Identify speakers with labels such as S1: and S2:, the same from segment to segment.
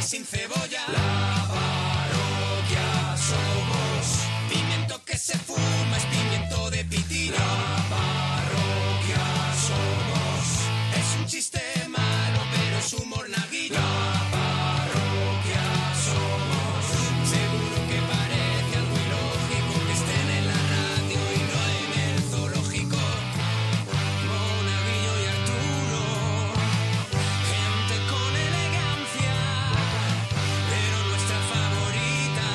S1: sin cebolla. La parroquia somos. Pimiento que se fuma es pimiento de pitina. La parroquia somos. Es un chiste malo, pero es humor naguillo. La parroquia somos. Seguro que parece algo ilógico que estén en la radio y no en el zoológico. Monaguillo y Arturo. Gente con elegancia, pero nuestra favorita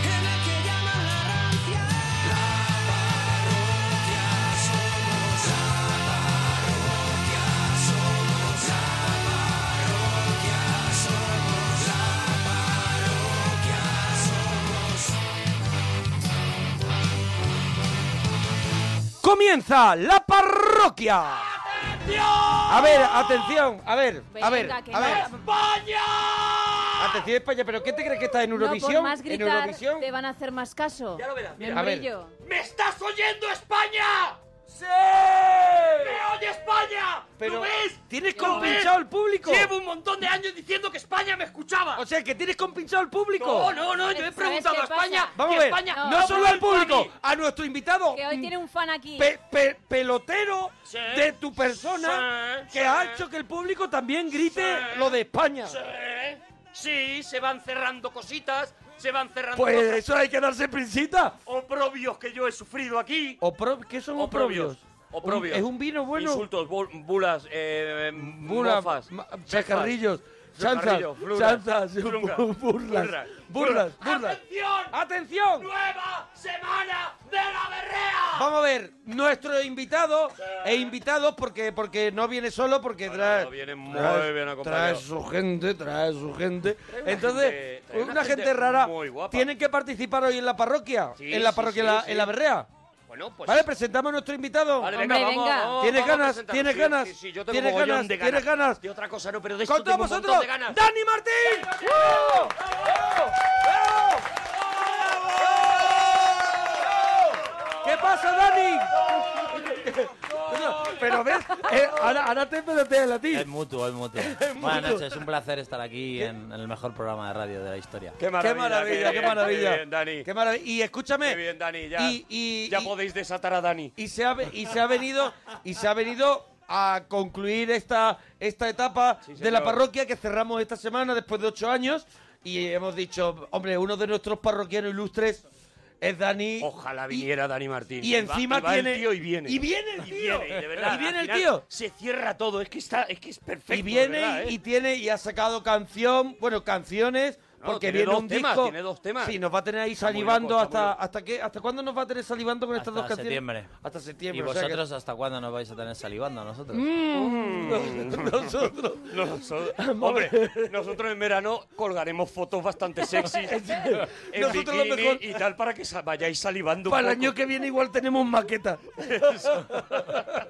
S1: es la que llaman la rancia. La parroquia somos, la parroquia somos, la parroquia somos, la parroquia somos.
S2: Comienza la parroquia. A ver, atención, a ver, a
S3: Venga,
S2: ver,
S3: que
S2: a
S3: no.
S2: ver. Atención España, pero ¿qué te crees que estás en Eurovisión?
S3: No, por más
S2: en
S3: gritar,
S2: Eurovisión.
S3: te van a hacer más caso. Ya lo verás.
S2: mira. A ver.
S4: ¿Me estás oyendo, España?
S2: ¡Sí!
S4: ¡Me oye, España!
S2: Pero
S4: ¿Lo ves?
S2: tienes
S4: ¿Lo ves?
S2: compinchado al público.
S4: Llevo un montón de años diciendo que España me escuchaba.
S2: O sea, que tienes compinchado al público.
S4: No, no, no, yo he preguntado a España.
S2: Vamos
S4: y
S2: a ver,
S4: España
S2: no,
S4: me ha
S2: solo al
S4: vuelto a
S2: público,
S4: mí.
S2: a, nuestro invitado
S3: Que hoy tiene un fan aquí.
S2: pe- pe- pelotero
S4: Sí.
S2: de tu persona
S4: Sí,
S2: que
S4: sí.
S2: ha hecho que el público también grite
S4: Sí.
S2: lo de España.
S4: Sí, sí, se van cerrando cositas, se van cerrando
S2: Pues
S4: cosas.
S2: eso hay que darse prinsita.
S4: oprobios que yo he sufrido aquí.
S2: Opro- ¿Qué son oprobios?
S4: Oprobios.
S2: Un- Es un vino bueno.
S4: Insultos, bul- bulas, eh,
S2: Bula-
S4: mofas,
S2: ma-
S4: mefas,
S2: chacarrillos, chanzas,
S4: chacarrillos, fluras,
S2: chanzas,
S4: flungas,
S2: bu- burlas, burlas, burlas.
S4: ¡Atención!
S2: ¡Atención!
S4: ¡Nueva semana de la berrea!
S2: Vamos a ver, nuestro invitado e invitados porque porque no viene solo, porque
S4: No, no,
S2: trae,
S4: no, viene muy
S2: trae-
S4: bien acompañado.
S2: trae su gente, trae su gente.
S4: una
S2: Entonces,
S4: gente- trae
S2: una,
S4: una
S2: gente,
S4: gente
S2: rara.
S4: muy guapa.
S2: Tienen que participar hoy en la parroquia,
S4: Sí,
S2: en la
S4: sí,
S2: parroquia,
S4: sí,
S2: en la-
S4: sí.
S2: en la berrea.
S4: Bueno, pues...
S2: vale, presentamos a nuestro invitado.
S4: Vale,
S3: Hombre, venga.
S4: vamos a
S2: Tienes ganas,
S4: presentarnos.
S2: tienes
S4: Sí,
S2: ganas,
S4: Sí, sí, yo tengo
S2: tienes
S4: mogollón
S2: ganas,
S4: de
S2: tienes ganas.
S4: De otra cosa no, pero de esto
S2: Con todos
S4: tengo un montón
S2: vosotros,
S4: de ganas.
S2: Dani Martín. ¡Uh! ¡Bravo! ¿Qué pasa, Dani? Pero ves, eh, ahora, ahora te pelotean a ti.
S5: Es mutuo, es mutuo. Buenas
S2: mutuo.
S5: noches, un placer estar aquí en, en el mejor programa de radio de la historia.
S4: Qué
S2: Qué maravilla, qué
S4: bien,
S2: maravilla.
S4: Qué bien, Dani.
S2: Qué maravilla. Y escúchame.
S4: Qué bien, Dani. Ya,
S2: y, y-
S4: ya
S2: y-
S4: podéis desatar a Dani.
S2: y se ha, ve- y se ha venido y se ha venido a concluir esta, esta etapa
S4: Sí,
S2: de la
S4: señor.
S2: parroquia que cerramos esta semana después de ocho años y hemos dicho, hombre, uno de nuestros parroquianos ilustres es Dani.
S4: Ojalá viniera Dani Martín.
S2: y encima
S4: va- va
S2: tiene-
S4: el tío y viene.
S2: y viene el
S4: Y
S2: tío.
S4: viene, y de verdad,
S2: Y viene
S4: al
S2: el
S4: final
S2: tío.
S4: Se cierra todo, es que está es que es perfecto.
S2: y viene
S4: de verdad,
S2: y
S4: ¿eh?
S2: tiene y ha sacado canción, bueno, canciones
S4: No,
S2: porque
S4: tiene
S2: viene
S4: dos
S2: un
S4: temas,
S2: disco.
S4: tiene dos temas.
S2: Sí, nos va a tener ahí
S4: Está muy
S2: salivando
S4: loco, está muy
S2: hasta
S4: loco.
S2: hasta qué hasta cuándo nos va a tener salivando con estas
S5: Hasta
S2: dos canciones?
S5: septiembre.
S2: Hasta septiembre.
S5: ¿Y
S2: o sea que-
S5: vosotros hasta cuándo nos vais a tener salivando a nosotros?
S2: nosotros
S4: Nosotros- hombre, nosotros en verano colgaremos fotos bastante sexys en
S2: Nosotros lo
S4: bikini
S2: mejor-
S4: y tal para que sa- vayáis salivando un
S2: Para el
S4: poco.
S2: año que viene igual tenemos maqueta.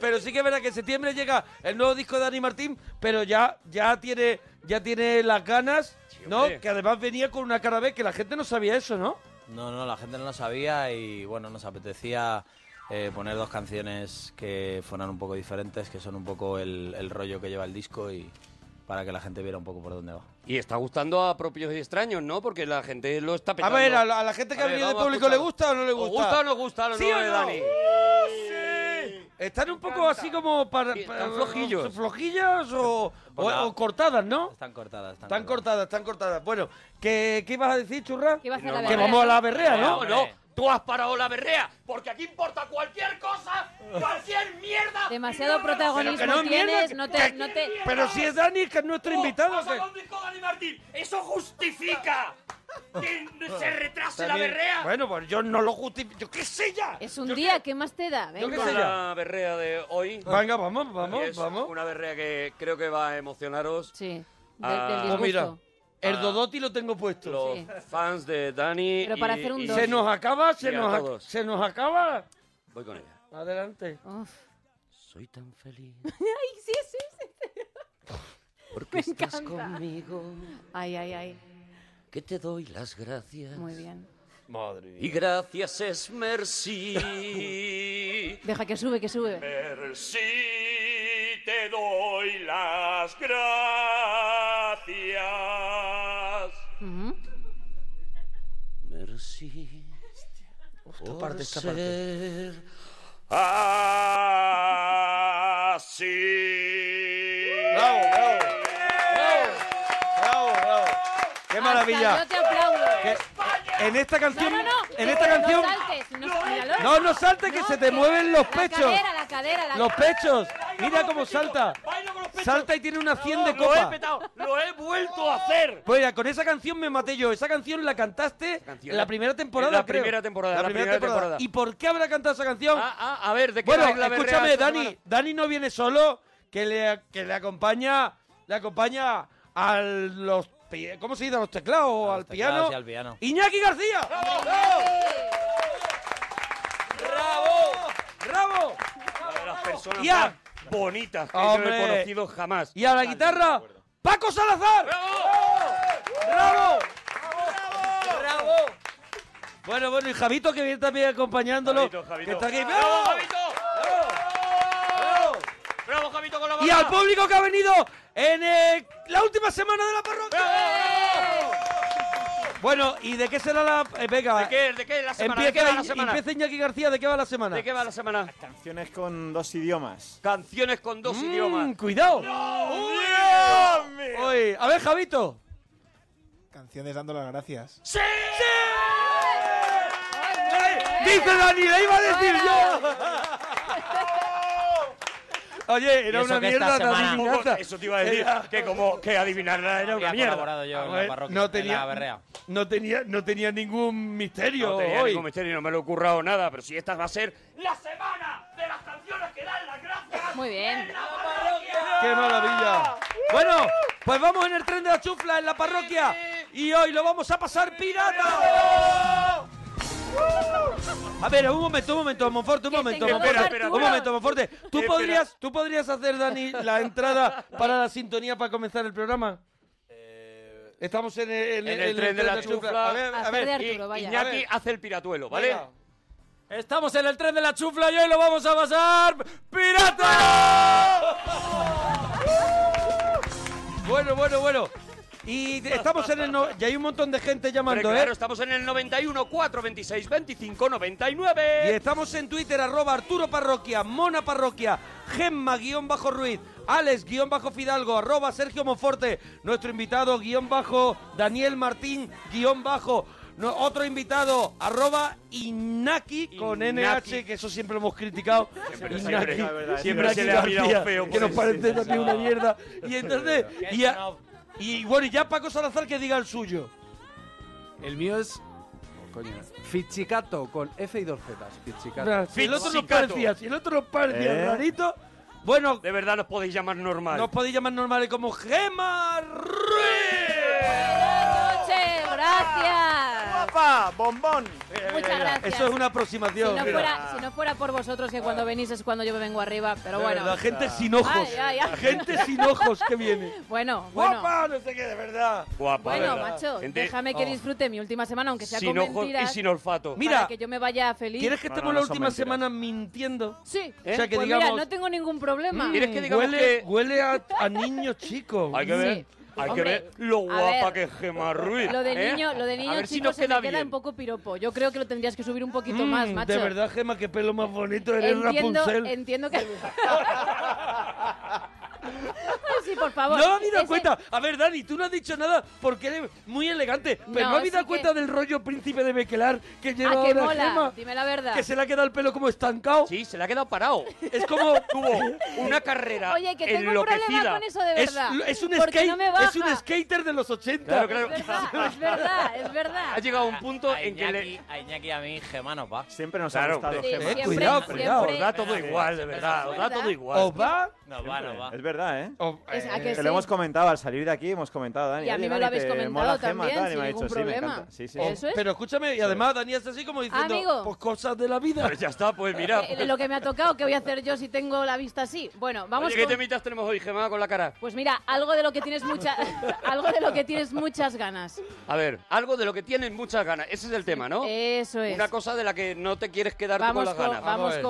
S2: pero sí que es verdad que en septiembre llega el nuevo disco de Dani Martín, pero ya, ya tiene, ya tiene las ganas, ¿no?
S4: hombre.
S2: Que además venía con una cara B, que la gente no sabía eso, ¿no?
S5: No, no, la gente no lo sabía y bueno, nos apetecía eh, poner dos canciones que fueran un poco diferentes, que son un poco el, el rollo que lleva el disco y para que la gente viera un poco por dónde va.
S4: Y está gustando a propios y extraños, ¿no? Porque la gente lo está
S2: A
S4: petando.
S2: ver, a la, a la gente que
S4: A
S2: ha
S4: ver,
S2: venido de
S4: vamos a
S2: público, ¿le
S4: escucharlo.
S2: gusta o no le
S4: ¿Os
S2: gusta?
S4: gusta o no gusta lo
S2: ¿Sí
S4: nuevo
S2: o
S4: de
S2: no?
S4: Dani?
S2: Están un poco así como para,
S4: Sí, están
S2: para-
S4: flojillos.
S2: flojillas o, o-
S5: Hola.
S2: o cortadas, ¿no?
S5: Están cortadas, están,
S2: Están cortadas, están cortadas. Bueno, ¿qué, qué ibas a decir, churra?
S3: Que va a hacer la
S2: que
S3: berrea,
S2: vamos a la
S3: ¿no?
S2: berrea, ¿no?
S4: No, no, tú has parado la berrea, porque aquí importa cualquier cosa, cualquier mierda.
S3: Demasiado protagonismo
S2: no es mierda,
S3: tienes,
S2: que-
S3: no te, no te...
S2: Pero si es Dani, que es nuestro invitado.
S4: Pasa
S2: que-
S4: con disco Dani Martín, eso justifica que se retrase la
S2: También-
S4: berrea.
S2: Bueno, pues yo no lo justifico. Yo qué sé ya.
S3: Es un
S2: Yo
S3: día,
S2: qué-
S3: ¿qué más te da?
S2: Yo qué
S3: Venga.
S2: sé ya.
S4: la berrea de hoy.
S2: Venga, vamos, vamos,
S4: es
S2: vamos.
S4: Una berrea que creo que va a emocionaros.
S3: Sí, del- del
S4: Ah,
S2: Pues
S3: disgusto.
S2: mira, el
S4: Ah.
S2: Dodoti lo tengo puesto.
S4: Los
S3: Sí.
S4: fans de Dani.
S3: Pero para
S4: y-
S3: hacer un
S4: y-
S3: dos.
S2: Se nos acaba, se
S4: Y a
S2: nos, ac-
S4: todos.
S2: se nos acaba.
S4: Voy con ella.
S2: Adelante.
S3: Uf.
S4: Soy tan feliz
S3: Ay, sí, sí, sí.
S4: porque
S3: Me
S4: estás
S3: encanta.
S4: conmigo.
S3: Ay, ay, ay.
S4: Que te doy las gracias.
S3: Muy bien.
S2: Madre
S4: Y gracias es merci.
S3: Deja que sube, que sube.
S4: Merci, te doy las gracias. gracias.
S3: Ujú.
S4: Merci. Esta
S2: parte, esta parte.
S4: Así.
S2: ¡Bravo, bravo! ¡Bravo! ¡Bravo, bravo! ¡Qué maravilla!
S3: Hasta yo te aplaudo.
S2: Que- en esta
S3: No,
S2: canción.
S3: no, no.
S2: En esta canción.
S3: No saltes. No, míralo.
S2: No, no saltes, que se te mueven los pechos.
S3: La cadera, la cadera. La
S2: Los pechos. Mira cómo salta.
S4: Baila con los pechos.
S2: Salta y tiene una 100 de
S4: Lo he
S2: copa.
S4: petado. Lo he vuelto a hacer.
S2: Pues mira, con esa canción me maté yo. Esa canción la cantaste
S4: canción.
S2: en la primera temporada.
S4: En la
S2: creo.
S4: primera temporada,
S2: La
S4: la
S2: primera
S4: primera
S2: temporada.
S4: temporada.
S2: ¿Y por qué habrá cantado esa canción?
S4: Ah, ah, a ver, ¿de qué
S2: bueno,
S4: vais la berrea
S2: escúchame,
S4: esta
S2: Dani.
S4: semana?
S2: Dani no viene solo, que le, que le acompaña, le acompaña a los, pi- ¿cómo se dice? A los teclados, o
S5: A
S2: al
S5: los teclados
S2: piano.
S5: y al piano.
S2: Iñaki García. ¡Bravo! ¡Bravo!
S4: Una de las personas
S2: Ya.
S4: más bonitas que yo
S2: Hombre.
S4: he conocido jamás.
S2: Y a la guitarra, Paco Salazar. ¡Bravo! ¡Bravo! Bueno, bueno, y Javito que viene también acompañándolo.
S4: Javito, Javito.
S2: Que está aquí.
S4: ¡Bravo,
S2: ¡Bravo!
S4: Javito!
S2: ¡Bravo!
S4: ¡Bravo, Javito, con la
S2: Y
S4: banda!
S2: al público que ha venido en eh, la última semana de la
S4: ¡Eh!
S2: parroquia. Bueno, ¿y de qué será la...? eh, venga,
S4: ¿De qué, ¿De qué la semana? ¿De qué va
S2: empieza,
S4: la semana?
S2: empieza Iñaki García, ¿de qué va la semana?
S4: ¿De qué va la semana?
S6: Canciones con dos idiomas.
S4: Canciones con dos
S2: Mm,
S4: idiomas.
S2: ¡Cuidado! Uy, a ver, Javito.
S6: Canciones dando las gracias.
S2: ¡Sí! ¡Sí! Dice Dani, la iba a decir yo. Oye,
S5: Y
S2: era
S5: eso
S2: una
S5: que esta
S2: mierda Eh,
S5: semana-
S2: la adivinanza.
S4: Eso te iba a decir,
S2: Era-
S4: que como que adivinarla era una
S5: Había
S4: mierda.
S5: colaborado yo
S2: A
S5: en
S2: ver,
S5: la parroquia,
S2: no
S5: en
S2: tenía,
S5: la berrea.
S2: no tenía, no tenía ningún misterio
S4: No tenía
S2: hoy.
S4: ningún misterio, no me lo he currado nada, pero si esta va a ser la semana de las canciones que dan las gracias.
S3: Muy bien.
S2: ¡Qué maravilla! Bueno, pues vamos en el tren de la chufla en la parroquia y hoy lo vamos a pasar pirata. A ver, un momento, un momento, Monforte, un
S3: Que se
S2: momento,
S3: encargó
S2: Monforte,
S4: Espera,
S2: un
S4: espera.
S2: momento, Monforte. ¿Tú
S4: Espera.
S2: podrías, tú podrías hacer, Dani, la entrada para la sintonía para comenzar el programa. Estamos en el, en
S4: Eh, en el tren de la chufla.
S2: A ver, a
S3: Hacer de
S2: ver.
S3: Arturo, vaya.
S2: A
S4: Iñaki
S2: ver.
S4: hace el piratuelo, ¿vale?
S2: Venga.
S5: Estamos en el tren de la chufla y hoy lo vamos a pasar pirata.
S2: Bueno, bueno, bueno. Y estamos en el... no- Y hay un montón de gente
S4: Hombre,
S2: llamando, ¿eh?
S4: claro, estamos en el 91 4 26 25 99.
S2: Y estamos en Twitter, arroba Arturo Parroquia, Mona Parroquia, Gemma guión bajo Ruiz, Alex guión bajo Fidalgo, arroba Sergio Monforte, nuestro invitado guión bajo Daniel Martín guión bajo, no- otro invitado arroba Inaki con
S4: Inaki.
S2: NH, que eso siempre lo hemos criticado.
S4: Siempre,
S2: Inaki,
S4: siempre, siempre
S2: Inaki
S4: se le ha mirado
S2: García,
S4: feo
S2: Que
S4: por
S2: nos
S4: eso.
S2: parece
S4: Sí,
S2: también una mierda. Y entonces, y, a- y bueno, y ya Paco Salazar que diga el suyo.
S7: El mío es. oh, coño. Fichicato con F y dos Z. Fichicato.
S2: Si el otro nos
S4: Fixicato.
S2: parecía, si el otro nos parecía
S6: ¿Eh?
S2: rarito, bueno,
S4: De verdad nos podéis llamar normal.
S2: Nos podéis llamar normales como Gema Ruiz.
S3: Noche, gracias.
S6: Ah, ¡Guapa! ¡Bombón!
S3: Muchas gracias.
S2: Eso es una
S3: si,
S2: aproximación.
S3: no
S4: Ah.
S3: fuera, si no fuera por vosotros, que cuando venís es cuando yo me vengo arriba, pero
S2: De
S3: bueno.
S2: verdad, gente
S4: Ah.
S2: sin ojos.
S3: Ay, ay, ay.
S2: Gente sin ojos que viene.
S3: Bueno, bueno.
S2: ¡Guapa! No sé qué, de verdad. oh.
S4: Guapa,
S3: Bueno,
S4: ¿verdad?
S3: macho,
S4: Gente
S3: déjame que disfrute mi última semana, aunque sea
S4: sin
S3: con
S4: ojos y
S3: mentiras.
S4: sin olfato.
S2: Mi- Mira.
S3: Para que yo me vaya feliz. Ah.
S2: ¿Quieres que
S6: No,
S2: estemos
S6: no,
S2: la
S6: no son
S2: última
S6: mentiras.
S2: semana mintiendo?
S3: Sí.
S2: O sea, que
S3: Pues
S2: digamos...
S3: mira, no tengo ningún problema.
S4: ¿Quieres que digamos
S2: Huele,
S4: que
S2: huele a, a niño chico.
S4: hay que ver?
S3: Sí.
S4: Hay
S3: Hombre,
S4: que ver lo
S3: a
S4: guapa
S3: ver,
S4: que es Gemma Ruiz.
S3: Lo de
S4: ¿eh?
S3: niño, lo de niño
S4: a ver
S3: chico,
S4: si nos
S3: se
S4: queda
S3: me queda
S4: bien.
S3: un poco piropo. Yo creo que lo tendrías que subir un poquito
S2: Mm,
S3: más, macho.
S2: De verdad, Gema, qué pelo más bonito. Eres
S3: entiendo, eh,
S2: Rapunzel.
S3: entiendo que. sí, por favor.
S2: No habéis dado
S3: Ese-
S2: cuenta. A ver, Dani, tú no has dicho nada porque eres muy elegante. Pero no,
S3: No,
S2: habéis dado
S3: sí que-
S2: cuenta del rollo príncipe de Bequelar que lleva
S3: Ah, que
S2: ahora
S3: mola.
S2: Gemma,
S3: Dime la verdad.
S2: Que se le ha quedado el pelo como estancado.
S4: Sí, se le ha quedado parado.
S2: Es como.
S4: Tuvo una carrera
S3: Oye, que tengo un problema
S4: enloquecida.
S3: con eso de
S2: Es,
S3: verdad.
S2: es un
S3: porque
S2: skate,
S3: no me baja.
S2: es un skater de los 80.
S4: Claro,
S3: Es
S4: claro.
S3: verdad, es verdad, es
S4: Ha
S3: verdad.
S4: llegado un punto en que le...
S5: A Iñaki y a mí Gemma nos va.
S6: Siempre nos
S4: Claro,
S6: ha gustado
S4: hombre.
S6: Gemma.
S2: Eh, cuidado, cuidado.
S4: Os da todo igual, de verdad. Os da todo igual.
S2: O va.
S5: Nos va,
S6: Siempre.
S5: nos va.
S6: Es verdad, ¿eh?
S2: o-
S3: Es- ¿a
S2: eh,
S3: que
S6: Que
S3: sí?
S6: lo hemos comentado al salir de aquí, hemos comentado, ¿eh? Dani.
S3: Y a mí me
S6: Oye,
S3: lo
S6: Dani,
S3: habéis
S6: te
S3: comentado
S6: mola Gemma,
S3: también,
S6: tal, y
S3: sin
S6: me ha
S3: ningún
S6: dicho, sí, me
S3: problema.
S6: encanta. Sí, sí.
S2: o-
S3: Eso es. Ah,
S2: Pero escúchame, y además Dani es así como diciendo.
S3: Amigo.
S2: Pues cosas de la vida.
S4: Pues ya está, pues mira.
S3: Eh, Lo que me ha tocado, ¿qué voy a hacer yo si tengo la vista así? Bueno, vamos
S4: Oye, ¿qué
S3: con-
S4: temitas tenemos hoy, Gemma, con la cara?
S3: Pues mira, algo de lo que tienes mucha, algo de lo que tienes muchas ganas.
S4: A ver, algo de lo que tienen muchas ganas. Ese es el tema, ¿no?
S3: Eso es.
S4: Una cosa de la que no te quieres quedar tú con
S3: vamos
S4: las
S3: con,
S4: ganas.
S3: vamos
S2: Vamos a ver.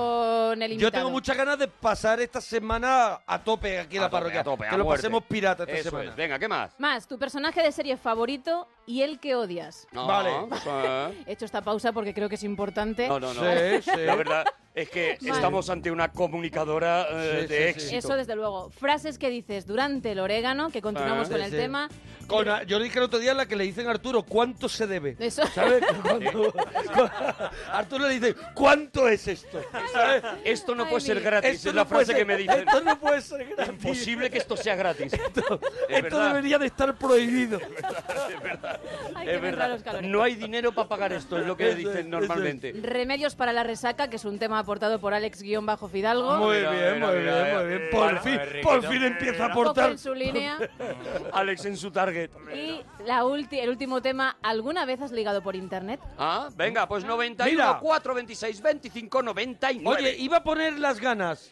S3: con el invitado.
S2: Yo tengo muchas ganas de pasar esta semana a tope aquí en
S4: A
S2: la
S4: tope,
S2: parroquia.
S4: a tope, a
S2: que lo
S4: huevo. fuerte.
S2: Hacemos pirata esta
S4: Eso
S2: semana.
S4: es. Venga, ¿qué más?
S3: Más, tu personaje de serie favorito y el que odias.
S4: No,
S2: Vale.
S4: sí.
S3: He hecho esta pausa porque creo que es importante.
S4: No, no, no.
S2: Sí, sí.
S4: La verdad es que
S3: Vale.
S4: estamos ante una comunicadora eh,
S2: Sí,
S4: de
S2: sí,
S4: éxito.
S2: sí.
S3: Eso, desde luego. Frases que dices durante el orégano, que continuamos
S4: Ah,
S3: con
S2: sí,
S3: el
S2: sí.
S3: tema.
S2: Con a- yo dije el otro día la que le dicen a Arturo cuánto se debe.
S3: Eso.
S2: ¿Sabes? Cuando- Arturo le dice, ¿cuánto es esto? ¿Sabes?
S4: Esto no
S3: Ay,
S4: puede ser
S3: mira.
S4: gratis,
S2: Esto
S4: es la
S2: no puede
S4: frase que
S2: ser-
S4: me dicen.
S2: Esto no puede ser
S4: Es
S2: gratis.
S4: imposible que esto sea gratis. Es
S2: Esto
S4: verdad.
S2: debería de estar prohibido.
S3: Ay, que
S4: Es
S3: me entran
S4: verdad.
S3: los calores.
S4: No hay dinero para pagar esto, es lo que
S2: Eso es,
S4: dicen
S2: eso
S4: normalmente.
S3: Remedios para la resaca, que es un tema aportado por Alex-Fidalgo.
S2: Muy
S4: mira,
S2: bien,
S4: mira,
S2: muy
S4: mira,
S2: bien,
S4: mira.
S2: muy bien.
S4: Eh,
S2: Por
S4: bueno,
S2: fin,
S4: eh, riquito.
S2: por fin empieza a
S3: Coge
S2: aportar.
S3: en su línea.
S4: Alex en su target.
S3: Y la ulti- el último tema, ¿alguna vez has ligado por internet?
S4: Ah, venga, pues 91,
S2: Mira.
S4: 4, 26, 25, 99.
S2: Oye, iba a poner las ganas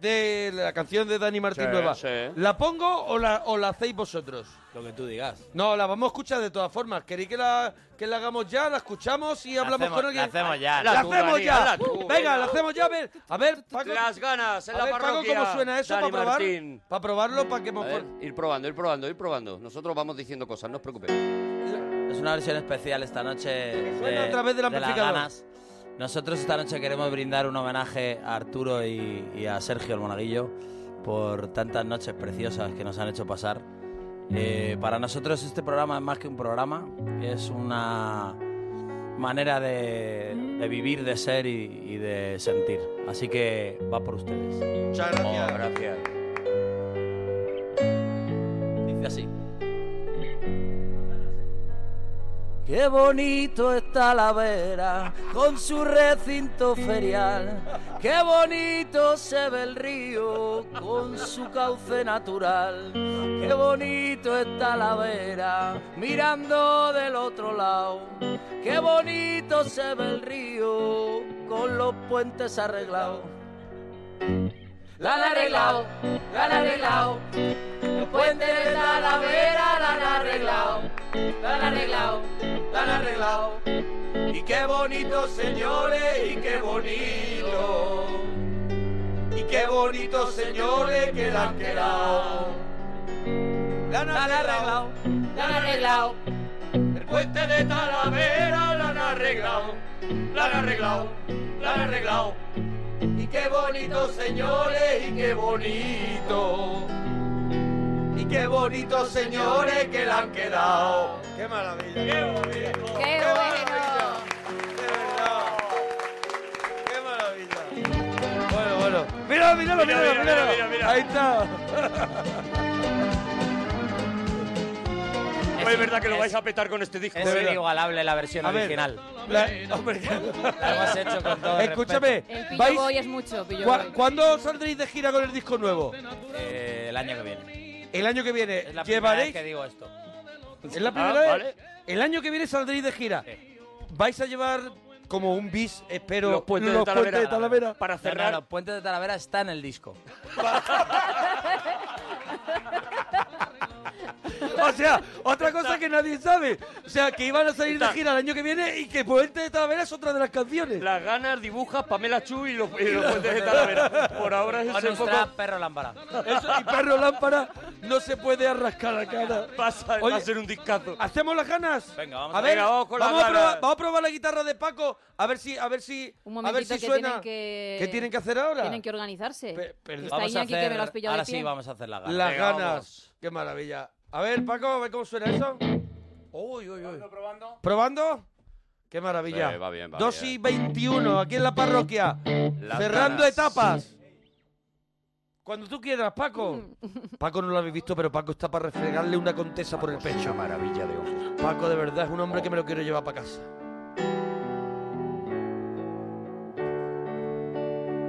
S2: de la canción de Dani Martín
S4: Sí,
S2: Nueva.
S4: sí.
S2: ¿La pongo o la, o la hacéis vosotros?
S5: Lo que tú digas.
S2: No, la vamos a escuchar de todas formas. ¿Queréis que la, que la hagamos ya? ¿La escuchamos y hablamos
S5: hacemos-
S2: con alguien?
S5: la hacemos ya,
S2: ¡La
S4: la tú,
S2: hacemos
S4: Dani,
S2: ya!
S4: la tú,
S2: venga,
S4: venga.
S2: la hacemos ya. A ver, a ver Paco,
S4: Las ganas en
S2: a
S4: la
S2: ver, Paco,
S4: parroquia.
S2: ¿cómo suena eso
S4: Dani
S2: para probar?
S4: Martín.
S2: Para probarlo, para que
S4: A ver,
S2: mejor...
S4: ir probando, ir probando, ir probando. Nosotros vamos diciendo cosas, no os preocupéis.
S5: Es una versión especial esta noche de,
S2: suena a través del
S5: de las
S2: amplificador.
S5: ganas. Nosotros esta noche queremos brindar un homenaje a Arturo y, y a Sergio el Monaguillo por tantas noches preciosas que nos han hecho pasar.
S2: Mm.
S5: Eh, para nosotros este programa es más que un programa, es una manera de, de vivir, de ser y, y de sentir. Así que va por ustedes.
S2: Muchas
S5: Oh,
S4: gracias.
S2: gracias.
S5: Dice así. Qué bonito está la vera con su recinto ferial. Qué bonito se ve el río con su cauce natural. Qué bonito está la vera mirando del otro lado. Qué bonito se ve el río con los puentes arreglados. La han arreglado, la han arreglado. Los puentes de Talavera la han arreglado, la han arreglado, la han arreglado. Y qué bonito, señores, y qué bonito. Y qué bonito, señores, que la han quedado. La han arreglado, la han arreglado. El puente de Talavera la han arreglado, la han arreglado, la han arreglado. Y qué bonito, señores, y qué bonito. Y qué bonito, señores, que la han quedado.
S2: ¡Qué maravilla! ¡Qué bonito!
S3: ¡Qué
S2: ¡Qué
S3: bueno!
S2: maravilla! ¡De verdad! ¡Qué maravilla! Bueno, bueno. ¡Míralo, míralo,
S4: Mira,
S2: míralo!
S4: mira,
S2: míralo.
S4: mira, mira, mira.
S2: Ahí está.
S4: Pues es verdad que lo vais a petar con este disco.
S5: Es
S2: verdad.
S5: inigualable la versión
S2: A ver.
S5: original.
S2: La- hombre,
S5: Lo hemos hecho con todo el
S2: Escúchame.
S3: El pillo
S2: ¿vais-
S3: boy es mucho, pillo
S2: cua-
S3: boy.
S2: ¿Cuándo saldréis de gira con el disco nuevo?
S5: respeto. Eh, el año que viene.
S2: El año que viene.
S5: Es la primera vez
S2: ¿Llevaréis?
S5: que digo esto.
S2: ¿Es la primera
S4: Ah,
S2: vez?
S4: vale.
S2: El año que viene saldréis de gira. ¿Vais a llevar como un bis, espero,
S4: Los puentes de Talavera.
S2: puentes de Talavera?
S4: Para
S5: No, no,
S4: cerrar,
S5: los puentes de Talavera está en el disco.
S2: O sea, otra cosa que nadie sabe. O sea, que iban a salir de
S4: Está.
S2: gira el año que viene y que Puente de Talavera es otra de las canciones.
S4: las ganas, dibujas, Pamela Chu y los, y los puentes de Talavera. Por ahora es
S5: Con
S4: un
S5: un
S4: poco...
S5: trap, perro lámpara.
S2: Eso, y Perro Lámpara no se puede arrascar la cara.
S4: Pasa, va
S2: Oye,
S4: a ser un discazo.
S2: ¿Hacemos las ganas?
S5: Venga, vamos
S2: a
S5: a-
S2: ver,
S4: Venga, vamos con las
S2: a
S4: ganas.
S2: probar, vamos a probar la guitarra de Paco, a ver si a ver si
S3: Un
S2: a ver
S3: momentito
S2: si
S3: que
S2: suena.
S3: tienen que...
S2: ¿Qué tienen que hacer ahora?
S3: Tienen que organizarse.
S2: Pe- perdón.
S3: Está
S5: Vamos a
S3: Iñaki, que me lo has
S5: hacer,
S3: pillado de
S5: ahora
S3: pie.
S5: sí vamos a hacer la gana.
S2: Las
S4: Venga,
S2: ganas.
S4: vamos.
S2: Qué maravilla. A ver, Paco, a ver cómo suena eso. Uy, uy, uy. ¿Probando? Qué maravilla.
S4: Sí, va bien, va
S2: 2
S4: bien.
S2: y 21, aquí en la parroquia.
S4: Las
S2: Cerrando
S4: ganas.
S2: etapas. Cuando tú quieras, Paco. Paco no lo habéis visto, pero Paco está para refregarle una contesa por el pecho.
S4: maravilla de ojos.
S2: Paco, de verdad, es un hombre que me lo quiero llevar para casa.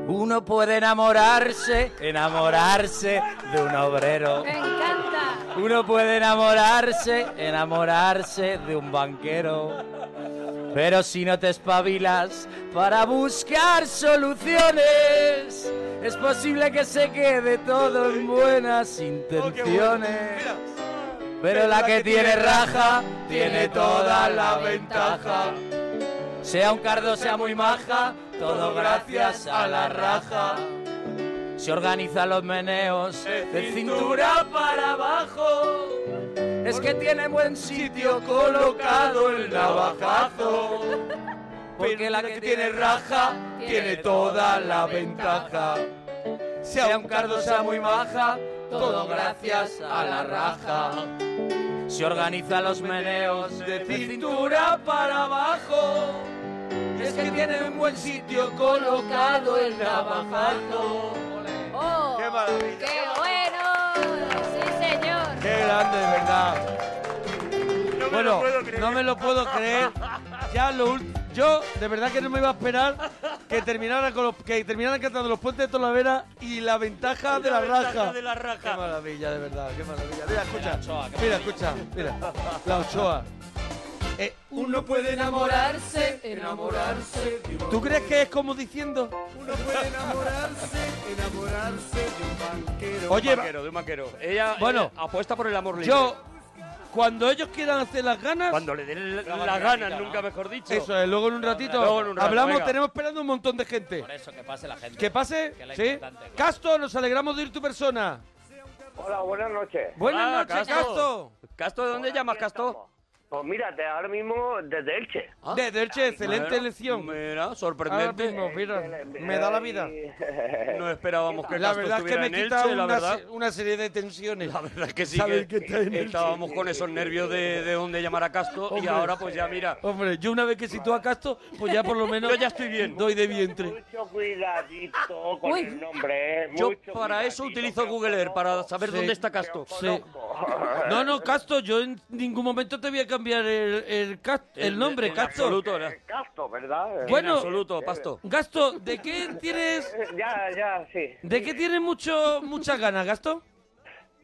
S5: Uno puede enamorarse, enamorarse de un obrero.
S3: ¡Me encanta!
S5: Uno puede enamorarse, enamorarse de un banquero. Pero si no te espabilas para buscar soluciones, es posible que se quede todo en buenas intenciones. Pero la que tiene raja tiene toda la ventaja. Sea un cardo, sea muy maja, todo gracias a la raja. se organizan los meneos de
S1: cintura
S5: cintura para abajo. Es que tiene buen sitio colocado el navajazo. Porque la que tiene raja tiene toda la ventaja. Sea un cardo, sea muy maja, todo gracias a la raja. Se organiza los meneos de cintura para abajo. Es que tiene un buen sitio colocado el navajazo.
S3: ¡Oh!
S5: ¡Qué maravilla!
S3: ¡Qué bueno! ¡Sí, señor!
S2: ¡Qué grande, de verdad! bueno, no me lo puedo creer. Ya lo ul- Yo, de verdad que no me iba a esperar que terminaran, con los, que terminaran cantando los puentes de Tolavera y la ventaja de la raja.
S4: de la raja.
S2: Qué maravilla, de verdad, qué maravilla. Mira, escucha, mira, escucha, mira. La Ochoa. Eh,
S1: Uno puede enamorarse,
S3: Eh,
S1: enamorarse de
S2: ¿Tú crees que es como diciendo?
S1: Uno puede enamorarse, enamorarse de un banquero.
S2: Oye,
S4: un banquero, de un banquero. Ella,
S2: Bueno,
S4: ella apuesta por el amor libre.
S2: Yo, cuando ellos quieran hacer las ganas.
S4: Cuando le den la- las
S2: margarita,
S4: ganas,
S2: ¿no?
S4: nunca mejor dicho.
S2: Eso es, luego en un ratito.
S4: Luego en un rato,
S2: hablamos,
S4: venga.
S2: tenemos esperando un montón de gente.
S5: Por eso, que pase la gente.
S2: ¿Que pase?
S5: Que es lo
S2: ¿Sí?
S5: importante, claro.
S2: Casto, nos alegramos de ir tu persona.
S8: Hola, buenas noches.
S2: Buenas
S4: Ah,
S2: noches, Casto.
S4: Casto. Casto, ¿de dónde llamas, Casto?
S8: Pues mira, de ahora mismo desde Elche.
S4: Ah.
S2: Ah. De Derche, excelente
S4: Mira,
S2: elección.
S4: Mira,
S2: Ahora
S4: sorprendente.
S2: mismo, mira, me da la vida.
S4: No esperábamos que
S2: La
S4: Casto
S2: verdad es que
S4: estuviera
S2: me
S4: en
S2: quita
S4: Elche, la
S2: una,
S4: verdad.
S2: se- una serie de tensiones.
S4: La verdad es que sí.
S2: Saber
S4: que
S2: que está en Elche.
S4: estábamos con esos nervios de, de dónde llamar a Casto y
S2: Hombre.
S4: ahora pues ya mira.
S2: Hombre, yo una vez que sitúo a Casto, pues ya por lo menos
S4: Yo ya estoy bien.
S2: doy de vientre.
S8: Mucho cuidadito con
S3: Uy.
S8: el nombre, ¿eh?
S4: Yo
S8: Mucho
S4: para eso
S8: cuidadito,
S4: utilizo
S8: que os
S4: Google Earth, para saber
S2: Sí.
S4: dónde está Casto.
S2: Sí. No, no, Casto, yo en ningún momento te voy a cambiar el, el cast- el nombre,
S4: En
S2: Casto.
S4: absoluto,
S8: conozco. Casto, ¿verdad? Eh,
S4: bueno,
S2: Bueno.
S4: en absoluto, Pasto.
S2: Gasto, ¿de qué tienes
S8: Ya, ya, sí.
S2: de qué tienes mucho muchas ganas, Gasto?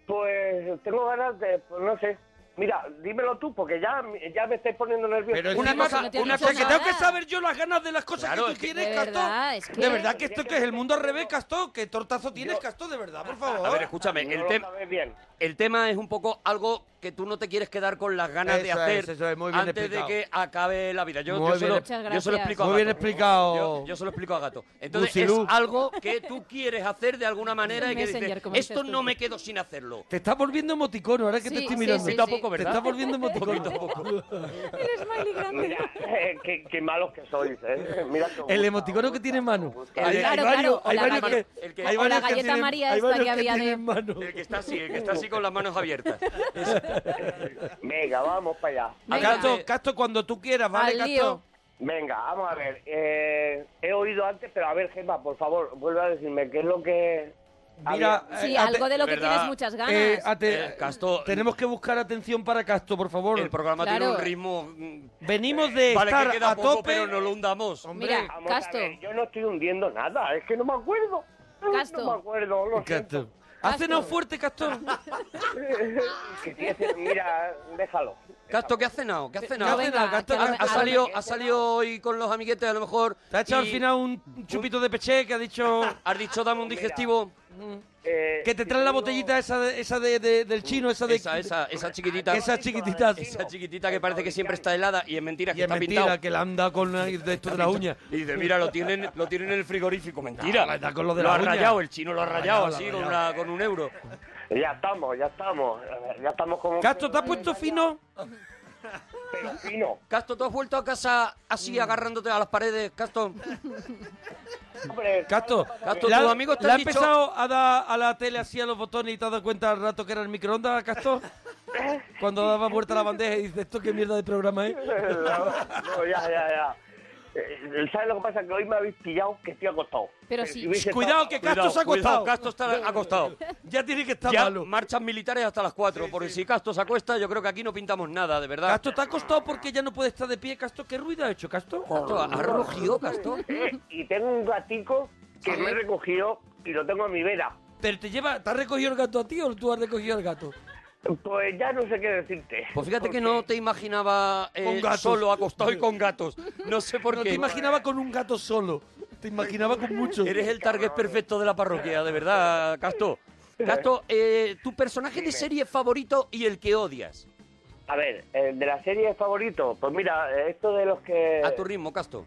S8: Pues tengo ganas de, pues, no sé. Mira, dímelo tú, porque ya, ya me estáis poniendo nervioso.
S2: Pero
S4: Una
S2: encima
S4: cosa-
S2: que-
S4: no te han
S2: una
S4: dicho
S2: cosa que tengo
S3: nada.
S2: que saber yo las ganas de las cosas
S4: Claro,
S2: que
S4: es
S2: tú
S4: que-
S2: quieres,
S3: De
S2: Casto.
S3: verdad, es que-
S2: De verdad que esto que es el mundo al revés, Casto. ¿Qué tortazo tienes,
S8: Yo-
S2: Casto? De verdad, por
S4: A ver,
S2: favor.
S4: escúchame,
S8: No
S4: el,
S8: lo
S4: tem-
S8: sabéis bien.
S4: el tema es un poco algo que tú no te quieres quedar con las ganas de
S2: Eso
S4: hacer
S2: es, eso es, muy bien
S4: antes
S2: explicado.
S4: de que acabe la vida. Yo,
S2: Muy
S4: yo se,
S2: bien.
S4: lo,
S3: Muchas
S4: yo se lo
S3: gracias.
S4: explico a
S2: Muy bien
S4: Gato.
S2: explicado.
S4: Yo, yo se lo explico a Gato. Entonces
S2: Lucilú.
S4: es algo que tú quieres hacer de alguna manera y que
S3: Messenger,
S4: dices,
S3: como dices
S4: esto
S3: tú.
S4: no me quedo sin hacerlo.
S2: Te estás volviendo emoticono ahora que te
S3: Sí,
S2: estoy
S3: sí,
S2: mirando.
S3: sí,
S4: Poquito a
S3: sí.
S4: poco,
S2: Te
S4: ¿verdad?
S2: estás volviendo
S4: Poquito a
S2: emoticono.
S4: poco.
S3: El smiley grande.
S8: Mira, eh, qué, qué malos que sois, ¿eh? Mira que os
S2: El
S8: gusta,
S2: emoticono
S8: os
S2: que
S8: gusta,
S2: tiene mano.
S8: os gusta.
S2: Hay-
S3: Claro,
S2: hay
S3: claro,
S2: varios-
S3: o
S2: hay
S3: la
S2: varios
S3: galleta-
S2: que-
S4: el que-
S2: hay
S3: la
S4: o
S2: varios que
S3: galleta
S2: tienen-
S3: María
S2: hay
S3: esta
S2: varios
S3: que había de-
S2: tienen mano.
S4: El que está así, el que está así con las manos abiertas.
S8: Venga, vamos para allá.
S3: Venga.
S2: Casto, Casto, cuando tú quieras, ¿vale,
S3: Al
S2: Casto?
S3: lío.
S8: Venga, vamos a ver. eh, he oído antes, pero a ver, Gemma, por favor, vuelve a decirme qué es lo que...
S2: Mira,
S8: había.
S3: Sí,
S2: eh, ate-
S3: algo de lo que
S4: ¿verdad?
S3: tienes muchas ganas.
S2: eh, ate-
S4: Eh, Casto-
S2: tenemos que buscar atención para Casto, por favor.
S4: El programa tiene
S3: Claro.
S4: un ritmo...
S2: eh,
S4: mm,
S2: Venimos de
S4: Vale,
S2: estar
S4: que queda
S2: a
S4: poco,
S2: tope.
S4: pero no lo hundamos.
S3: Mira,
S8: Vamos a
S3: Casto,
S8: ver, yo no estoy hundiendo nada, es que no me acuerdo.
S3: Casto.
S8: No me acuerdo, lo
S2: Casto.
S8: siento.
S2: Hácenos fuerte, Casto.
S8: Que tiene- Mira, déjalo.
S4: Casto, ¿qué has cenado? ¿Qué has
S3: No,
S4: cenado?
S3: venga,
S2: nada, Casto,
S3: Ah, que a lo
S2: ha-
S3: me-
S4: Ha
S3: a lo
S4: salido,
S3: me-
S4: ha salido hoy con los amiguetes, a lo mejor.
S2: Te ha echado al
S4: y
S2: final un un chupito de peché que ha dicho
S4: Has dicho, dame un digestivo.
S3: Mm.
S8: Eh,
S2: que te traen la botellita esa, de- esa de- de- del chino, esa de...
S4: Esa, esa, esa chiquitita.
S2: Esa chiquitita.
S4: Esa chiquitita que parece que siempre está helada y es mentira que
S2: Y es
S4: está
S2: mentira
S4: pintado.
S2: que la anda con la- de esto de la uña.
S4: Y dice, mira, lo tienen, lo tienen en el frigorífico. Mentira.
S2: No, la verdad, con lo de la
S4: ha
S2: uña.
S4: rayado, el chino lo ha rayado
S2: rayado,
S4: así
S2: lo ha
S4: con,
S2: rayado.
S4: una- con un euro.
S8: Ya estamos, ya estamos. Ya estamos como...
S2: Casto, ¿te has puesto fino?
S8: Pero fino. Mm.
S4: Casto, ¿tú has vuelto a casa así agarrándote a las paredes, Casto?
S8: Hombre,
S2: Casto,
S4: Casto,
S2: ¿le ha-
S4: tus amigos te
S2: ¿le
S4: han
S2: ha
S4: dicho-
S2: empezado a dar a la tele así a los botones y te has dado cuenta al rato que era el microondas, Casto? Cuando daba vuelta la bandeja y dices, ¿esto qué mierda de programa es?
S8: no, ya, ya, ya. Eh, ¿Sabes lo que pasa? Que hoy me habéis pillado que estoy acostado. Eh,
S3: Pero sí.
S8: hubiese
S2: Cuidado,
S8: estado-
S2: que Casto se ha
S4: cuidado,
S2: acostado.
S4: Casto está acostado.
S2: Ya tiene que estar
S4: Ya
S2: malo.
S4: marchas militares hasta las 4, porque si Casto se acuesta, yo creo que aquí no pintamos nada, de verdad.
S2: Casto, ¿te ha acostado porque ya no puede estar de pie, Casto? ¿Qué ruido ha hecho, Casto?
S4: Casto, ¿has rugido, Casto?
S8: Eh, y tengo un gatico que me he recogido y lo tengo a mi vera.
S2: ¿Pero te lleva, te has recogido el gato a ti o tú has recogido el gato?
S8: Pues ya no sé qué decirte.
S4: Pues fíjate que no te imaginaba eh,
S2: Con gatos.
S4: solo acostado y con gatos. No sé por
S2: No
S4: qué.
S2: te imaginaba con un gato solo, te imaginaba con muchos.
S4: Eres el target perfecto de la parroquia, de verdad, Casto. Casto, eh, tu personaje de serie favorito y el que odias.
S8: A ver, eh, de la serie favorito, pues mira, eh, esto de los que...
S4: A tu ritmo, Casto.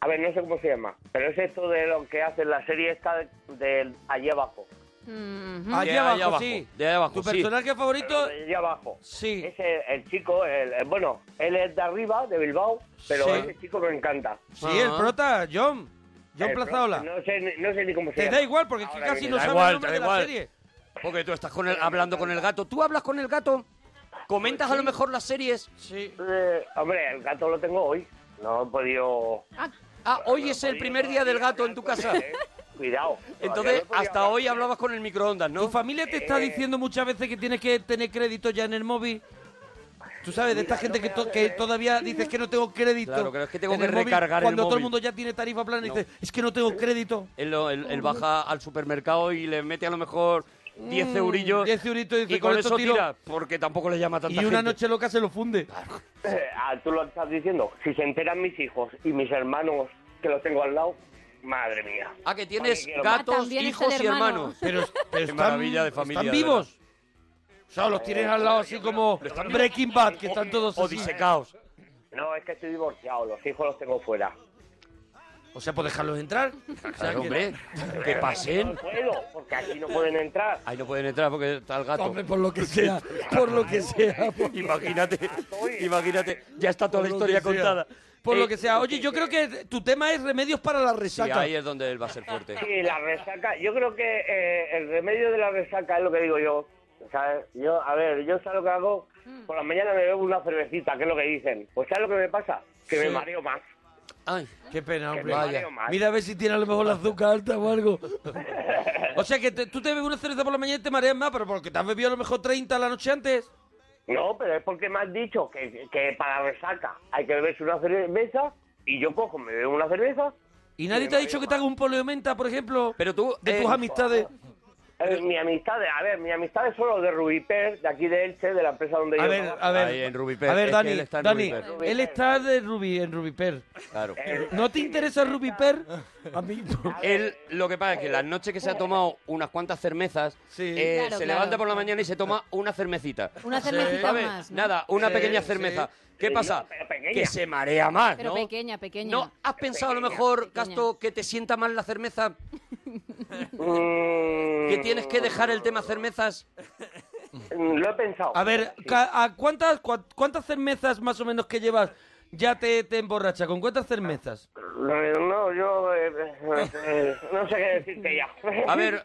S8: A ver, no sé cómo se llama, pero es esto de lo que hace la serie esta de, de allí abajo.
S2: Allí
S4: De
S2: abajo,
S4: ahí abajo,
S2: sí.
S4: de ahí abajo,
S2: ¿Tu
S4: Pues sí.
S2: personaje favorito?
S8: De allí abajo.
S2: Sí.
S8: Es el, el chico, el, el- bueno, él es de arriba, de Bilbao, pero
S2: Sí.
S8: ese chico me encanta.
S2: Sí,
S4: Ah.
S2: el prota, John. John
S8: El pro-
S2: Plazaola.
S8: No sé, ni- no sé ni cómo se
S2: Te
S8: llama.
S2: da igual, porque es que
S8: Ahora
S2: casi
S8: viene.
S2: no
S4: Da
S2: sabes
S4: igual,
S2: el nombre
S4: da
S2: de la
S4: igual.
S2: serie.
S4: Porque tú estás con el- hablando con el gato. ¿Tú hablas con el gato? ¿Comentas a lo mejor las series?
S2: Sí.
S8: Eh, hombre, el gato lo tengo hoy. No he podido...
S3: Ah,
S4: Ah, hoy
S8: no he
S4: es el
S8: podido
S4: primer día del
S8: todavía
S4: gato en tu
S8: hablar
S4: casa.
S8: con él, ¿eh? Cuidado.
S4: Entonces,
S8: Todavía no he podido
S4: hasta
S8: hablar
S4: hoy
S8: con él. Eh.
S4: hablabas con el microondas, ¿no?
S2: Tu familia te está diciendo muchas veces que tienes que tener crédito ya en el móvil. Tú sabes, de esta
S8: Mira,
S2: gente
S8: no
S2: que,
S8: me
S2: to-
S8: hables,
S2: que
S8: ¿eh?
S2: todavía dices que no tengo crédito.
S4: Claro, que es que tengo
S2: en
S4: que
S2: el móvil,
S4: recargar el
S2: Cuando todo el
S4: móvil.
S2: mundo ya tiene tarifa plana y
S4: No.
S2: dices, es que no tengo crédito.
S4: Él, lo- él- él baja al supermercado y le mete a lo mejor 10
S2: Mm,
S4: eurillos.
S2: 10 euritos y dice,
S4: y con,
S2: "Con esto
S4: eso
S2: tiro".
S4: tira, porque tampoco le llama tanta
S2: y una
S4: gente.
S2: noche loca se lo funde.
S8: Eh, ah, tú lo estás diciendo. Si se enteran mis hijos y mis hermanos que los tengo al lado, madre mía.
S4: Ah, que tienes
S8: Madre, quiero más.
S3: Ah,
S4: gatos,
S3: también está
S4: hijos
S3: el
S4: y
S3: hermano.
S4: hermanos.
S2: Pero, pero están,
S4: maravilla de familia,
S2: están
S4: de
S2: vivos. O sea, los tienes al lado así como Breaking Bad, que están todos
S4: O
S2: así.
S4: disecaos.
S8: No, es que estoy divorciado. Los hijos los tengo fuera.
S2: O sea, ¿puedes dejarlos entrar? O sea,
S4: Claro,
S2: que-
S4: hombre, que
S8: No
S4: pasen.
S8: puedo, porque aquí no pueden entrar.
S4: Ahí no pueden entrar porque está el gato.
S7: Hombre, por lo que sea, por lo que sea. por-
S4: Imagínate, imagínate, ya está toda la
S7: Por lo
S4: historia
S7: que sea.
S4: contada.
S2: Por
S4: Eh,
S2: lo que sea. Oye, yo creo que tu tema es remedios para la
S4: Sí,
S2: resaca.
S4: ahí es donde él va a ser fuerte.
S8: Sí, la resaca. Yo creo que eh, el remedio de la resaca es lo que digo yo. ¿sabes? Yo, a ver, yo sé lo que hago.
S4: Mm.
S8: Por la mañana me bebo una cervecita, que es lo que dicen. Pues ¿sabes lo que me pasa? Que me
S2: Sí.
S8: mareo más.
S4: Ay,
S2: Qué pena,
S8: Que
S2: hombre.
S8: me mareo
S4: vaya.
S8: más.
S2: Mira a ver si tiene a lo mejor la azúcar alta o algo. o sea, que te- tú te bebes una cerveza por la mañana y te mareas más, pero porque te has bebido a lo mejor 30 la noche antes.
S8: No, pero es porque me has dicho que, que para resaca hay que beberse una cerveza y yo cojo, me bebo una cerveza.
S2: Y nadie
S8: me
S2: te ha
S8: mareo
S2: dicho que
S8: más.
S2: te haga un poliomenta, por ejemplo,
S4: Pero tú,
S2: de
S4: eh,
S2: tus amistades.
S8: Eh, mi amistad, a ver, mi amistad es solo de Rubiper, de aquí de Elche, de la empresa donde
S2: A
S8: yo
S2: ver,
S8: trabajo.
S2: a ver.
S4: Ahí en Rubiper.
S2: A ver,
S4: Es que
S2: Dani,
S4: él está en
S2: Dani,
S4: Rubiper.
S2: él está de Rubi, en Rubiper.
S4: claro.
S8: Eh,
S2: ¿No te interesa Rubiper? A mí no.
S4: Él, lo que pasa es que las noches que se ha tomado unas cuantas cermezas,
S2: Sí.
S4: eh,
S3: Claro,
S4: se
S3: claro.
S4: levanta por la mañana y se toma una cermecita.
S3: Una cervecita
S4: ¿Sabes?
S3: más. ¿no?
S4: Nada, una
S2: Sí,
S4: pequeña
S2: sí.
S4: cermeza. ¿Qué
S8: Sí,
S4: pasa?
S8: pero pequeña.
S4: Que se marea más,
S3: Pero
S4: ¿no?
S3: pequeña, pequeña.
S4: ¿No has pensado a lo mejor,
S3: Pequeña.
S4: Casto, que te sienta mal la cermeza?
S8: mm,
S4: ¿Que tienes que dejar el tema cermezas?
S8: mm, Lo he pensado.
S2: A ver, ca- ¿a cuántas, cua- cuántas cermezas más o menos que llevas ya te, te emborracha? ¿Con cuántas cermezas?
S4: Ah,
S8: No, no, yo eh, eh, no sé qué decirte ya.
S4: A ver,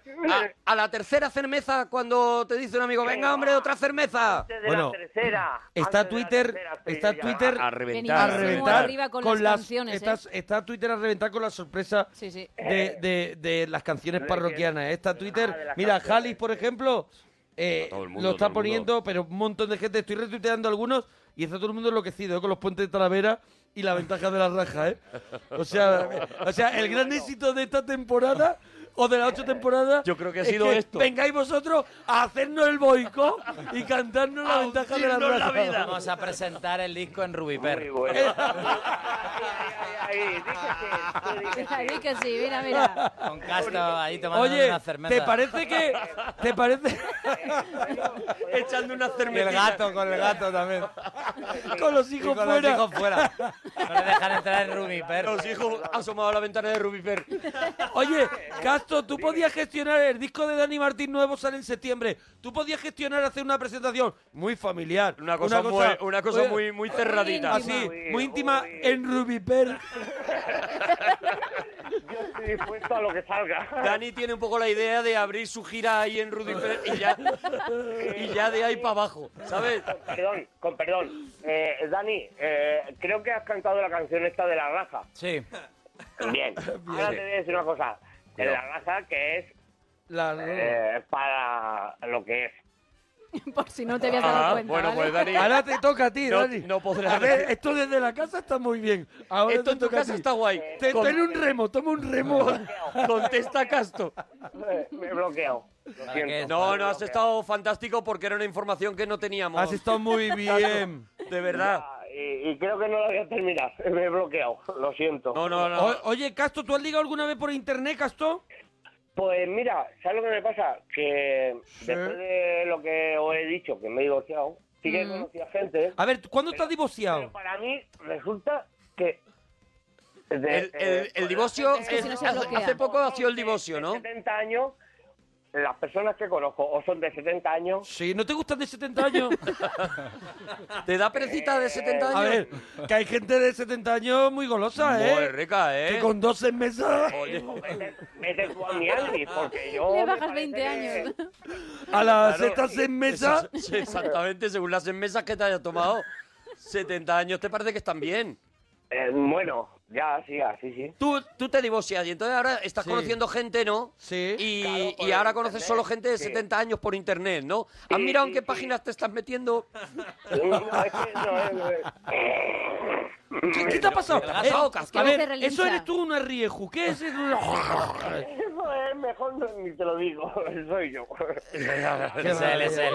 S4: a, a la tercera cermeza, cuando te dice un amigo, venga, hombre, otra cermeza.
S8: Antes de
S2: bueno,
S8: la tercera.
S2: Está
S8: antes de la
S2: Twitter,
S8: tercera estoy
S2: está
S8: yo ya.
S2: Twitter
S4: A
S2: a
S4: reventar.
S3: Buenísimo.
S2: reventar
S3: arriba con las canciones, ¿eh?
S2: estás- está Twitter a reventar con la sorpresa
S3: Sí, sí.
S8: Eh.
S2: de, de- de las canciones parroquianas. ¿eh? Está Twitter,
S8: Ah, de las
S2: mira,
S8: canciones.
S2: Jalis, por ejemplo, eh,
S4: Todo el mundo,
S2: lo está
S4: todo el mundo.
S2: poniendo, pero un montón de gente. Estoy retuiteando algunos y está todo el mundo enloquecido ¿eh? con los puentes de Talavera y la ventaja de la raja, ¿eh? O sea, o sea, el gran éxito de esta temporada o de la ocho temporada
S4: Yo creo que ha
S2: es
S4: sido esto.
S2: Vengáis vosotros a hacernos el boicot y cantarnos la ventaja de la raja.
S5: Vamos a presentar el disco en
S8: Muy
S5: Rubiper.
S8: bueno. Ay, ay, ay, di que sí, tú di que sí.
S3: Ay, que sí, mira, mira.
S5: Con Castro ahí tomando
S2: Oye,
S5: una cerveza.
S2: ¿te parece que te parece
S4: Echando una
S5: Y el
S4: cermeza.
S5: gato, con el gato también.
S2: con los
S5: Y
S2: hijos
S5: con los
S2: fuera?
S5: hijos fuera. No le dejan entrar en Rubiper.
S4: Los hijos asomados a la ventana de Rubiper.
S2: Oye, Castro, tú podías gestionar el disco de Dani Martín nuevo sale en septiembre. Tú podías gestionar hacer una presentación muy familiar,
S4: Una cosa, muy, una cosa
S2: oye,
S4: muy, muy cerradita.
S2: así, muy íntima
S8: Uy.
S2: en Rubiper.
S8: Yo estoy dispuesto a lo que salga.
S4: Dani tiene un poco la idea de abrir su gira ahí en Rudiper y ya, y ya de ahí para abajo, ¿sabes?
S8: Perdón, con perdón. Eh, Dani, eh, creo que has cantado la canción esta de la raja.
S5: Sí.
S8: Bien. Ahora te voy a decir una cosa. De la raja que es
S2: La-
S8: eh, para lo que es.
S3: Por si no te habías dado
S4: Ah,
S3: cuenta.
S4: bueno,
S3: ¿vale?
S4: pues Dani,
S2: Ahora te toca a ti,
S4: No-
S2: Dani.
S4: no podrás
S2: A ver, esto desde la casa está muy bien. Ahora
S4: esto
S2: te
S4: en tu
S2: toca a
S4: casa
S2: ti.
S4: está guay.
S2: Te-
S4: Con-
S2: ten un remo, toma un remo.
S4: contesta Casto.
S8: Eh, Me he bloqueado. Lo siento.
S5: que
S4: No, no, has estado fantástico porque era una información que no teníamos.
S2: Has estado muy bien.
S4: De verdad.
S8: Ah, Y, y creo que no lo voy a terminar. Me he bloqueado. Lo siento.
S4: No, no, no.
S2: O- oye, Castro, ¿tú has ligado alguna vez por internet, Castro?
S8: Pues mira, ¿sabes lo que me pasa? Que después de lo que os he dicho, que me he divorciado, sí que he conocido a gente.
S2: A ver, ¿cuándo estás
S8: Pero
S2: divorciado?
S8: para mí resulta que
S4: El, el-
S8: eh,
S4: el divorcio,
S8: Es que si
S4: es-
S8: no se
S4: hace,
S8: bloquea.
S4: hace poco ha sido el divorcio, ¿no?
S8: 70 años, las personas que conozco o son de 70 años.
S2: Sí, ¿no te gustan de 70 años?
S4: ¿Te da perecita de 70 años?
S2: A ver, que hay gente de 70 años muy golosa, ¿eh?
S4: Muy rica, ¿eh?
S2: Que con 12 meses...
S8: Vete tú a mi Andy, porque yo.
S3: Le
S8: me
S3: bajas
S8: parece
S3: 20
S8: que-
S3: años.
S2: A las estas en mesa.
S4: Eso- sí, exactamente, según las enmesas que te hayas tomado. 70 años, ¿te parece que están bien?
S8: Eh, bueno, ya, sí, así, sí.
S4: Tú, tú te divorcias y entonces ahora estás
S2: Sí.
S4: conociendo gente, ¿no?
S2: Sí.
S4: Y,
S8: Claro,
S4: y
S8: por
S4: ahora
S8: internet,
S4: conoces solo gente de
S8: sí.
S4: 70 años por internet, ¿no? ¿Has
S8: Sí,
S4: mirado en
S8: sí,
S4: qué
S8: sí.
S4: páginas te estás metiendo?
S8: No, es que no, es-
S2: ¿Qué, qué te ha pasado?
S4: has dado, casca.
S2: a
S3: Que
S2: ver,
S3: voz de
S2: eso
S3: relincha.
S2: eres tú una rieju. ¿Qué es el...
S8: Eso es mejor no- ni te lo digo, soy yo.
S9: Es él, es él.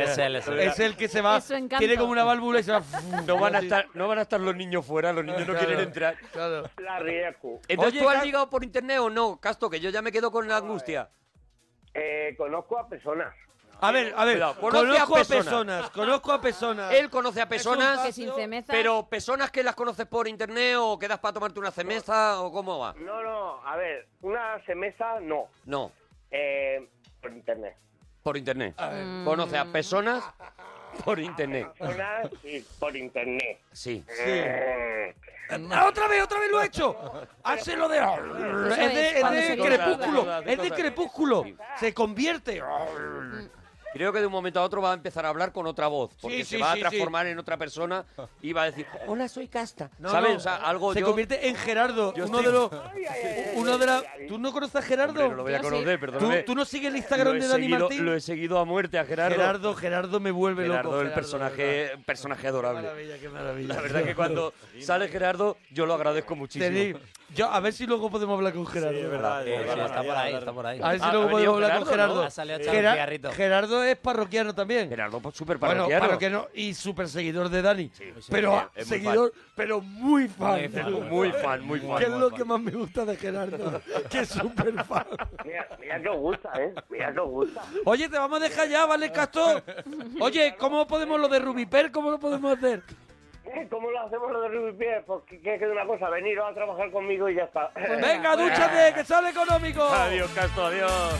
S9: Es él, es él.
S2: Es el que se va,
S3: Es su encanto.
S2: tiene como una válvula y se va...
S4: No van, a estar, no van a estar los niños fuera, los niños no quieren entrar.
S2: Claro.
S8: La riesgo.
S4: Entonces,
S2: Oye,
S4: ¿tú has
S2: Cas-
S4: ligado por internet o no, Casto? Que yo ya me quedo con la angustia.
S8: Eh, conozco a personas.
S2: A ver, a ver,
S4: Cuidado, conoce a
S2: conozco a
S4: personas.
S2: personas, conozco a personas.
S4: Él conoce a
S3: Que
S4: personas,
S3: sin cemezas.
S4: pero personas que las conoces por internet o quedas para tomarte una cemesa o cómo va.
S8: No, no, a ver, una semesa no.
S4: No,
S8: Eh, por internet.
S4: por internet. Conoce a personas por internet.
S8: Personas y por internet.
S4: Sí.
S8: Eh,
S2: Ah, otra vez, otra vez lo he hecho. Hazlo de. Es de, es
S3: cuando
S2: de
S3: se libera.
S2: crepúsculo.
S4: Cosas,
S2: Es de
S4: cosas.
S2: crepúsculo. Se convierte.
S4: Creo que de un momento a otro va a empezar a hablar con otra voz, porque
S2: Sí,
S4: se
S2: sí,
S4: va
S2: sí,
S4: a transformar en otra persona y va a decir, hola, soy Casta.
S2: No,
S4: ¿Sabes?
S2: no.
S4: O sea, algo
S2: Se
S4: yo...
S2: convierte en Gerardo.
S4: yo
S2: uno
S4: estoy-
S2: de los.
S8: ay, ay, ay,
S2: Uno de la.
S8: ay, ay.
S2: ¿Tú no conoces a
S4: Hombre,
S2: Gerardo?
S4: no lo voy a
S3: Yo sí.
S4: conocer,
S2: ¿Tú,
S4: perdóname.
S2: tú no sigues el
S4: lo,
S2: Instagram
S4: he
S2: de Dani
S4: seguido,
S2: Martín?
S4: lo he seguido a muerte a Gerardo.
S2: Gerardo, Gerardo me vuelve
S4: Gerardo,
S2: loco.
S4: el personaje, un personaje
S2: Qué
S4: adorable.
S2: maravilla, qué maravilla.
S4: La verdad que cuando sale Gerardo, yo lo agradezco muchísimo.
S2: Tenéis- Yo, a ver si luego podemos hablar con Gerardo.
S9: Eh, sí, está por ahí, está por ahí.
S2: A ver si
S4: Ah,
S2: luego
S4: ha
S2: podemos
S4: venido
S2: hablar
S4: Gerardo, Ah,
S2: con
S4: ¿no?
S2: Gerardo.
S9: Ha salido a echar un
S2: Gera-
S9: cigarrito.
S2: Gerardo es parroquiano también.
S4: Gerardo, pues, súper
S2: Bueno,
S4: parroquiano.
S2: parroquiano y súper seguidor de Dani. pero
S4: es muy
S2: seguidor, pero muy fan.
S9: Muy fan,
S4: Muy fan, muy
S2: ¿Qué
S4: fan.
S2: es lo que más me gusta de Gerardo? que es súper fan.
S8: Mira, mira que os gusta, ¿eh? Mira que os gusta.
S2: Oye, te vamos a dejar ya, ¿vale, Castro? Oye, ¿cómo podemos lo de Rubiper? ¿Cómo lo podemos hacer?
S8: Eh, ¿Cómo lo hacemos lo de Ruby Pies? Pues que que es una cosa, veniros a trabajar conmigo y ya está.
S2: Venga, dúchate, que sale económico.
S4: Adiós, Castro, adiós.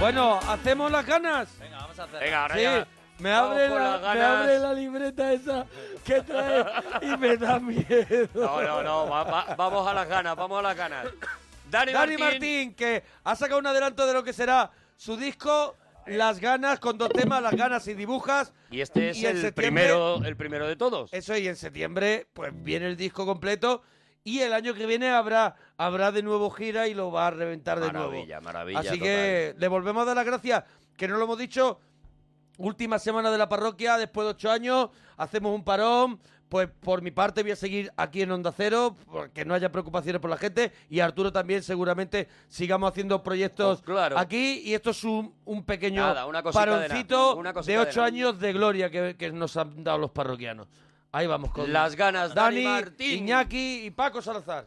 S2: Bueno, ¿hacemos las ganas?
S9: Venga, vamos a hacer.
S4: Venga, ahora
S2: Sí,
S4: ya.
S2: me
S4: Vamos
S2: abre,
S4: con
S2: la,
S4: las
S2: me
S4: ganas.
S2: abre la libreta esa que trae y me da miedo.
S4: No, no, no, va- va- vamos a las ganas, vamos a las ganas. Dani,
S2: Dani
S4: Martín.
S2: Martín, que ha sacado un adelanto de lo que será su disco Las ganas, con dos temas, Las ganas y dibujas.
S4: Y este es
S2: Y en
S4: el,
S2: septiembre-
S4: primero, el primero de todos.
S2: Eso, y en septiembre, pues viene el disco completo. Y el año que viene habrá, habrá de nuevo gira y lo va a reventar de
S4: Maravilla,
S2: nuevo.
S4: maravilla,
S2: Así que le volvemos a dar las gracias, que no lo hemos dicho. Última semana de la parroquia, después de ocho años, hacemos un parón. Pues por mi parte voy a seguir aquí en Onda Cero, porque no haya preocupaciones por la gente. Y Arturo también, seguramente, sigamos haciendo proyectos
S4: Pues claro.
S2: aquí. Y esto es un, un pequeño
S4: Nada, una cosita de
S2: paroncito
S4: nada, una
S2: de
S4: cosita de
S2: ocho
S4: nada.
S2: años de gloria que, que nos han dado los parroquianos. Ahí vamos con
S4: Las ganas, Dani,
S2: Dani,
S4: Martín.
S2: Iñaki y Paco Salazar.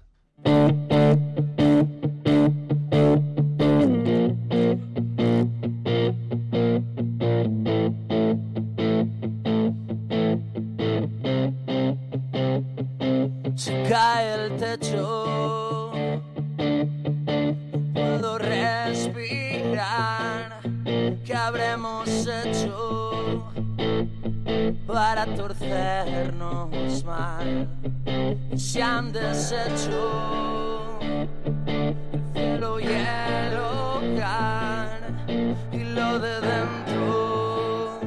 S9: Se cae el techo, no puedo respirar. ¿Qué habremos hecho para torcernos mal? Se han deshecho el cielo y el hogar y lo de dentro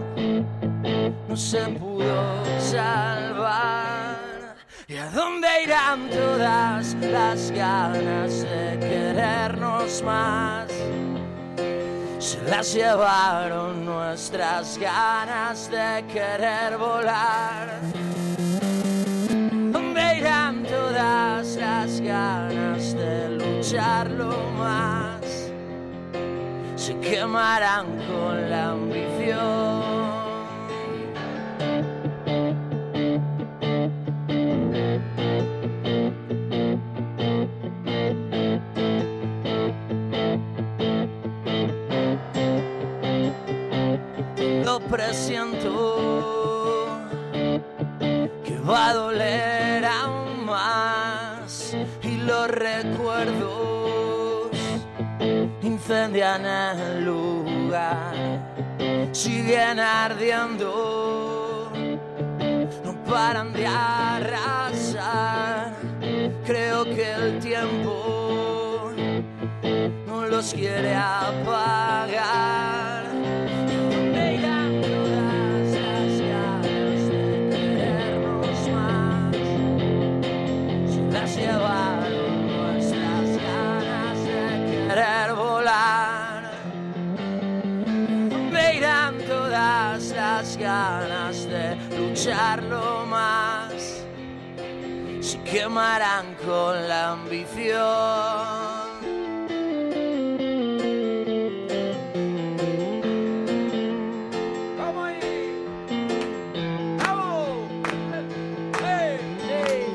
S9: no se pudo salvar. ¿Y a dónde irán todas las ganas de querernos más? Se las llevaron nuestras ganas de querer volar. ¿Dónde irán todas las ganas de lucharlo más? Se quemarán con la ambición. lo presiento que va a doler aún más. los recuerdos incendian el lugar, siguen ardiendo, no paran de arrasar. Creo que el tiempo no los quiere apagar. ¿Dónde irán todas las ganas de querernos más? Si las llevaron nuestras ganas de querer volar. ¿Dónde irán todas las ganas de lucharlo más? se quemarán con la ambición.
S1: ¡Vamos ahí! ¡Vamos! ¡Eh! ¡Eh!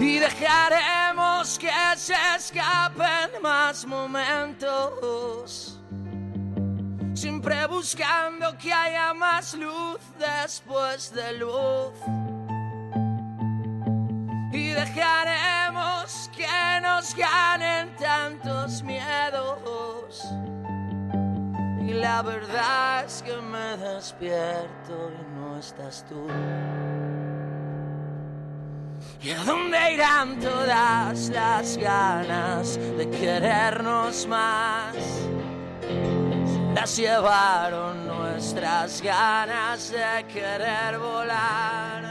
S9: y dejaremos que se escapen más momentos. Siempre buscando que haya más luz después de luz. Y dejaremos que nos ganen tantos miedos. Y la verdad es que me despierto y no estás tú. ¿Y a dónde irán todas las ganas de querernos más? Se Las llevaron nuestras ganas de querer volar.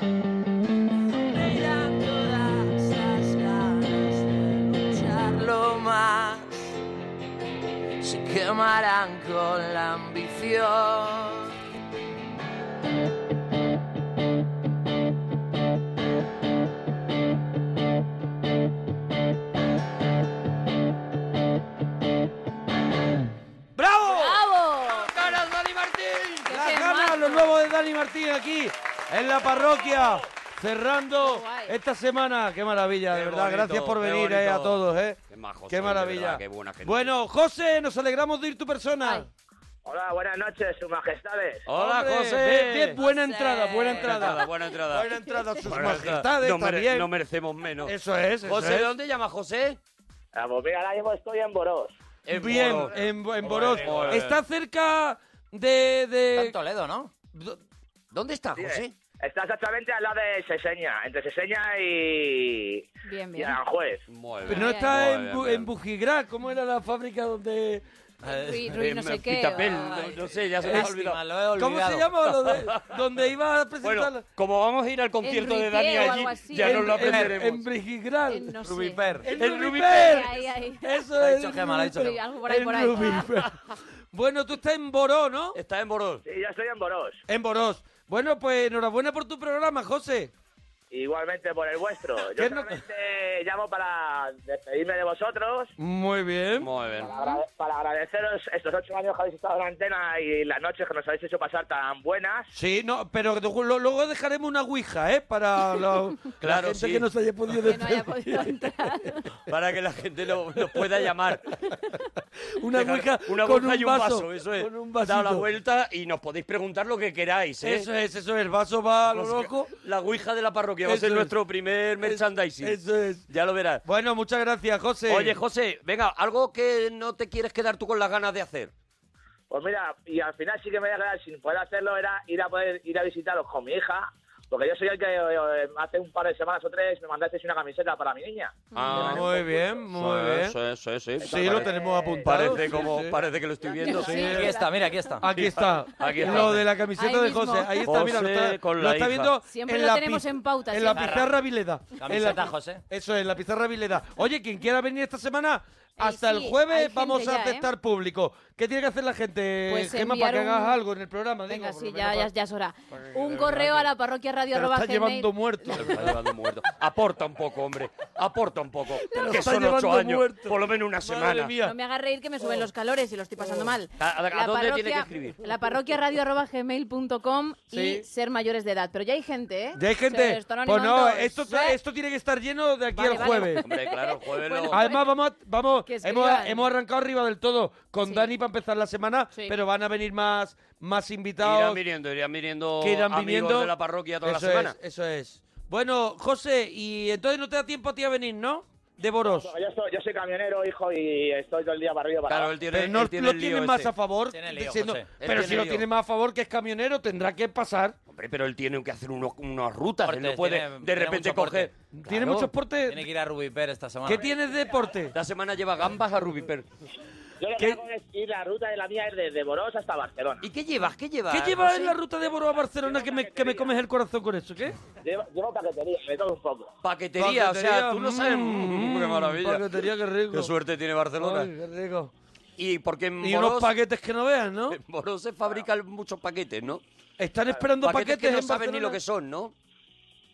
S9: ¿Dónde irán todas las ganas de lucharlo más? Se quemarán con la ambición.
S2: ¡Bravo!
S3: ¡Bravo!
S4: ¡Ganas, Dani Martín!
S2: Las ganas, lo nuevo de Dani Martín aquí en la parroquia. Cerrando esta semana, qué maravilla, de
S4: Qué
S2: verdad.
S4: bonito,
S2: Gracias por
S4: qué
S2: venir eh, a
S4: bonito.
S2: todos, ¿eh?
S4: Qué majos
S2: Qué
S4: sois, de
S2: maravilla.
S4: verdad, qué buena gente.
S2: Bueno, José, nos alegramos de ir tu persona.
S10: Hola, buenas noches, sus majestades.
S4: Hola,
S2: Hombre,
S4: José.
S2: ve- ve, buena entrada, buena entrada.
S4: Buena entrada.
S2: Buena entrada, sus
S4: Buena entrada.
S2: majestades,
S4: No, mere-
S2: también.
S4: no merecemos menos.
S2: Eso es, eso
S4: José,
S2: es.
S4: ¿de dónde llama José?
S10: Ah, pues mira, ahora mismo estoy en Borós.
S4: En
S2: Bien,
S4: Boros.
S2: en, en Boros.
S4: Joder.
S2: Está cerca de... de-
S5: Está en Toledo, ¿no?
S4: ¿Dónde está
S10: Sí, eh,
S4: José?
S10: Está exactamente al lado de Seseña, entre Seseña y,
S3: Bien,
S10: y
S3: bien.
S10: Aranjuez.
S4: Muy
S2: Pero
S4: bien.
S2: no está
S4: Muy
S2: en,
S4: bien,
S2: Bu-
S4: bien.
S2: en Bujigrá, ¿cómo era la fábrica donde...?
S3: Ruiz, Ruiz, no
S4: En
S3: sé qué.
S4: Pitapel,
S3: o-
S4: no, no sé, ya se me ha
S5: Lástima,
S4: olvidado.
S5: lo he olvidado.
S2: ¿Cómo se llama? lo de- donde iba a presentar...
S4: Bueno, como vamos a ir al concierto
S3: Ruipé
S4: de Dani
S3: o algo
S4: allí,
S3: así.
S4: ya nos lo
S2: en,
S4: aprenderemos.
S2: en Bujigrá.
S3: en- no sé.
S5: Rubiper.
S2: ¡El,
S4: El
S2: Rubiper!
S3: Ahí, ahí.
S2: Eso
S5: Lo ha
S2: es.
S5: dicho
S2: el
S5: Gemma, lo ha dicho
S2: Rubiper.
S3: Gemma. Algo por ahí,
S2: El
S3: por ahí.
S2: Rubiper. Bueno, tú estás en Boró, ¿no?
S4: Está en Boros.
S10: Sí, yo estoy en Borós.
S2: En Borós. Bueno, pues enhorabuena por tu programa, José.
S10: Igualmente por el vuestro. Yo
S2: ¿Qué no-
S10: solamente llamo para despedirme de vosotros,
S2: Muy bien.
S4: Muy bien.
S10: para, agrade- para agradeceros estos ocho años que habéis estado en la antena y las noches que nos habéis hecho pasar tan buenas.
S2: Sí, no, pero de- lo- luego dejaremos una ouija, ¿eh? Para la-
S4: Claro,
S2: la gente
S4: sí.
S2: que nos haya podido
S3: Que no haya
S2: decir.
S3: podido entrar.
S4: Para que la gente lo, lo pueda llamar.
S2: Una
S4: Dejar
S2: ouija
S4: una
S2: con
S4: aguja
S2: un
S4: y un vaso,
S2: vaso,
S4: eso es.
S2: con un vasito.
S4: Dado la vuelta y nos podéis preguntar lo que queráis, ¿eh?
S2: Eso es, eso es. El vaso va a lo loco.
S4: La Ouija de la parroquia va a
S2: Eso
S4: ser
S2: es.
S4: nuestro primer merchandising.
S2: Eso es.
S4: Ya lo verás.
S2: Bueno, muchas gracias, José.
S4: Oye, José, venga, algo que no te quieres quedar tú con las ganas de hacer.
S10: Pues mira, y al final sí que me voy a quedar sin poder hacerlo, era ir a poder ir a visitaros con mi hija, porque yo soy el que eh, hace un par de semanas o tres me mandasteis una camiseta para mi niña.
S4: Ah,
S2: muy bien, muy bien.
S4: Eso, eso, eso. eso.
S2: Sí, lo tenemos apuntado.
S4: Parece
S2: Sí,
S4: como,
S2: sí.
S4: parece que lo estoy viendo.
S3: Sí.
S5: Aquí está, mira, aquí está.
S2: Aquí está.
S4: Aquí está.
S2: Lo de la camiseta
S3: Ahí
S2: de
S3: mismo.
S2: José. Ahí está, mira, lo
S4: José
S2: está,
S4: con
S2: lo
S4: la
S2: está
S4: hija.
S2: viendo.
S3: Siempre
S2: en
S3: lo
S2: la
S3: tenemos
S2: piz-
S3: en pauta,
S2: En la
S3: siempre.
S2: pizarra Vileda. En
S5: Camiseta,
S2: la pi-
S5: José.
S2: Eso es, en la pizarra Vileda. Oye, quien quiera venir esta semana, hasta
S3: Eh, sí,
S2: el
S3: hay
S2: jueves
S3: gente
S2: vamos a
S3: ya, ¿eh?
S2: aceptar público. ¿Qué tiene que hacer la gente,
S3: Pues
S2: Gemma,
S3: enviar
S2: para que
S3: un-
S2: hagas algo en el programa? digo,
S3: Venga,
S2: por lo
S3: sí,
S2: menos
S3: ya,
S2: para-
S3: ya, ya es hora.
S2: que de
S3: Un
S2: verdad
S3: correo
S2: que-
S3: a la parroquia radio
S2: Te lo
S3: arroba
S2: está
S3: gmail.
S2: llevando muerto.
S4: Te lo está llevando muerto. Aporta un poco, hombre. Aporta un poco.
S2: lo
S4: Que
S2: está
S4: son ocho
S2: llevando
S4: años.
S2: muerto.
S4: Por lo menos una
S2: Madre
S4: semana.
S2: mía.
S3: No me hagas reír que me
S2: Oh.
S3: suben los calores y lo estoy pasando mal.
S4: ¿A- a- a
S3: La
S4: dónde tiene que
S3: parroquia-
S4: escribir?
S3: La parroquia radio arroba gmail.com
S2: Sí.
S3: y ser mayores de edad. Pero ya hay gente, ¿eh?
S2: Ya hay
S3: Se
S2: gente.
S3: lo están
S2: Pues no,
S3: animando.
S2: esto,
S3: ¿Eh?
S2: esto tiene que estar lleno de aquí
S3: Vale,
S2: al
S3: vale.
S2: jueves.
S4: Hombre, claro, el jueves lo-
S3: Bueno,
S2: Además, vamos a, vamos,
S3: que
S2: hemos,
S3: escriban.
S2: hemos arrancado arriba del todo con Dani para empezar la semana,
S3: Sí.
S2: pero van a venir más, más invitados.
S4: Irán viniendo, irán viniendo
S2: que irán
S4: amigos
S2: viniendo.
S4: de la parroquia toda
S2: Eso
S4: la semana.
S2: es, eso es. Bueno, José, y entonces no te da tiempo a ti a venir, ¿no? De Boros.
S10: Yo soy, yo soy camionero, hijo, y estoy todo el día para arriba y para abajo.
S2: pero no lo tiene más a favor. diciendo- pero si lo tiene más a favor que es camionero, tendrá que pasar.
S4: Hombre, pero él tiene que hacer unos, unas rutas, él no
S5: Cortes,
S4: puede
S5: tiene-
S4: de
S5: tiene
S4: repente
S5: mucho corte.
S4: coger.
S2: Tiene mucho porte.
S5: Tiene que ir a Rubiper esta semana.
S2: ¿Qué tienes de deporte?
S4: Esta semana lleva gambas a Rubiper.
S10: Yo lo que hago es ir la ruta de la mía es desde Borós hasta Barcelona.
S4: ¿Y qué llevas? ¿Qué llevas?
S2: ¿Qué llevas en la ruta de Boro a Barcelona que me, que me comes el corazón con eso? ¿Qué?
S10: Llevo, llevo paquetería, me tomo un poco.
S4: Paquetería, o sea, tú no sabes.
S2: Mm,
S4: Mm, qué maravilla.
S2: paquetería, qué rico.
S4: Qué suerte tiene Barcelona.
S2: Ay, qué rico.
S4: Y porque en
S2: Y unos
S4: Morós-
S2: paquetes que no vean, ¿no?
S4: en Morós se fabrican muchos paquetes, ¿no?
S2: Están esperando paquetes,
S4: que no
S2: en
S4: saben ni
S2: Barcelona.
S4: lo que son, ¿no?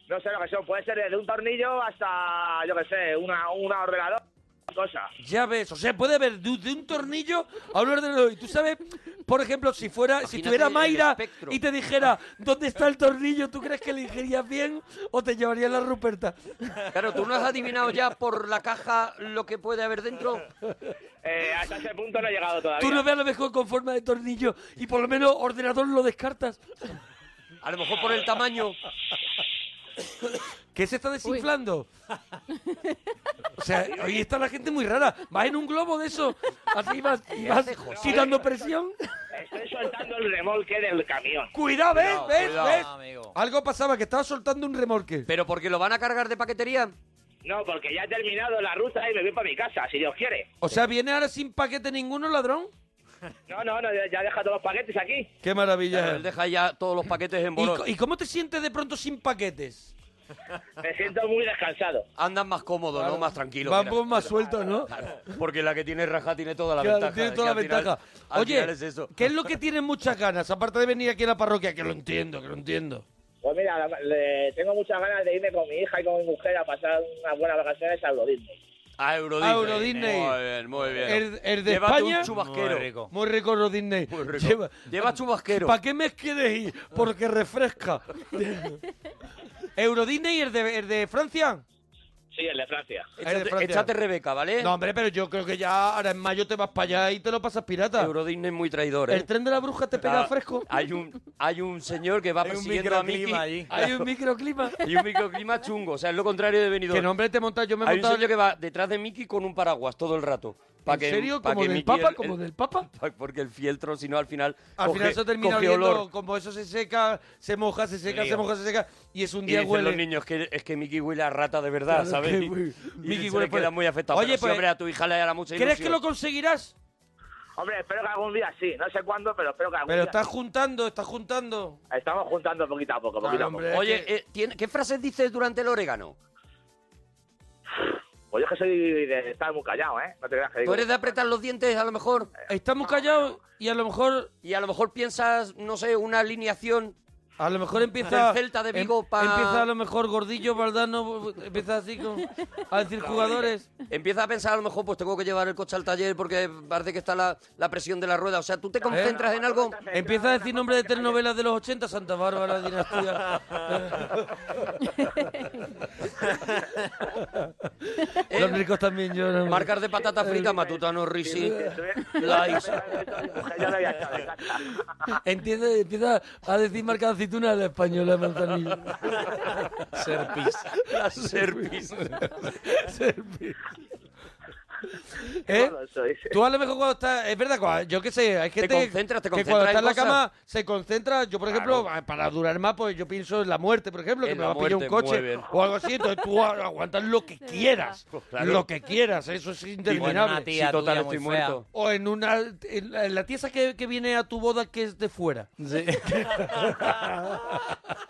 S10: No sé lo que son, puede ser desde un tornillo hasta, yo qué sé, una, una ordenador, cosa.
S2: Ya ves, o sea, puede haber de, de un tornillo a un ordenador. Y tú sabes, por ejemplo, si fuera, si tuviera
S4: el
S2: Mayra
S4: espectro.
S2: y te dijera dónde está el tornillo, ¿tú crees que le dirías bien o te llevaría la Ruperta?
S4: Claro, ¿tú no has adivinado ya por la caja lo que puede haber dentro?
S10: Eh, hasta ese punto no he llegado todavía.
S2: Tú no ves a lo mejor con forma de tornillo y por lo menos ordenador lo descartas.
S4: A lo mejor por el tamaño.
S2: ¿Qué se está desinflando? O sea, hoy está la gente muy rara. Vas en un globo de eso, así vas, y vas
S4: hace, José?
S2: quitando presión.
S10: Estoy soltando el remolque del camión.
S2: Cuidado, ¿ves?
S4: eh. Cuidado,
S2: ¿Ves?
S4: cuidado,
S2: ¿Ves?
S5: amigo.
S2: Algo pasaba, que estaba soltando un remolque.
S4: ¿Pero porque lo van a cargar de paquetería?
S10: No, porque ya he terminado la ruta y me voy para mi casa, si Dios quiere.
S2: O sea, viene ahora sin paquete ninguno, ladrón.
S10: No, no, no, ya deja todos los paquetes aquí.
S2: Qué
S4: Claro,
S2: maravilla.
S4: él deja ya todos los paquetes en
S2: ¿Y,
S4: Boros.
S2: co- y cómo te sientes de pronto sin paquetes?
S10: Me siento muy descansado.
S4: Andan más cómodos, ¿no? Más tranquilos. mira.
S2: Vamos más sueltos, ¿no?
S4: Porque la que tiene raja tiene toda la
S2: Claro,
S4: ventaja.
S2: tiene
S4: es
S2: toda la
S4: que al final-
S2: ventaja.
S4: al
S2: Oye,
S4: final es eso.
S2: ¿qué es lo que tienen muchas ganas? Aparte de venir aquí a la parroquia, que lo entiendo, que lo entiendo.
S10: Pues mira, la- le- tengo muchas ganas de irme con mi hija y con mi mujer a pasar unas buenas vacaciones a Euro Disney.
S4: A Euro Disney.
S2: A Euro Disney.
S4: Muy bien, muy bien.
S2: El- el de
S4: Llévate
S2: España.
S4: un chubasquero.
S5: Muy rico.
S2: Muy rico los Disney.
S4: Muy rico. Lleva chubasquero.
S2: ¿Para qué mes quieres ir? Porque refresca. ¿Euro Disney el de, el de Francia?
S10: Sí, el de Francia.
S2: el de
S4: Échate,
S2: Francia.
S4: échate Rebeca, ¿vale?
S2: No, hombre, pero yo creo que ya ahora en mayo te vas para allá y te lo pasas pirata.
S4: Euro Disney es muy traidor, ¿eh?
S2: El tren de la bruja te pega
S4: Ah,
S2: fresco.
S4: Hay un, hay un señor que va
S5: Hay un
S4: persiguiendo a Mickey.
S5: microclima allí.
S2: Hay un microclima.
S4: Y un microclima chungo. O sea, es lo contrario de Benidorm.
S2: Que no, hombre, te montas. Yo me he
S4: Hay un
S2: montado.
S4: señor que va detrás de Mickey con un paraguas todo el rato. Pa
S2: ¿En
S4: que-
S2: serio?
S4: pa
S2: ¿Como
S4: que
S2: del
S4: Mickey
S2: Papa?
S4: el-
S2: ¿Como
S4: el-
S2: del Papa?
S4: Porque el fieltro, si no, al final.
S2: Al
S4: coge-
S2: final eso termina
S4: coge
S2: oliendo,
S4: olor.
S2: como eso se seca, se moja, se seca, se moja, se seca, y es un
S4: Y
S2: día
S4: dicen
S2: huele.
S4: los niños que es que Mickey huele a rata de verdad,
S2: Claro
S4: ¿sabes?
S2: que
S4: Y-
S2: huele.
S4: y se
S2: Mickey huele
S4: le
S2: por-
S4: queda muy afectado.
S2: Oye,
S4: Pero sí,
S2: pues-
S4: hombre, a tu hija le hará mucha
S2: ¿Crees que
S4: ilusión.
S2: lo conseguirás?
S10: Hombre, espero que algún día sí. No sé cuándo, pero espero que algún
S2: Pero
S10: día.
S2: estás juntando, estás juntando.
S10: Estamos juntando poquito a poco, poquito
S2: Claro,
S10: a poco.
S2: hombre.
S4: Oye,
S2: Es que-
S4: eh, ¿tiene- ¿qué frases dices durante el orégano?
S10: Pues yo es que soy de estar muy callado, ¿eh? No te creas que digo.
S4: ¿Tú eres de apretar los dientes a lo mejor?
S2: Estamos callados y a lo mejor
S4: Y a lo mejor piensas, no sé, una alineación.
S2: a lo mejor empieza em
S4: Del Celta de Vigo pa-
S2: empieza a lo mejor gordillo Valdano empieza así con, a decir jugadores.
S4: Empiezas a pensar, a lo mejor, pues tengo que llevar el coche al taller porque parece que está la, la presión de la rueda. O sea, tú te concentras en algo.
S2: Empieza a decir nombres de telenovelas de los 80, Santa Bárbara, Dinastía. los ricos también lloran.
S4: Marcas de patata frita, matutano, risi.
S10: Lies. Ya lo había echado de casa.
S2: Empieza, empieza a decir marca de aceituna a la española de manzanilla.
S5: Serpis.
S4: Las serpis.
S2: ¿Eh?
S10: No lo soy.
S2: Tú a lo mejor cuando estás... Es verdad, cua- yo qué sé, hay gente
S4: concentras, te
S2: que
S4: concentras
S2: cuando está en
S4: en
S2: la
S4: cosas.
S2: cama se concentra. Yo, por ejemplo, a- para durar más, pues yo pienso en la muerte, por ejemplo, que
S4: En
S2: me va
S4: la
S2: a pillar un
S4: muerte, muy
S2: coche
S4: bien. Pues
S2: o algo así. Entonces tú a- aguantas lo que quieras. Lo que quieras, eso es
S5: Una
S2: interminable.
S5: tía
S4: Sí, total,
S5: tuya
S4: estoy
S5: muy fea.
S4: muerto.
S2: O en una... En la, en la tía esa que, que viene a tu boda que es de fuera,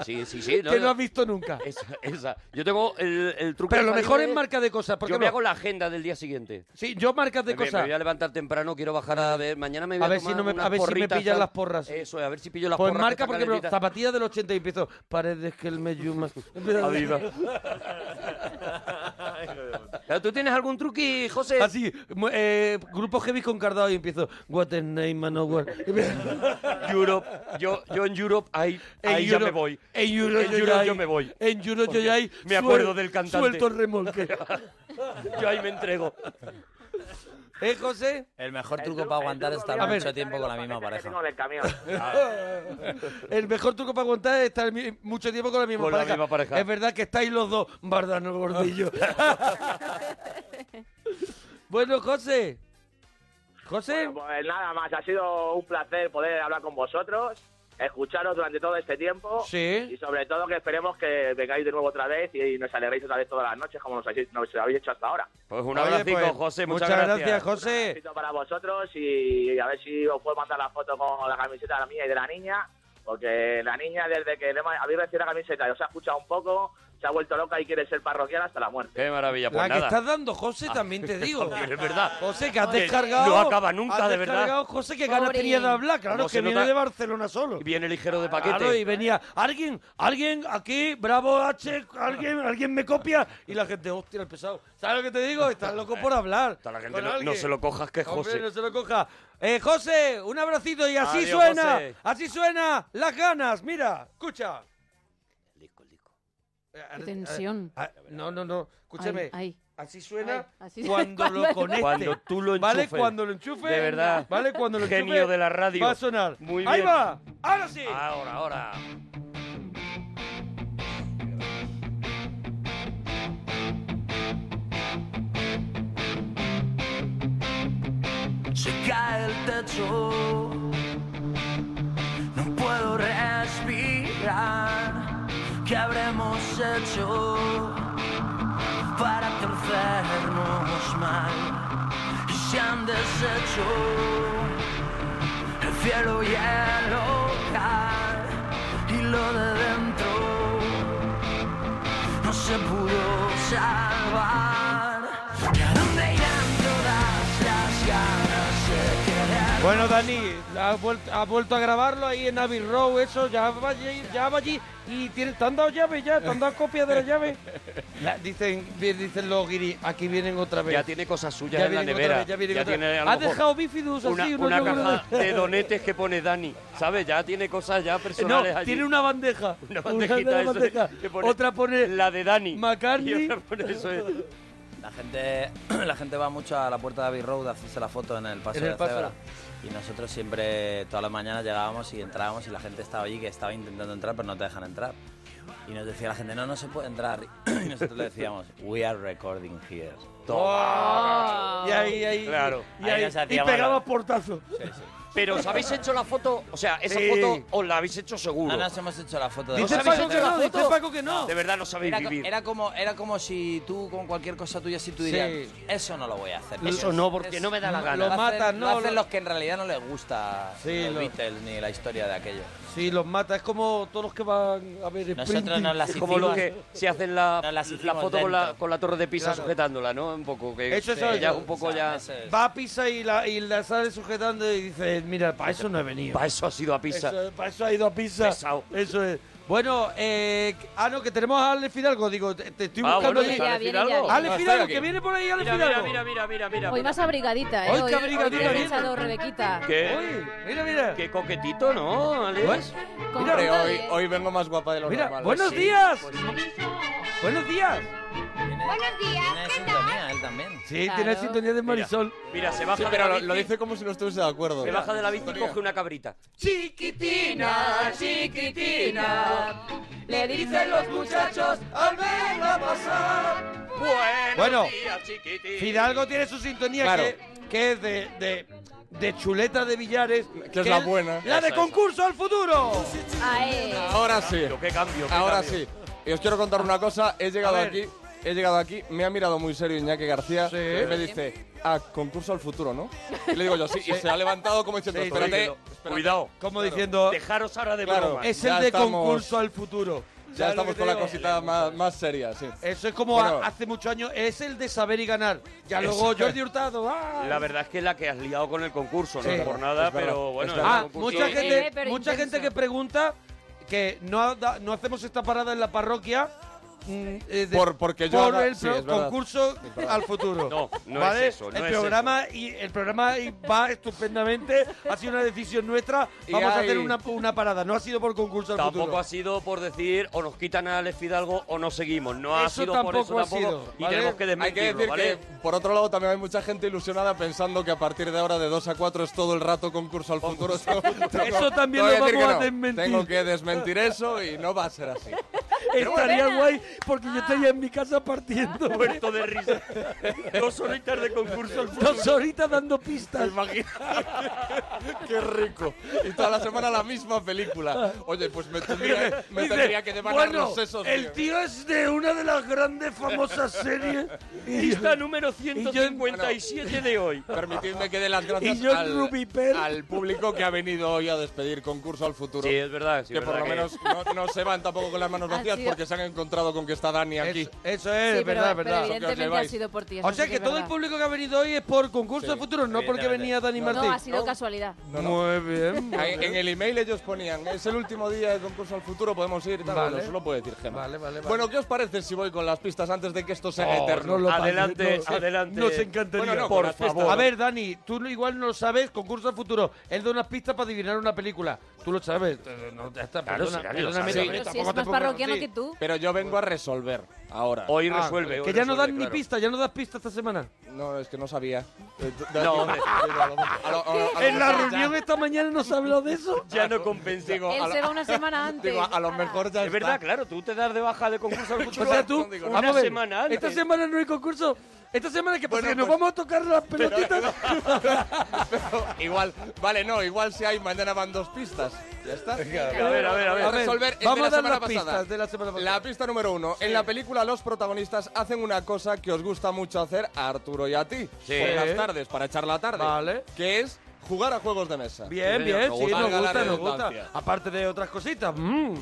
S4: Sí, sí, sí. no,
S2: que no
S4: no.
S2: has visto nunca.
S4: Esa, esa. Yo tengo el, el truco.
S2: Pero lo
S4: para
S2: mejor
S4: irme-
S2: es marca de cosas. Porque
S4: Yo me hago la agenda del día siguiente.
S2: Sí, yo marcas de
S4: Me- Me
S2: cosas.
S4: voy a levantar temprano, quiero bajar a ver. Mañana me voy
S2: A
S4: a,
S2: ver si
S4: tomar
S2: no me-
S4: unas
S2: a ver si me
S4: porritas,
S2: pillan
S4: tal. Eh,
S2: las porras.
S4: Eso, a ver si pillo las
S2: Pues
S4: porras.
S2: marca, porque ejemplo, zapatillas del 80 y empiezo. Paredes que el me yuma.
S4: zapatillas. ¿Tú tienes algún truqui, José?
S2: Así, Ah, mu- eh, grupo heavy con cardado y empiezo. What is name, Manowar.
S4: Europe. Yo, yo en Europe, ahí,
S2: En
S4: ahí
S2: Euro-
S4: ya me voy.
S2: En Euro
S4: En
S2: yo,
S4: Euro
S2: ya ahí-
S4: yo me voy.
S2: En Euro yo
S4: Porque
S2: ya ahí
S4: me acuerdo
S2: suel-
S4: del cantante.
S2: Suelto el remolque.
S4: Yo ahí me entrego.
S2: ¿Eh, José?
S5: El mejor truco para aguantar es estar
S2: A ver.
S5: mucho tiempo con la misma pareja.
S10: Tengo del camión.
S2: El mejor truco para aguantar es estar mi- mucho tiempo con la misma,
S4: Con la
S2: pareja.
S4: misma pareja.
S2: Es verdad que estáis los dos, Bardano Gordillo. bueno, José. José.
S10: Pues nada más, ha sido un placer poder hablar con vosotros, escucharos durante todo este tiempo.
S2: Sí.
S10: Y sobre todo que esperemos que vengáis de nuevo otra vez y nos alegréis otra vez todas las noches como nos habéis, nos habéis hecho hasta ahora.
S4: Pues un
S2: Oye,
S4: abrazo,
S2: pues,
S4: José. Muchas,
S2: muchas gracias,
S10: Un
S2: José.
S10: besito para vosotros y a ver si os puedo mandar la foto con la camiseta de la mía y de la niña, porque la niña desde que le ma- habéis recibido la camiseta y os ha escuchado un poco, se ha vuelto loca y quiere ser parroquial hasta la muerte.
S4: Qué maravilla. Pues
S2: la
S4: nada.
S2: que estás dando, José, también te digo.
S4: Porque es verdad.
S2: José, que has
S4: Que
S2: descargado.
S4: no acaba nunca,
S2: has
S4: de verdad.
S2: descargado, José, que ganas
S4: Pobre.
S2: tenía de hablar. Claro,
S4: Como
S2: que
S4: se
S2: viene
S4: nota-
S2: de Barcelona solo.
S4: Viene ligero de paquete.
S2: Claro, y venía, alguien, alguien aquí, bravo H, alguien, alguien me copia. Y la gente, hostia, el pesado. ¿Sabes lo que te digo? Estás loco por hablar.
S4: la gente
S2: con
S4: no- no
S2: alguien.
S4: se lo cojas, que es
S2: Hombre,
S4: José.
S2: no se lo coja. Eh, José, un abracito y así
S4: Adiós,
S2: suena,
S4: José.
S2: así suena las ganas. Mira, escucha. Eh, eh,
S3: tensión.
S2: eh, no, no, no, escúchame.
S3: Ay, ay.
S2: Así suena
S3: Ay, así-
S2: cuando lo
S3: cuando-
S2: conecte.
S4: Cuando tú lo
S2: ¿Vale?
S4: enchufes.
S2: Cuando lo enchufe.
S4: De verdad.
S2: ¿Vale? Cuando lo
S4: Genio
S2: enchufe,
S4: de la radio.
S2: Va a sonar.
S4: Muy
S2: Ahí
S4: bien.
S2: va. Ahora sí.
S4: Ahora, ahora.
S11: se cae el techo. No puedo respirar. ¿Qué habremos hecho para torcernos mal? Y se han deshecho el cielo y el hogar y lo de dentro no se pudo salvar. ¿Y a dónde irán todas las ganas de querer?
S2: Bueno, Dani, has vuelto, has vuelto a grabarlo ahí en Abbey Road, eso, ya va allí, ya va allí. Y tiene, te han dado llave ya, te han dado copia de la llave. La- dicen, dicen los guiris, aquí vienen otra vez.
S4: Ya tiene cosas suyas
S2: Ya
S4: en la
S2: vienen otra
S4: nevera.
S2: vez, ya vienen otra
S4: tiene
S2: vez.
S4: a lo
S2: Has
S4: mejor
S2: dejado bífidos así,
S4: una,
S2: unos
S4: una
S2: yogures.
S4: caja de donetes que pone Dani. ¿Sabes? Ya tiene cosas ya
S2: Eh, no,
S4: personales allí.
S2: tiene una bandeja.
S4: Una bandejita,
S2: Una
S4: eso,
S2: bandeja.
S4: que pone
S2: Otra pone
S4: La de Dani.
S2: McCartney.
S4: Y otra pone eso es.
S5: La gente, la gente va mucho a la puerta de Abbey Road a hacerse la foto en el paso
S2: En el
S5: de
S2: paso.
S5: cebra. Y nosotros siempre, todas las mañanas llegábamos y entrábamos y la gente estaba allí que estaba intentando entrar, pero no te dejan entrar. Y nos decía la gente, no, no se puede entrar. Y nosotros le decíamos, we are recording here.
S2: Y ahí, ahí.
S4: Claro.
S2: Y,
S5: Ahí
S2: ahí,
S5: nos hacía
S2: y pegaba
S5: mala.
S2: portazo.
S4: Pero os habéis hecho la foto, o sea, esa
S2: Sí.
S4: foto os la habéis hecho seguro.
S5: Ah, No nos hemos hecho la foto de
S2: Dice
S5: ¿Os habéis
S2: Paco
S5: hecho
S2: que
S5: la
S2: no,
S5: foto?
S2: dice Paco que no.
S4: De verdad no sabéis
S5: Era, co-
S4: vivir.
S5: era como, era como si tú con cualquier cosa tuya, si tú dirías,
S2: Sí.
S5: eso no lo voy a hacer.
S4: Eso no, porque no me da la
S5: lo
S4: gana.
S5: hacen-
S2: matan, ¿no?
S5: Lo hacen
S2: Lo-
S5: los que en realidad no les gusta
S2: Sí,
S5: los
S2: lo-
S5: Beatles ni la historia de aquello.
S2: Sí, los mata, es como todos los que van a ver
S5: Nosotros nos las
S4: Es como lo
S5: hicimos-
S4: que se hacen la,
S5: Nos las
S4: la
S5: hicimos
S4: foto con la,
S5: dentro.
S4: con la torre de Pisa
S2: Claro.
S4: sujetándola, ¿no? Un poco que
S2: Eso es
S4: que Este, ya
S2: algo.
S4: un poco
S5: O sea,
S4: ya. Ah,
S5: eso es-
S2: Va a Pisa y la, y la sale sujetando y dice, mira, para eso no he venido.
S4: Para eso ha sido a Pisa.
S2: Eso, para eso ha ido a Pisa.
S4: Pesao.
S2: Eso es. Bueno, eh, ah, no, que tenemos a Ale Fidalgo. Digo, te, te estoy
S4: Ah,
S2: buscando
S4: bueno,
S2: allí.
S4: ¿sabes
S3: ya,
S4: decir
S3: viene ya,
S4: algo?
S3: viene.
S2: Ale Fidalgo, que viene por ahí, Ale
S4: Mira, mira,
S2: Fidalgo.
S4: mira, mira, mira, mira.
S3: Hoy vas abrigadita, ¿eh?
S2: Hoy qué
S3: hoy
S2: abrigadita
S3: bien
S2: viene.
S3: pensado, Rebequita.
S4: Qué,
S2: Uy, mira, mira.
S4: qué coquetito, ¿no? Ale?
S2: Pues,
S3: Con
S2: Mira,
S3: todo
S5: hoy,
S3: bien.
S5: hoy vengo más guapa de lo
S2: Mira,
S5: normal. pues
S2: buenos
S5: Sí.
S2: días. Buenos días.
S9: Buenos
S5: Tiene
S9: días, ¿qué tal?
S5: sintonía, él también.
S2: Sí,
S3: Claro.
S2: tiene sintonía de
S4: Mira,
S2: Marisol.
S4: Mira, se baja de la bici,
S5: como si no estuviese de acuerdo.
S4: se baja de la bici y coge una cabrita.
S11: Chiquitina, chiquitina, le dicen los muchachos
S2: al a pasar. Bueno, Fidalgo tiene su sintonía
S5: Claro.
S2: que, que es de, de, de chuleta de billares.
S5: Que es la buena.
S2: La
S5: Eso,
S2: de
S5: eso.
S2: concurso al futuro.
S3: Ae.
S12: Ahora sí,
S4: Yo qué cambio. qué
S12: ahora
S4: cambio.
S12: sí. Y os quiero contar una cosa. He llegado
S2: A ver.
S12: aquí, he llegado aquí, me ha mirado muy serio Iñaki García
S2: Sí.
S12: y me dice, ah, concurso al futuro, ¿no? Y le digo yo sí. Y se ha levantado como diciendo,
S2: Sí, sí.
S12: espérate,
S4: Cuidado.
S2: Como diciendo,
S4: Dejaros ahora de
S12: Claro.
S4: broma.
S2: es el
S12: Ya
S2: de
S12: estamos-
S2: concurso al futuro.
S12: ya
S2: ¿Sabes lo
S12: estamos con
S2: que te
S12: la
S2: digo?
S12: cosita más, más seria, sí.
S2: Eso es como
S12: Bueno.
S2: a- hace muchos años, es el de saber y ganar. Ya luego Jordi Hurtado. ¡ah!
S4: La verdad es que es la que has liado con el concurso, no
S2: Sí.
S4: es por nada,
S12: Es verdad,
S4: pero bueno.
S12: es
S4: es
S12: verdad.
S2: Ah,
S4: un concurso.
S2: mucha
S3: Sí,
S2: gente,
S3: eh, pero
S2: mucha
S3: intenso.
S2: gente que pregunta que no, ha da- no hacemos esta parada en la parroquia mm, eh,
S12: Por- porque yo
S2: por
S12: haga-
S2: el
S12: sí,
S2: pro-
S12: es verdad.
S2: concurso
S12: Es verdad.
S2: al futuro.
S12: No, no
S2: ¿Vale?
S12: es eso, no
S2: el
S12: es
S2: programa Y, el programa y va estupendamente. Ha sido una decisión nuestra.
S4: Y
S2: Vamos a
S4: hay-
S2: hacer una, una parada. No ha sido por concurso al
S4: Tampoco
S2: futuro.
S4: ha sido por decir o nos quitan a Alex Fidalgo o no seguimos. No ha
S2: Eso
S4: sido por eso
S12: tampoco ha
S4: tampoco.
S12: sido,
S4: y
S12: ¿vale?
S4: tenemos que
S12: Hay que
S4: desmentirlo,
S12: decir
S4: ¿vale?
S12: que, por otro lado, también hay mucha gente ilusionada pensando que a partir de ahora, de 2 a 4, es todo el rato concurso al futuro.
S2: Eso también
S12: Tengo que
S2: lo
S12: decir
S2: vamos
S12: que
S2: a desmentir.
S12: Tengo que desmentir eso y no va a ser así.
S2: Estaría guay porque yo estaría en mi casa partiendo.
S4: Muerto de risa. Dos horitas de concurso al futuro.
S2: Dos horitas dando pistas.
S12: Qué rico. Y toda la semana la misma película. Oye, pues me tendría, me
S2: Dice,
S12: tendría que devanar
S2: bueno,
S12: los sesos.
S2: el tío es de una de las grandes famosas series.
S12: Lista
S4: número
S12: 157
S4: de hoy.
S12: Permitidme que dé las gracias
S2: Y yo,
S12: al, al público que ha venido hoy a despedir concurso al futuro.
S4: Sí, es verdad. sí,
S12: que
S4: es
S12: por
S4: verdad
S12: lo
S4: que-
S12: menos no, no se van tampoco con las manos
S3: Ha
S12: vacías
S3: sido-
S12: porque se han encontrado con que está Dani aquí. Eso,
S2: es,
S3: Sí, pero- verdad, pero verdad. evidentemente ha sido por ti, eso
S2: O sea
S3: sí que
S2: que
S3: es
S2: todo el
S3: verdad.
S2: público que ha venido hoy es por concurso
S12: Sí,
S2: al futuro, no porque venía Dani Martín.
S3: No, ha sido casualidad.
S2: Muy bien. muy
S12: En,
S2: bien.
S12: en el email ellos ponían, es el último día de concurso al futuro, podemos ir y tal.
S2: Vale.
S12: Bueno, eso lo puede decir Gemma.
S2: Vale, vale, vale.
S12: Bueno, ¿qué os parece si voy con las pistas antes de que esto se haga
S2: Oh,
S12: eterno?
S2: no lo parece,
S4: Adelante,
S2: no.
S4: adelante.
S2: Nos encantaría.
S12: Bueno, no, con
S2: por
S12: las pistas.
S2: favor. A ver, Dani, tú no- igual no sabes, concurso al futuro. Él da unas pistas para adivinar una película. Tú lo sabes. Eh, No, ya está,
S12: Claro,
S2: perdona,
S12: sí, Dani lo
S2: perdóname,
S12: sabe.
S2: también,
S12: Pero
S3: Si es
S2: tampoco
S3: más
S2: te pongas
S3: parroquiano
S2: así.
S3: que tú.
S12: Pero yo vengo a resolver ahora.
S4: Hoy
S2: Ah, Que ya no das ni pista, ya no das pista esta semana.
S12: No, es que no sabía.
S4: No, hombre.
S2: En la reunión esta mañana nos habló de eso.
S4: Ya no compensé.
S3: Él se va una semana antes.
S12: a lo mejor ya
S4: Es verdad, claro, tú te das de baja de concurso al futuro.
S2: O sea, tú,
S4: una
S2: vamos a ver,
S4: semana antes.
S2: Esta semana no hay concurso. Esta semana que pasa que nos vamos a tocar las pelotitas.
S12: Igual, vale, no, igual si hay, mañana van dos pistas. Ya está.
S2: Venga, a ver, a ver, a ver.
S12: resolver el de
S2: Vamos
S12: la
S2: a dar
S12: semana
S2: las
S12: pasada.
S2: pistas de la semana pasada.
S12: La pista número uno. En la película los protagonistas hacen una cosa que os gusta mucho hacer a Arturo y a ti.
S4: Sí.
S12: Por las tardes, para echar la tarde.
S2: Vale.
S12: Que es jugar a juegos de mesa.
S2: Bien,
S12: Sí,
S2: bien,
S12: nos
S2: sí,
S12: gusta.
S2: nos
S12: Valga la
S2: gusta, nos gusta.
S12: redundancia.
S2: Aparte de otras cositas. mm.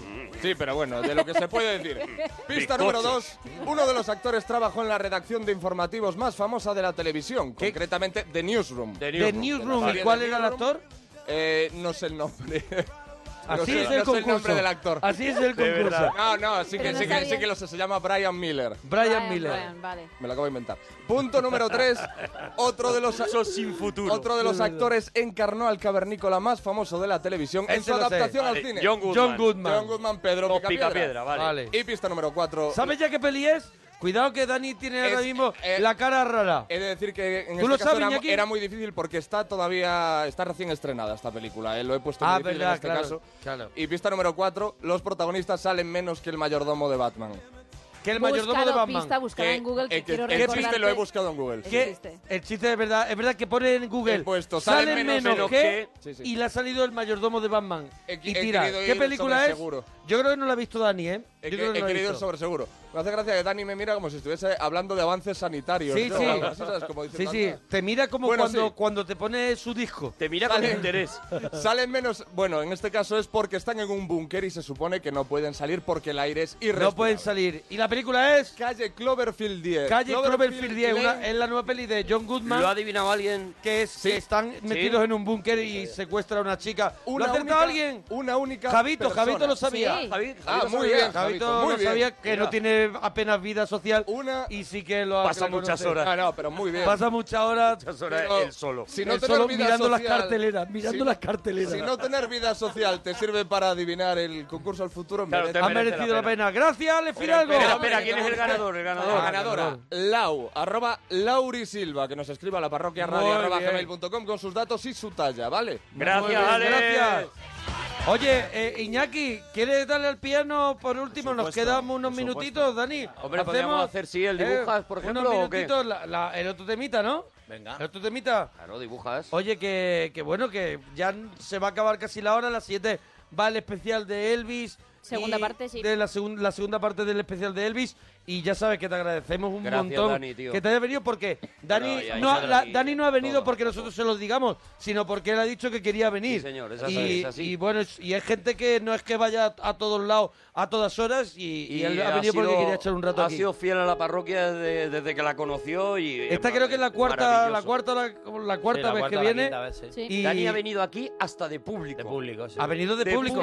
S12: Sí, pero bueno, de lo que se puede decir. Pista
S2: Bizcochos.
S12: número dos. Uno de los actores trabajó en la redacción de informativos más famosa de la televisión, concretamente The Newsroom. The
S2: Newsroom. Newsroom, ¿y cuál era el actor?
S12: Eh, no sé el nombre.
S2: Así
S12: sé-
S2: es el
S12: sé
S2: concurso.
S12: nombre del actor.
S2: Así es el
S12: De verdad.
S2: concurso.
S12: No, no, sí que,
S2: Pero no
S12: sí que,
S2: sabía.
S12: sí que lo sé. Se llama Brian Miller.
S2: Brian Miller.
S3: vale.
S12: Me lo acabo de inventar. Punto número 3. Otro de los
S4: sin futuro.
S12: Otro de los
S2: De verdad.
S12: actores encarnó al cavernícola más famoso de la televisión en
S2: Ese
S12: su
S2: lo sé.
S12: adaptación
S2: Vale,
S12: al cine.
S2: John Goodman. John Goodman.
S12: John Goodman, Pedro
S2: Con
S12: Picapiedra.
S2: Picapiedra, vale. Vale.
S12: Y pista número 4.
S2: ¿Sabes ya qué peli es? Cuidado que Dani tiene ahora
S12: Es-
S2: mismo
S12: eh,
S2: la cara rara.
S12: He de decir que en
S2: ¿Tú
S12: este
S2: lo
S12: caso
S2: sabes,
S12: era,
S2: Iñaki?
S12: era muy difícil porque está todavía está recién estrenada esta película. eh, Lo he puesto
S2: Ah,
S12: muy difícil
S2: verdad,
S12: en este
S2: claro,
S12: caso.
S2: claro.
S12: Y pista número 4. Los protagonistas salen menos que el mayordomo de Batman.
S2: Que el
S3: Buscado
S2: mayordomo de Batman.
S3: pista, buscada en Google, que
S12: eh,
S3: quiero
S12: ¿Qué chiste
S3: recordarte.
S12: lo he buscado en Google?
S2: Que el chiste de verdad, es verdad que pone en Google.
S12: He puesto,
S2: sale
S12: sale
S2: menos,
S12: menos
S2: que,
S12: que- Sí, sí.
S2: y le ha salido el mayordomo de Batman.
S12: He-
S2: y
S12: he
S2: tira.
S12: querido
S2: ¿Qué
S12: ir
S2: película
S12: sobre
S2: es?
S12: seguro.
S2: Yo creo que no la ha visto Dani, ¿eh? Yo
S12: He, que-
S2: creo que
S12: he
S2: no la ha
S12: querido ir
S2: visto.
S12: sobre seguro. Me hace gracia que Dani me mira como si estuviese hablando de avances sanitarios.
S2: Sí,
S12: ¿no?
S2: sí.
S12: Algo así, ¿sabes? Como
S2: sí,
S12: diciendo,
S2: sí.
S12: "Anda".
S2: Te mira como
S12: Bueno,
S2: cuando,
S12: sí.
S2: cuando te pone su disco.
S4: Te mira
S12: Salen- Salen menos. Bueno, en este caso es porque están en un búnker y se supone que no pueden salir porque el aire es irrespirable.
S2: No pueden salir. ¿Y la película es?
S12: Calle Cloverfield 10.
S2: Calle Cloverfield 10,
S12: Lane.
S2: una- eh, es la nueva peli de John Goodman.
S4: ¿Lo ha adivinado alguien?
S2: Que, es, que están metidos en un búnker y secuestra a una chica.
S12: Una
S2: ¿Lo ha
S12: única-
S2: acertado alguien?
S12: Una única.
S2: Javito,
S12: persona.
S2: Javito lo sabía.
S12: ah, muy bien.
S2: Javito
S12: muy
S2: lo
S12: bien.
S2: sabía que
S12: Mira.
S2: no tiene apenas vida social. Una. Y sí que lo ha-
S4: Pasa
S2: que la
S4: muchas
S2: conoce.
S4: horas.
S12: Ah, no, pero muy bien.
S2: Pasa muchas horas.
S4: horas
S12: Pero
S4: él solo.
S12: Si no
S2: Él
S12: tener
S2: solo
S12: vida
S2: mirando las
S12: social-
S2: carteleras, mirando
S12: si-
S2: las carteleras.
S12: Si no tener vida social te sirve para adivinar el concurso al futuro,
S2: Claro,
S12: merece-
S2: ha merecido la pena. Gracias, Ale Fidalgo.
S12: espera, espera,
S4: ¿quién es el ganador? El ganador.
S12: La Ah, ganadora, Lau, arroba Lauri Silva, que nos escriba a la parroquia radio
S2: Muy
S12: arroba
S2: bien.
S12: gmail.com con sus datos y su talla, ¿vale?
S2: Muy bien, gracias. Oye, eh, Iñaki, ¿quieres darle al piano por último? Nos quedamos unos minutitos, Dani. eh,
S4: Hombre, podríamos hacer, sí, el dibujas, por ejemplo,
S2: Unos
S4: ¿o qué?
S2: minutitos, la- la- el otro temita, ¿no?
S4: Venga.
S2: El otro temita.
S4: Claro, dibujas.
S2: Oye, que, que bueno, que ya se va a acabar casi la hora, a las 7 va el especial de Elvis.
S3: Segunda
S2: y
S3: parte, sí.
S2: De la, segun- la segunda parte del especial de Elvis. Y ya sabes que te agradecemos un
S4: Gracias,
S2: montón
S4: Dani, tío.
S2: que te hayas venido porque Dani
S4: Bueno, y ahí
S2: no, ha-
S4: sale
S2: la-
S4: aquí
S2: Dani no ha venido porque nosotros se lo digamos, sino porque él ha dicho que quería venir.
S4: Sí, señor, es así,
S2: y,
S4: es así.
S2: y bueno, es- y es gente que no es que vaya a todos lados a todas horas y, y él ha, venido porque
S4: sido-
S2: quería echar un rato
S4: Ha
S2: aquí.
S4: sido fiel a la parroquia desde, desde que la conoció y...
S2: Esta creo que es la cuarta, la cuarta, la, la cuarta vez que viene.
S4: Dani ha venido aquí hasta de público. De público,
S2: Ha venido de público.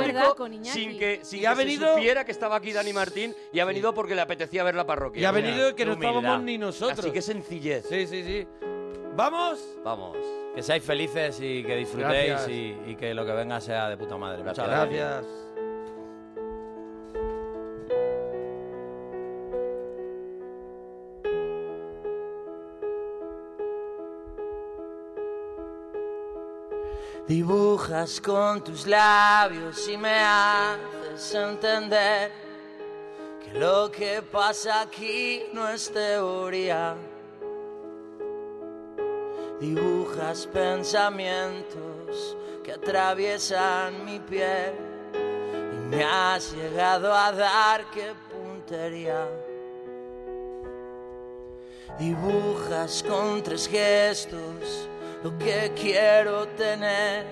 S4: sin que sin
S2: y ha
S4: que se
S2: venido-
S4: supiera que estaba aquí Dani Martín y ha venido porque le apetecía ver la parroquia.
S2: Y ha
S4: Mira,
S2: venido que no
S4: qué humildad.
S2: estábamos ni nosotros.
S4: Así que sencillez.
S2: Sí, sí, sí. ¿Vamos?
S4: Vamos.
S5: Que seáis felices y que disfrutéis
S2: Gracias.
S5: y, y que lo que venga sea de puta madre. Muchas
S2: Gracias.
S9: Dibujas con tus labios y me haces entender que lo que pasa aquí no es teoría. Dibujas pensamientos que atraviesan mi piel y me has llegado a dar qué puntería. Dibujas con tres gestos lo que quiero tener.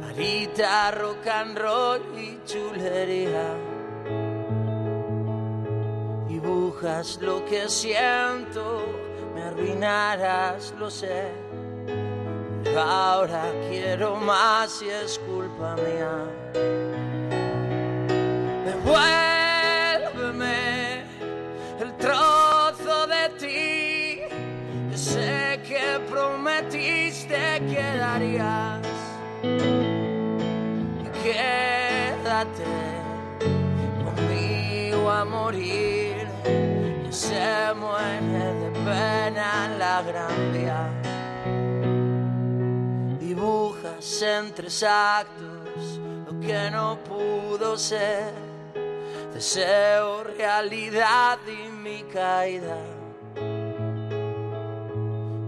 S9: Varita, rock and roll y chulería. Dibujas lo que siento, me arruinarás, lo sé. Pero ahora quiero más y es culpa mía. Devuélveme el trozo de ti Sé que prometiste que darías. Quédate conmigo a morir. Y se muere de pena en la gran vía. Dibujas en tres actos lo que no pudo ser. Deseo, realidad y mi caída.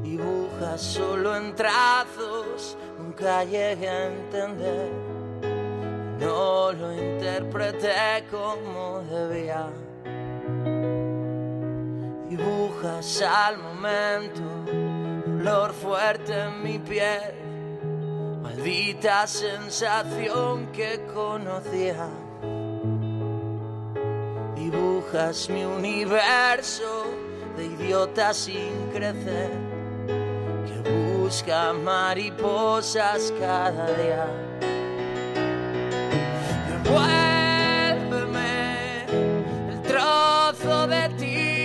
S9: dibujas solo en trazos, nunca llegué a entender. No lo interpreté como debía. Dibujas al momento, dolor fuerte en mi piel, maldita sensación que conocía. Dibujas mi universo de idiota sin crecer busca mariposas cada día. Devuélveme el trozo de ti,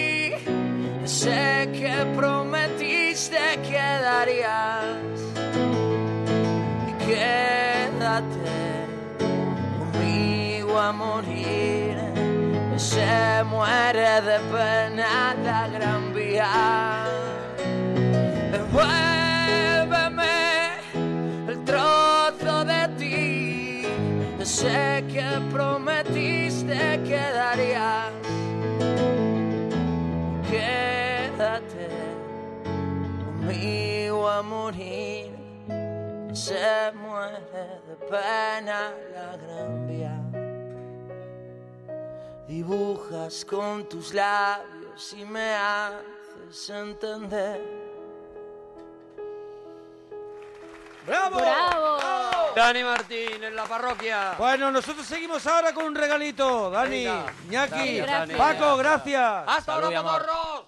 S9: sé que prometiste que darías. Y quédate conmigo a morir, se muere de pena la gran vía. Devuélveme el trozo de ti. Sé que prometiste que darías. Quédate conmigo a morir. Se muere de pena la gran vía. Dibujas con tus labios y me haces entender.
S2: ¡Bravo!
S9: ¡Bravo!
S4: Dani Martín en la parroquia.
S2: Bueno, nosotros seguimos ahora con un regalito. Dani,
S4: Venga.
S2: Ñaki,
S4: Gracias, Dani.
S2: Paco, gracias.
S4: ¡Hasta ahora, mamorro!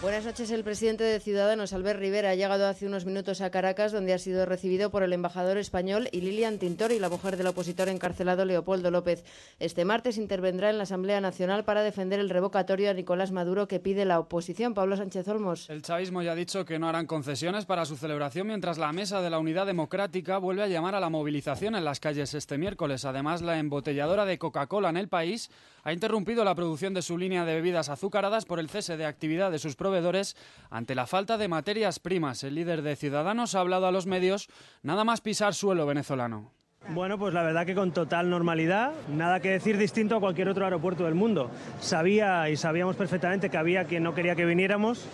S13: Buenas noches. El presidente de Ciudadanos, Albert Rivera, ha llegado hace unos minutos a Caracas, donde ha sido recibido por el embajador español y Lilian Tintori, la mujer del opositor encarcelado Leopoldo López. Este martes intervendrá en la Asamblea Nacional para defender el revocatorio a Nicolás Maduro que pide la oposición. Pablo Sánchez Olmos.
S14: El chavismo ya ha dicho que no harán concesiones para su celebración mientras la mesa de la Unidad Democrática vuelve a llamar a la movilización en las calles este miércoles. Además, la embotelladora de Coca-Cola en el país ha interrumpido la producción de su línea de bebidas azucaradas por el cese de actividad de sus proveedores ante la falta de materias primas. El líder de Ciudadanos ha hablado a los medios nada más pisar suelo venezolano.
S15: Bueno, pues la verdad que con total normalidad, nada que decir distinto a cualquier otro aeropuerto del mundo. Sabía y sabíamos perfectamente que había quien no quería que viniéramos,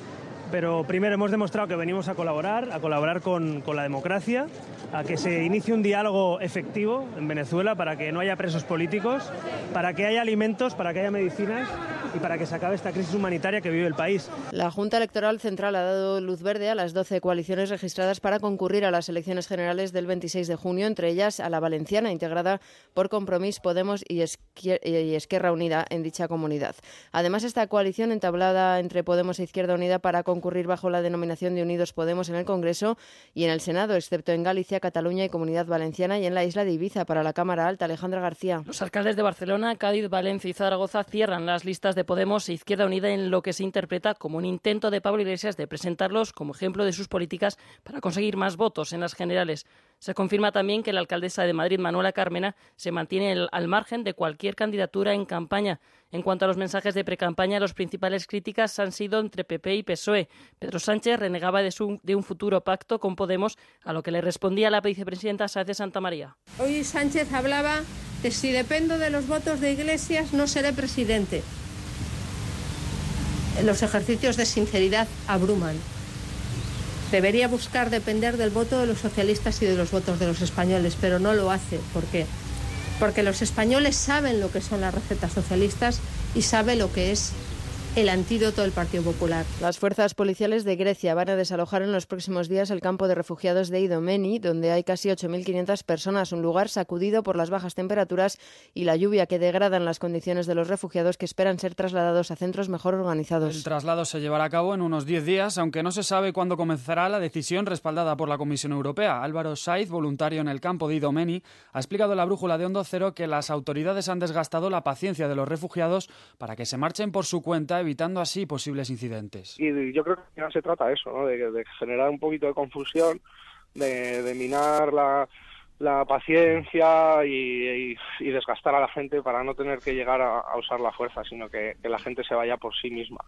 S15: pero primero hemos demostrado que venimos a colaborar, a colaborar con, con la democracia, a que se inicie un diálogo efectivo en Venezuela para que no haya presos políticos, para que haya alimentos, para que haya medicinas y para que se acabe esta crisis humanitaria que vive el país.
S13: La Junta Electoral Central ha dado luz verde a las 12 coaliciones registradas para concurrir a las elecciones generales del 26 de junio, entre ellas a la valenciana, integrada por Compromís, Podemos y, Esquier- y Esquerra Unida en dicha comunidad. Además, esta coalición entablada entre Podemos e Izquierda Unida para concurrir bajo la denominación de Unidos Podemos en el Congreso y en el Senado, excepto en Galicia, Cataluña y Comunidad Valenciana y en la isla de Ibiza para la Cámara Alta, Alejandra García.
S16: Los alcaldes de Barcelona, Cádiz, Valencia y Zaragoza cierran las listas de Podemos e Izquierda Unida en lo que se interpreta como un intento de Pablo Iglesias de presentarlos como ejemplo de sus políticas para conseguir más votos en las generales. Se confirma también que la alcaldesa de Madrid, Manuela Carmena, se mantiene el- al margen de cualquier candidatura en campaña. En cuanto a los mensajes de precampaña, las principales críticas han sido entre PP y PSOE. E. Pedro Sánchez renegaba de, su- de un futuro pacto con Podemos, a lo que le respondía la vicepresidenta Sáez de Santamaría.
S17: Hoy Sánchez hablaba de si dependo de los votos de Iglesias no seré presidente. Los ejercicios de sinceridad abruman. Debería buscar depender del voto de los socialistas y de los votos de los españoles, pero no lo hace. ¿Por qué? Porque los españoles saben lo que son las recetas socialistas y sabe lo que es el antídoto del Partido Popular.
S13: Las fuerzas policiales de Grecia van a desalojar en los próximos días el campo de refugiados de Idomeni, donde hay casi 8.500 personas, un lugar sacudido por las bajas temperaturas y la lluvia que degradan las condiciones de los refugiados que esperan ser trasladados a centros mejor organizados.
S14: El traslado se llevará a cabo en unos 10 días, aunque no se sabe cuándo comenzará la decisión respaldada por la Comisión Europea. Álvaro Saiz, voluntario en el campo de Idomeni, ha explicado a la brújula de Hondo Cero que las autoridades han desgastado la paciencia de los refugiados para que se marchen por su cuenta, evitando así posibles incidentes.
S18: Y yo creo que al final se trata de eso, ¿no? de, de generar un poquito de confusión, de, de minar la, la paciencia y, y- y desgastar a la gente para no tener que llegar a, a usar la fuerza, sino que, que la gente se vaya por sí misma,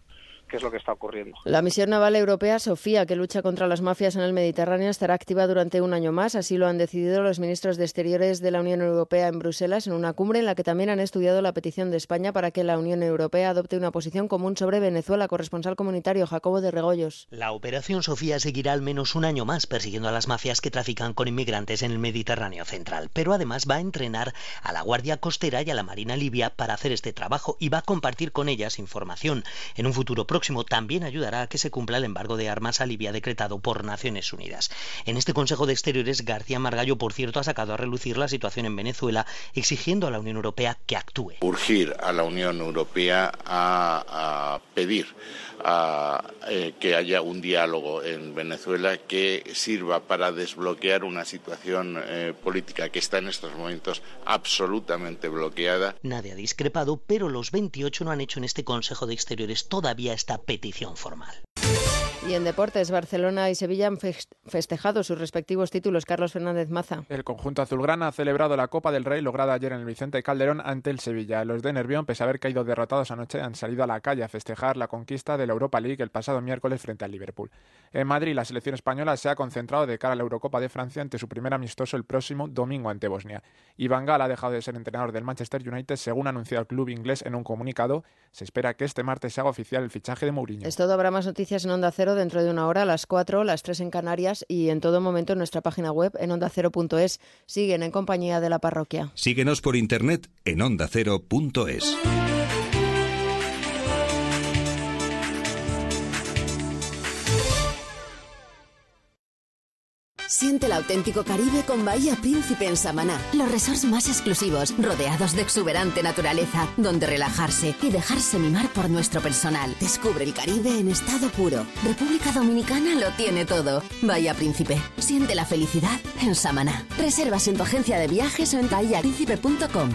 S18: que es lo que está ocurriendo.
S13: La misión naval europea Sofía, que lucha contra las mafias en el Mediterráneo, estará activa durante un año más. Así lo han decidido los ministros de Exteriores de la Unión Europea en Bruselas en una cumbre en la que también han estudiado la petición de España para que la Unión Europea adopte una posición común sobre Venezuela. Corresponsal comunitario Jacobo de Regoyos.
S19: La operación Sofía seguirá al menos un año más persiguiendo a las mafias que trafican con inmigrantes en el Mediterráneo central, pero además va a entrenar a la Guardia Costera y a la Marina Libia para hacer este trabajo y va a compartir con ellas información. En un futuro próximo también ayudará a que se cumpla el embargo de armas a Libia decretado por Naciones Unidas. En este Consejo de Exteriores, García Margallo, por cierto, ha sacado a relucir la situación en Venezuela, exigiendo a la Unión Europea que actúe.
S20: urgir a la Unión Europea a, a pedir a, eh, que haya un diálogo en Venezuela que sirva para desbloquear una situación eh, política que está en estos momentos absolutamente bloqueada.
S19: Nadie ha discrepado, pero los 28 no han hecho en este Consejo de Exteriores todavía esta petición formal.
S13: Y en deportes, Barcelona y Sevilla han fest- festejado sus respectivos títulos. Carlos Fernández Maza.
S21: El conjunto azulgrana ha celebrado la Copa del Rey lograda ayer en el Vicente Calderón ante el Sevilla. Los de Nervión, pese a haber caído derrotados anoche, han salido a la calle a festejar la conquista de la Europa League el pasado miércoles frente al Liverpool. En Madrid, la selección española se ha concentrado de cara a la Eurocopa de Francia ante su primer amistoso el próximo domingo ante Bosnia. Iván Gaal ha dejado de ser entrenador del Manchester United, según ha anunciado el club inglés en un comunicado. Se espera que este martes se haga oficial el fichaje de Mourinho.
S13: Es todo, habrá más noticias en Onda Cero dentro de una hora, a las 4, las 3 en Canarias y en todo momento en nuestra página web en ondacero.es. Siguen en compañía de la parroquia.
S22: Síguenos por internet en ondacero.es.
S23: Siente el auténtico Caribe con Bahía Príncipe en Samaná. Los resorts más exclusivos, rodeados de exuberante naturaleza, donde relajarse y dejarse mimar por nuestro personal. Descubre el Caribe en estado puro. República Dominicana lo tiene todo. Bahía Príncipe. Siente la felicidad en Samaná. Reservas en tu agencia de viajes o en bahiapríncipe.com.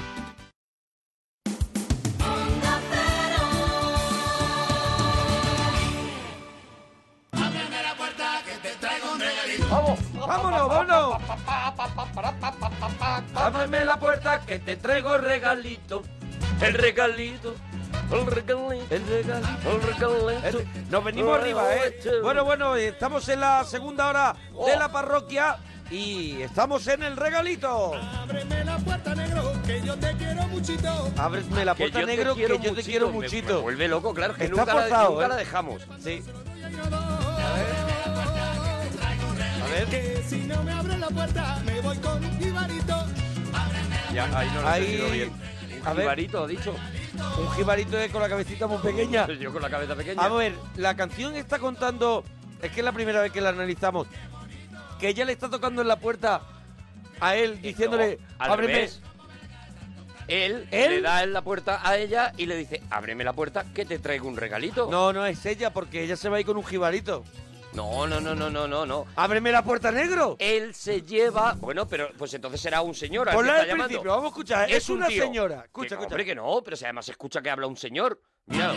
S1: ¡Vamos!
S2: ¡Vámonos, vámonos!
S1: Ábreme la puerta que te traigo regalito. El regalito. El regalito. El regalito. El regalito.
S2: Nos venimos arriba, ¿eh? Bueno, bueno, eh, estamos en la segunda hora de
S1: Oh.
S2: la parroquia y estamos en el regalito.
S1: Ábreme la puerta, negro, que yo te quiero muchito.
S2: Ábreme la
S1: Que
S2: puerta,
S1: yo te
S2: negro, que
S1: quiero
S2: yo te
S1: muchito,
S2: quiero
S1: me-
S2: muchito.
S4: me vuelve loco, claro, que
S2: Está ¿eh?
S4: nunca la-
S2: forzado,
S4: nunca
S2: ¿eh?
S4: la dejamos.
S2: Sí. ver.
S6: Que si no me abren la puerta, me voy con Ibarito.
S4: Ya, ahí no lo he
S2: Ahí-
S4: entendido bien.
S2: a
S4: Un
S2: ver.
S4: jibarito, ha dicho.
S2: Un jibarito es con la cabecita muy pequeña.
S4: Yo con la cabeza pequeña.
S2: A ver, la canción está contando. Es que es la primera vez que la analizamos. Que ella le está tocando en la puerta a él diciéndole,
S4: al
S2: ábreme.
S4: revés. Él,
S2: ¿Él?
S4: le da en la puerta a ella y le dice, ábreme la puerta que te traigo un regalito.
S2: No, no es ella, porque ella se va a ir con un jibarito.
S4: No, no, no, no, no, no, no.
S2: ¡Ábreme la puerta negro!
S4: Él se lleva. Bueno, pero pues entonces será un señor. al que
S2: Ponla
S4: está
S2: al
S4: llamando.
S2: principio, vamos a escuchar. Es,
S4: un
S2: una
S4: tío.
S2: señora. Escucha,
S4: Que-
S2: escucha.
S4: Hombre, que no, pero si además se escucha que habla un señor. Mira.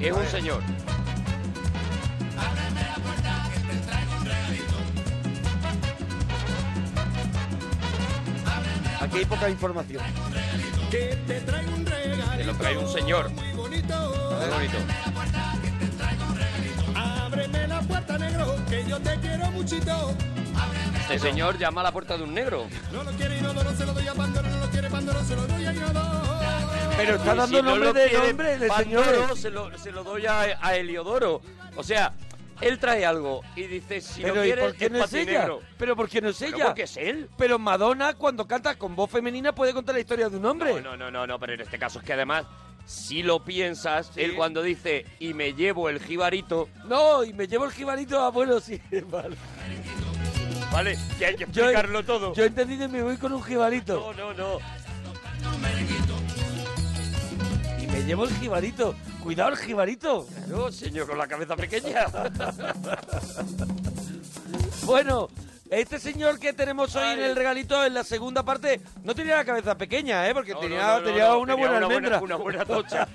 S4: Es un señor.
S2: Aquí hay poca información.
S6: Que te traigo un
S4: Te lo
S6: regalito
S4: trae un señor.
S6: muy bonito.
S4: Muy bonito. Este
S6: Ábreme la puerta, negro, que yo te quiero muchito.
S4: Este señor llama a la puerta de un negro.
S6: No lo quiere Inodo, no se lo doy a Pandoro, no lo quiere Pandoro, se lo doy a Inodo.
S2: Pero está
S4: Y
S2: dando
S4: si no
S2: nombre
S4: lo
S2: de
S4: quiere
S2: nombre de
S4: Pandoro,
S2: señores.
S4: Se lo, se lo doy a, a Heliodoro. O sea, él trae algo y dice, si
S2: Pero
S4: lo
S2: ¿y
S4: quieres,
S2: por qué
S4: es
S2: no es ella?
S4: patinegro.
S2: Pero ¿por qué no es
S4: Pero
S2: ella?
S4: porque es él.
S2: Pero Madonna, cuando canta con voz femenina, puede contar la historia de un hombre.
S4: No, no, no, no, pero en este caso es que además, si lo piensas, él cuando dice, y me llevo el jibarito,
S2: No, y me llevo el jibarito, abuelo, sí. Vale.
S4: ¿vale? Que hay que explicarlo todo.
S2: Yo he entendido y me voy con un jibarito.
S4: No, no, no.
S2: Y me llevo el jibarito. Cuidado el jibarito.
S4: No, señor, con la cabeza pequeña.
S2: Bueno, este señor que tenemos hoy en el regalito, en la segunda parte, no tenía la cabeza pequeña, ¿eh? Porque tenía,
S4: no, no,
S2: tenía
S4: no,
S2: una
S4: tenía una buena-
S2: buena almendra.
S4: una buena tocha.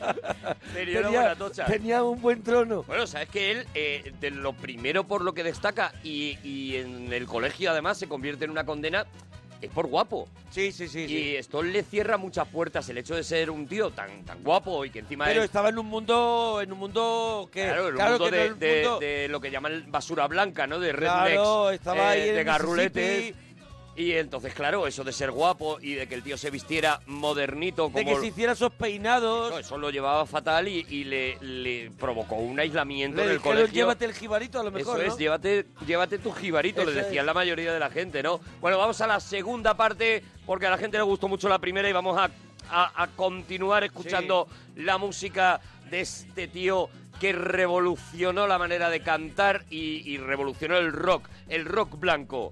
S4: Tenía una buena tocha.
S2: tenía un buen trono.
S4: Bueno, sabes que él, eh, de lo primero por lo que destaca, y, y en el colegio además se convierte en una condena, es por guapo.
S2: Sí, sí, sí.
S4: Y
S2: sí.
S4: esto le cierra muchas puertas, el hecho de ser un tío tan, tan guapo y que encima
S2: Pero
S4: él-
S2: estaba en un mundo, en un mundo que...
S4: Claro, el mundo,
S2: que no
S4: de,
S2: el
S4: de-
S2: mundo-
S4: de lo que llaman basura blanca, ¿no? De rednecks,
S2: Claro, estaba
S4: eh,
S2: ahí en
S4: de
S2: el
S4: garruletes. Y entonces, claro, eso de ser guapo y de que el tío se vistiera modernito como...
S2: de que se hiciera esos peinados.
S4: No, eso lo llevaba fatal y, y le, le provocó un aislamiento
S2: Le
S4: del
S2: dijeron,
S4: colegio.
S2: llévate el jibarito a lo mejor,
S4: Eso
S2: ¿no?
S4: es, llévate, llévate tu jibarito,
S2: Eso
S4: le decían
S2: es.
S4: la mayoría de la gente, ¿no? Bueno, vamos a la segunda parte, porque a la gente le gustó mucho la primera y vamos a, a- a continuar escuchando la música de este tío que revolucionó la manera de cantar y, y revolucionó el rock, el rock blanco.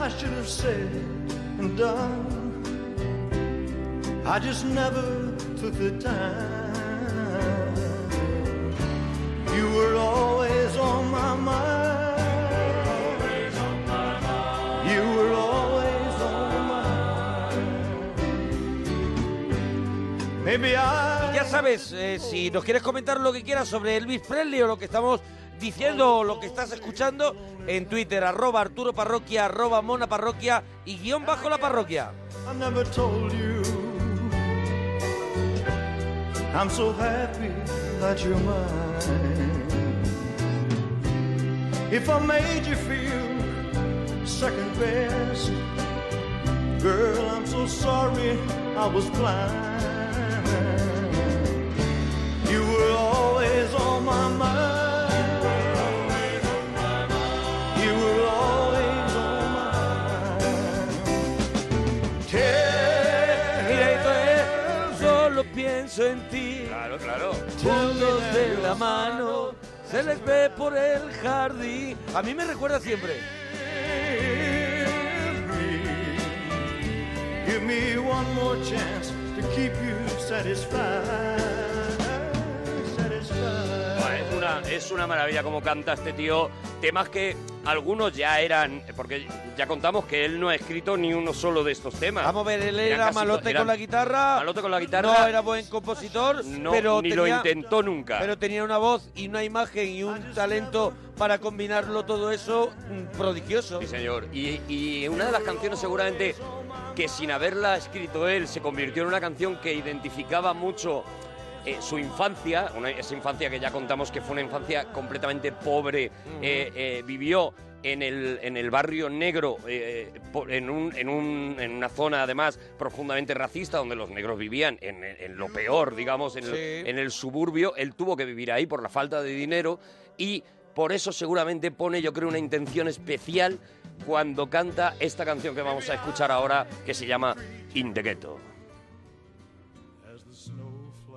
S6: I should have said and done. I just never took the time. You were always on my mind. You were always on my mind. Maybe I
S2: Ya sabes, eh, si nos quieres comentar lo que quieras sobre Elvis Presley o lo que estamos diciendo o lo que estás escuchando, en Twitter, arroba Arturo Parroquia, arroba Mona Parroquia y guión bajo la parroquia.
S6: I never told you. I'm so happy that you're mine. If I made you feel second best, girl, I'm so sorry I was blind. You were always on my mind. You were always on my mind.
S2: Mira, esto es, solo pienso en ti.
S4: Claro, claro.
S2: Juntos de la mano, se les ve por el jardín. A mí me recuerda siempre.
S6: Give me one more chance to keep you satisfied. Satisfied.
S4: Buah, Es una, es una maravilla como canta este tío temas que algunos ya eran, porque ya contamos que él no ha escrito ni uno solo de estos temas.
S2: Vamos a ver, él
S4: Eran
S2: era
S4: casi to-
S2: malote
S4: eran-
S2: con la guitarra.
S4: Malote con la guitarra.
S2: No era buen compositor,
S4: No,
S2: pero
S4: ni lo
S2: tenía,
S4: intentó nunca.
S2: Pero tenía una voz y una imagen y un talento para combinarlo todo eso mm, prodigioso.
S4: Sí, señor. Y, y una de las canciones seguramente que sin haberla escrito él se convirtió en una canción que identificaba mucho eh, su infancia, una- esa infancia que ya contamos que fue una infancia completamente pobre, eh, eh, vivió en el, en el barrio negro, eh, po- en, un- en un- en una zona además profundamente racista, donde los negros vivían en, en lo peor, digamos, en, el,
S2: Sí.
S4: en el suburbio, él tuvo que vivir ahí por la falta de dinero y por eso seguramente pone, yo creo, una intención especial cuando canta esta canción que vamos a escuchar ahora, que se llama In the Ghetto.
S6: as the snow flies.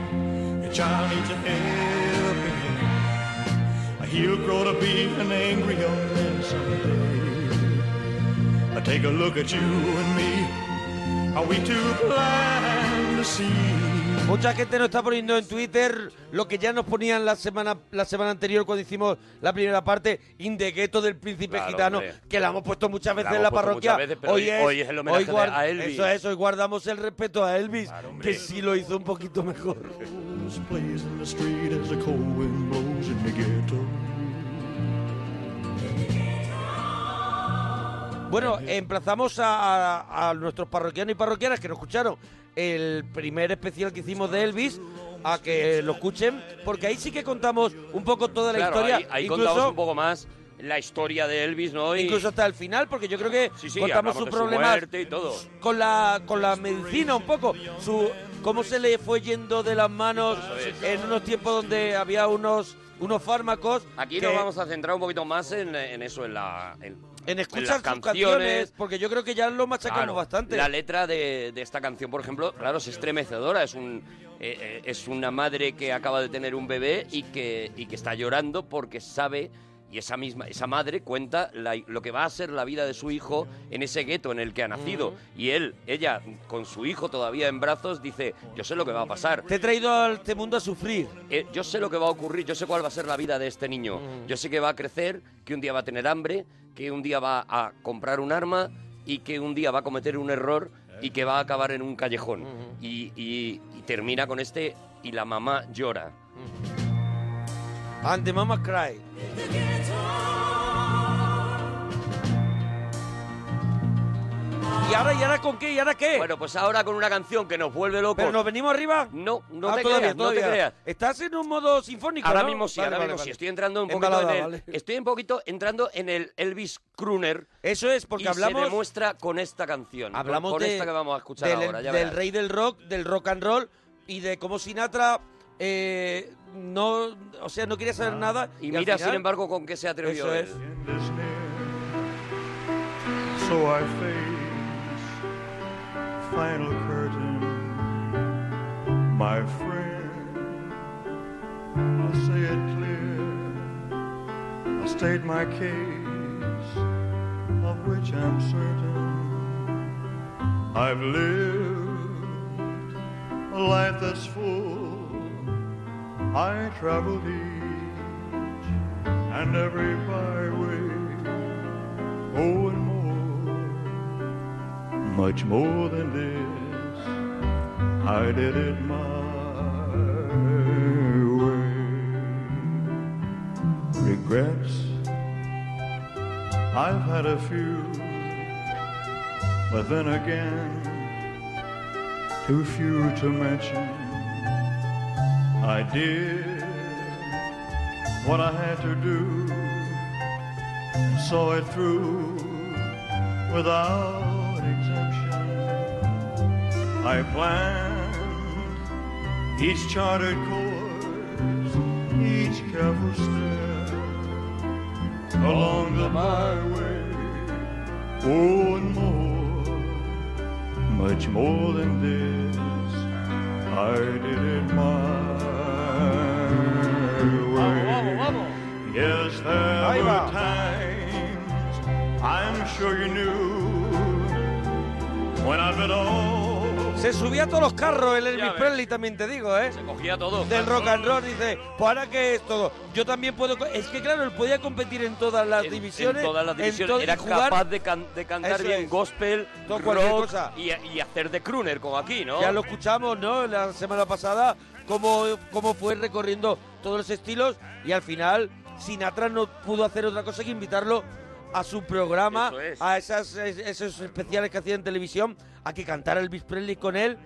S6: Your child needs a helping hand. He'll grow to be an angry young man someday. Take a look at you and me. Are we too blind to see?
S2: Mucha gente nos está poniendo en Twitter lo que ya nos ponían la semana la semana anterior cuando hicimos la primera parte, Indegueto del Príncipe
S4: Claro,
S2: Gitano,
S4: hombre.
S2: que la hemos puesto muchas veces
S4: La
S2: en la
S4: hemos puesto
S2: parroquia.
S4: muchas veces, pero hoy- hoy es el homenaje de-
S2: guard-
S4: a Elvis.
S2: Eso es, hoy guardamos el respeto a Elvis, que sí lo hizo un poquito mejor.
S6: Blues plays in the street as the cold wind blows in the ghetto.
S2: Bueno, emplazamos a, a- a nuestros parroquianos y parroquianas que nos escucharon el primer especial que hicimos de Elvis a que lo escuchen, porque ahí sí que contamos un poco toda la
S4: Claro,
S2: historia.
S4: ahí, ahí
S2: incluso-
S4: contamos un poco más la historia de Elvis, ¿no? Y-
S2: incluso hasta el final, porque yo creo que
S4: Sí, sí,
S2: contamos
S4: hablamos
S2: sus
S4: de su
S2: problemas
S4: muerte y todo.
S2: con la con la medicina un poco, su cómo se le fue yendo de las manos en unos tiempos donde había unos unos fármacos.
S4: Aquí
S2: que-
S4: nos vamos a centrar un poquito más en, en eso, en la... En,
S2: en escuchar
S4: las
S2: sus canciones, porque yo creo que ya lo machacamos
S4: Claro,
S2: bastante.
S4: La letra de, de esta canción, por ejemplo, claro, es estremecedora. Es un eh, eh, es una madre que acaba de tener un bebé y que, y que está llorando porque sabe y esa misma esa madre cuenta la- lo que va a ser la vida de su hijo en ese gueto en el que ha nacido y él ella con su hijo todavía en brazos dice yo sé lo que va a pasar Eh,
S2: te he traído a este mundo a sufrir
S4: yo sé lo que va a ocurrir yo sé cuál va a ser la vida de este niño yo sé que va a crecer que un día va a tener hambre que un día va a comprar un arma y que un día va a cometer un error y que va a acabar en un callejón y, y- y termina con este y la mamá llora
S2: And the mama cry. ¿Y ahora, y ahora con qué? ¿Y ahora qué?
S4: Bueno, pues ahora con una canción que nos vuelve locos.
S2: ¿Pero nos venimos arriba?
S4: No, no
S2: Ah,
S4: te
S2: todavía,
S4: creas, no te
S2: todavía.
S4: creas.
S2: Estás en un modo sinfónico,
S4: Ahora
S2: ¿no?
S4: mismo sí,
S2: Vale,
S4: ahora
S2: vale,
S4: mismo
S2: vale.
S4: sí. Estoy entrando un
S2: En
S4: poquito
S2: balada,
S4: en el,
S2: vale.
S4: estoy un poquito entrando en el Elvis Crooner.
S2: Eso es porque
S4: y
S2: hablamos-
S4: se demuestra con esta canción, con-
S2: Hablamos
S4: con,
S2: de-
S4: esta que vamos a escuchar
S2: del,
S4: ahora. ya
S2: del
S4: verás.
S2: rey del rock, del rock and roll y de cómo Sinatra eh, no, o sea, no quería saber nada.
S4: Ah. Y,
S2: al
S4: mira,
S2: final-
S4: sin embargo, con qué se atrevió
S2: Eso
S4: él.
S2: es.
S6: So I face final curtain, my friend. I'll say it clear. I'll state my case, of which I'm certain. I've lived a life that's full. I traveled each and every byway. Oh, and much more than this. I did it my way. Regrets, I've had a few, but then again, too few to mention. I did what I had to do, and saw it through without exemption. I planned each charted course each careful step along the byway. Oh, and more, much more than this, I did it my way. Yes, there
S1: Ahí
S6: were
S1: va.
S6: times I'm sure you knew when I belonged.
S2: Se subía a todos los carros el Elvis
S6: ves.
S2: Presley, también te digo, ¿eh? Se
S4: cogía todo.
S2: Del rock and roll, dice, pues ahora que es todo. Yo también puedo... co- Es que claro, él podía competir en todas las divisiones.
S4: en todas las
S2: en
S4: divisiones.
S2: todo- y
S4: Era
S2: jugar-
S4: capaz de, can- de cantar
S2: Eso
S4: bien
S2: es.
S4: gospel,
S2: Todo, cualquier
S4: rock
S2: cosa.
S4: Y, y hacer de crooner, como aquí, ¿no?
S2: Ya lo escuchamos, ¿no? La semana pasada, cómo, cómo fue recorriendo todos los estilos y al final Sinatra no pudo hacer otra cosa que invitarlo a su programa,
S4: Eso es.
S2: a esas, es- esos especiales que hacía en televisión, a que cantara Elvis Presley con él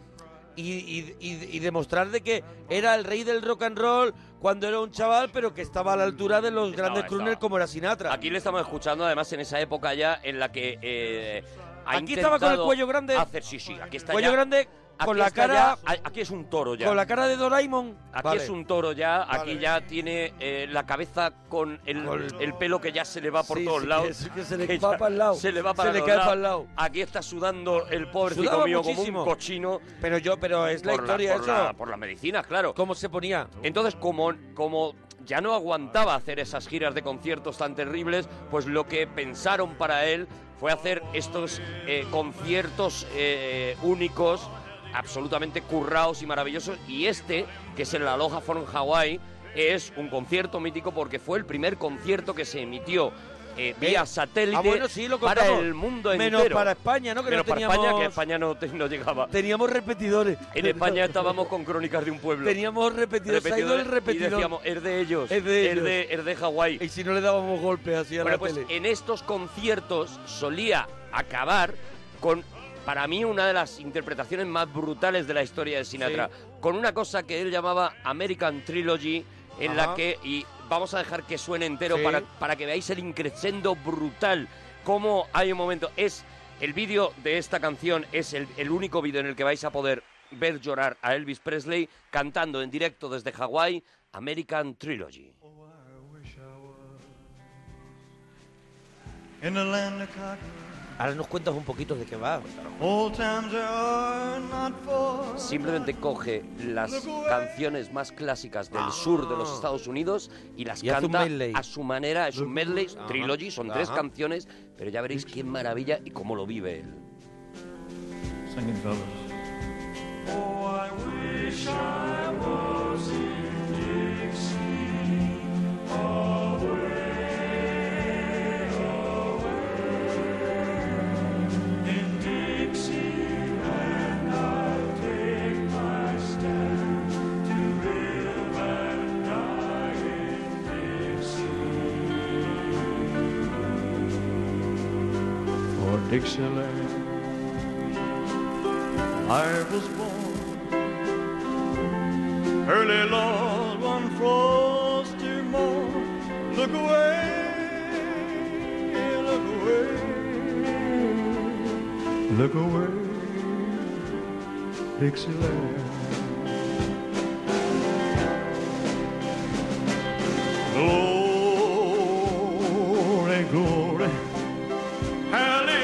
S2: y, y- y- y demostrar de que era el rey del rock and roll cuando era un chaval, pero que estaba a la altura de los grandes
S4: estaba.
S2: crooners como era Sinatra.
S4: Aquí le estamos escuchando, además, en esa época ya en la que. eh, ha
S2: Aquí estaba con el
S4: intentado
S2: cuello grande.
S4: Hacer, sí, sí, aquí está
S2: Cuello
S4: ya-
S2: grande,
S4: aquí
S2: con la
S4: está
S2: cara-
S4: ya- a- aquí es un toro ya.
S2: Con la cara de Doraemon.
S4: Aquí
S2: Vale.
S4: es un toro ya, aquí ya tiene eh, la cabeza con el, el pelo que ya se le va por
S2: Sí,
S4: todos
S2: sí,
S4: lados.
S2: que se- que se le
S4: que
S2: va
S4: ya
S2: pa'l lado.
S4: Se le va
S2: Se
S4: para
S2: le
S4: los
S2: cae
S4: lados.
S2: pa'l lado.
S4: Aquí está sudando el pobrecito
S2: Sudaba
S4: mío
S2: muchísimo.
S4: como un cochino.
S2: Pero yo, pero es la
S4: por
S2: historia
S4: por
S2: eso.
S4: la- por las medicinas, claro.
S2: ¿Cómo se ponía?
S4: Entonces, como, como ya no aguantaba hacer esas giras de conciertos tan terribles, pues lo que pensaron para él fue hacer estos eh, conciertos eh, únicos, absolutamente currados y maravillosos. Y este, que es en la Aloha Forum Hawaii, es un concierto mítico porque fue el primer concierto que se emitió. eh, vía
S2: Eh,
S4: satélite
S2: ah, bueno, sí, lo
S4: para
S2: contamos.
S4: el mundo entero.
S2: Menos para España, ¿no? Que no
S4: Menos para España,
S2: teníamos-
S4: que España no, te- no llegaba.
S2: Teníamos repetidores.
S4: En España estábamos con Crónicas de un Pueblo.
S2: Teníamos repetidores, se ha ido el repetidor.
S4: Y decíamos, es de ellos.
S2: Es de ellos.
S4: de, es de Hawái.
S2: Y si no le dábamos golpes así a
S4: Bueno,
S2: la
S4: pues
S2: tele.
S4: en estos conciertos solía acabar con, para mí, una de las interpretaciones más brutales de la historia de Sinatra.
S2: Sí.
S4: Con una cosa que él llamaba American Trilogy, en
S2: Ajá.
S4: la que, y vamos a dejar que suene entero
S2: Sí.
S4: para, para que veáis el increscendo brutal, cómo hay un momento, es... El vídeo de esta canción es el, el único vídeo en el que vais a poder ver llorar a Elvis Presley cantando en directo desde Hawái American Trilogy.
S6: In the land of cotton,
S2: Ahora nos cuentas un poquito de qué va.
S6: old times they are not for.
S4: Simplemente coge las canciones más clásicas del sur de los Estados Unidos y las
S2: Ah. Y hace un
S4: canta
S2: medley.
S4: a su manera. Es un medley,
S2: Ajá.
S4: trilogy, son tres
S2: Ajá.
S4: canciones, pero ya veréis qué maravilla y cómo lo vive él.
S6: Singing fellas.
S1: Oh, I wish I was in Dixie, away, away. In Dixieland I'll take my stand to live and die in Dixie.
S6: for Dixieland. I was born early, Lord, one frosty morn. Look away, look away, look away, Dixieland. Glory, glory, hallelujah.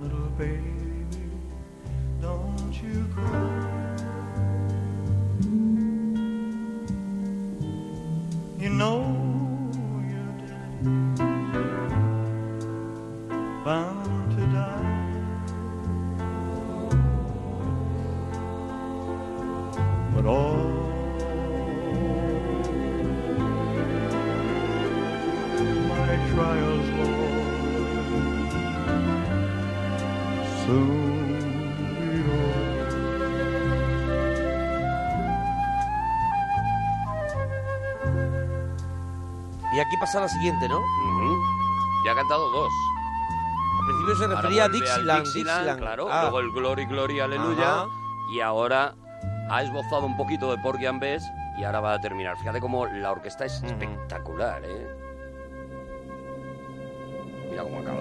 S6: Little baby, don't you cry. You know you're bound to die. But all
S4: eh,
S2: Y aquí pasa la siguiente, ¿no?
S4: Ya ha cantado dos.
S2: Al principio se
S4: Ahora
S2: refería a
S4: vuelve al
S2: Dixieland.
S4: Dixieland,
S2: Dixieland.
S4: claro.
S2: Ah.
S4: Luego el Glory, Glory, Aleluya.
S2: Ajá.
S4: Y ahora ha esbozado un poquito de Porgy and Bess y ahora va a terminar. Fíjate cómo la orquesta es espectacular, ¿eh? Mira cómo acaba.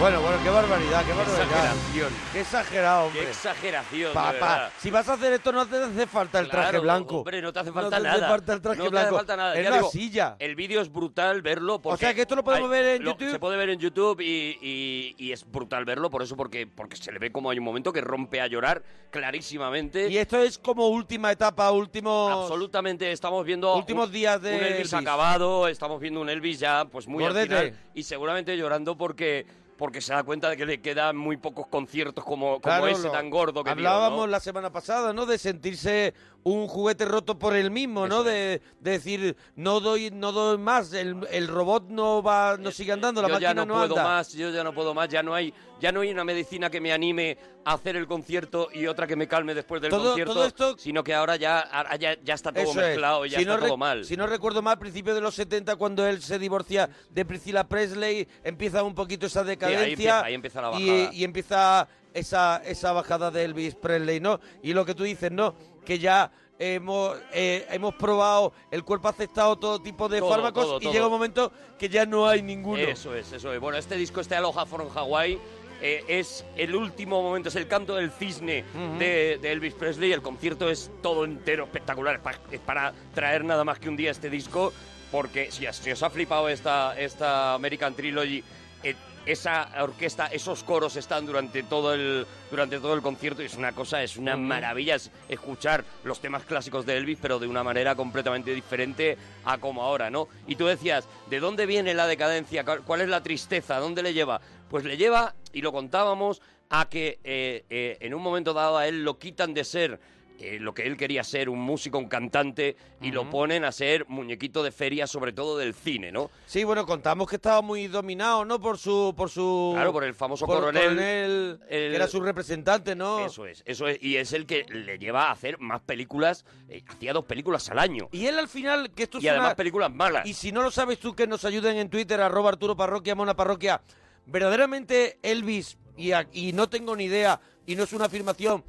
S2: Bueno, bueno, qué barbaridad, qué barbaridad.
S4: exageración.
S2: Qué exagerado, hombre.
S4: Qué exageración, de
S2: Papá,
S4: verdad.
S2: si vas a hacer esto no te hace falta el traje
S4: Claro,
S2: blanco.
S4: Hombre, no te hace falta
S2: No te
S4: nada.
S2: hace falta el traje
S4: No te hace
S2: blanco.
S4: falta nada.
S2: Es
S4: Ya
S2: una
S4: digo,
S2: silla.
S4: El vídeo es brutal verlo. Porque
S2: sea, que esto lo podemos ver en
S4: YouTube. Se puede ver en YouTube y, y- y es brutal verlo por eso, porque, porque se le ve como hay un momento que rompe a llorar clarísimamente.
S2: Y esto es como última etapa, últimos...
S4: Absolutamente, estamos viendo
S2: Últimos
S4: un-
S2: días de
S4: un Elvis,
S2: Elvis.
S4: acabado, estamos viendo un Elvis ya pues muy al
S2: Gordete.
S4: final y seguramente llorando porque porque se da cuenta de que le quedan muy pocos conciertos como, como
S2: Claro,
S4: ese
S2: lo-
S4: tan gordo que dio, ¿no?
S2: Hablábamos la semana pasada, ¿no? De sentirse un juguete roto por él mismo, ¿no? De, de decir, no doy no doy más, el, el robot no va no sigue andando, la
S4: Eh, yo
S2: máquina
S4: ya no,
S2: no
S4: puedo
S2: anda.
S4: más, yo ya no puedo más, ya no hay ya no hay una medicina que me anime a hacer el concierto y otra que me calme después del
S2: Todo-
S4: concierto,
S2: todo esto-
S4: sino que ahora ya, ahora ya, ya está todo
S2: Eso es.
S4: mezclado, ya
S2: Si
S4: está
S2: no
S4: todo
S2: rec-
S4: mal.
S2: Si no recuerdo mal, al principio de los 70, cuando él se divorcia de Priscilla Presley, empieza un poquito esa decadencia.
S4: empieza- ahí empieza la
S2: y-
S4: bajada.
S2: Y, empieza esa, esa bajada de Elvis Presley, ¿no? Y lo que tú dices, ¿no? Que ya hemos, eh, hemos probado, el cuerpo ha aceptado todo tipo de
S4: Todo,
S2: fármacos
S4: todo,
S2: y
S4: todo.
S2: llega un momento que ya no hay ninguno.
S4: Eso es, eso es. Bueno, este disco, este Aloha from Hawaii, eh, es el último momento, es el canto del cisne
S2: Ujú.
S4: de, de Elvis Presley. El concierto es todo entero, espectacular. Es pa- es para, traer nada más que un día este disco, porque si, os- si os ha flipado esta, esta American Trilogy, eh, esa orquesta, esos coros están durante todo el durante todo el concierto y es una cosa, es una
S2: Ujú.
S4: maravilla es escuchar los temas clásicos de Elvis, pero de una manera completamente diferente a como ahora, ¿no? Y tú decías, ¿de dónde viene la decadencia? ¿Cuál- ¿Cuál es la tristeza? ¿A ¿Dónde le lleva? Pues le lleva, y lo contábamos, a que eh, eh, en un momento dado a él lo quitan de ser eh, lo que él quería ser, un músico, un cantante, y lo ponen a ser muñequito de feria, sobre todo del cine, ¿no?
S2: Sí, bueno, contamos que estaba muy dominado, ¿no? Por su... Por su
S4: Claro, por el famoso
S2: por-
S4: coronel.
S2: que
S4: El-
S2: era su representante, ¿no?
S4: Eso es, eso es, y es el que le lleva a hacer más películas, eh, hacía dos películas al año.
S2: Y él al final, que esto
S4: Y
S2: es
S4: además
S2: una-
S4: películas malas.
S2: Y si no lo sabes tú, que nos ayuden en Twitter, arroba Arturo Parroquia, Mona Parroquia. Verdaderamente Elvis, y, a- y no tengo ni idea, y no es una afirmación,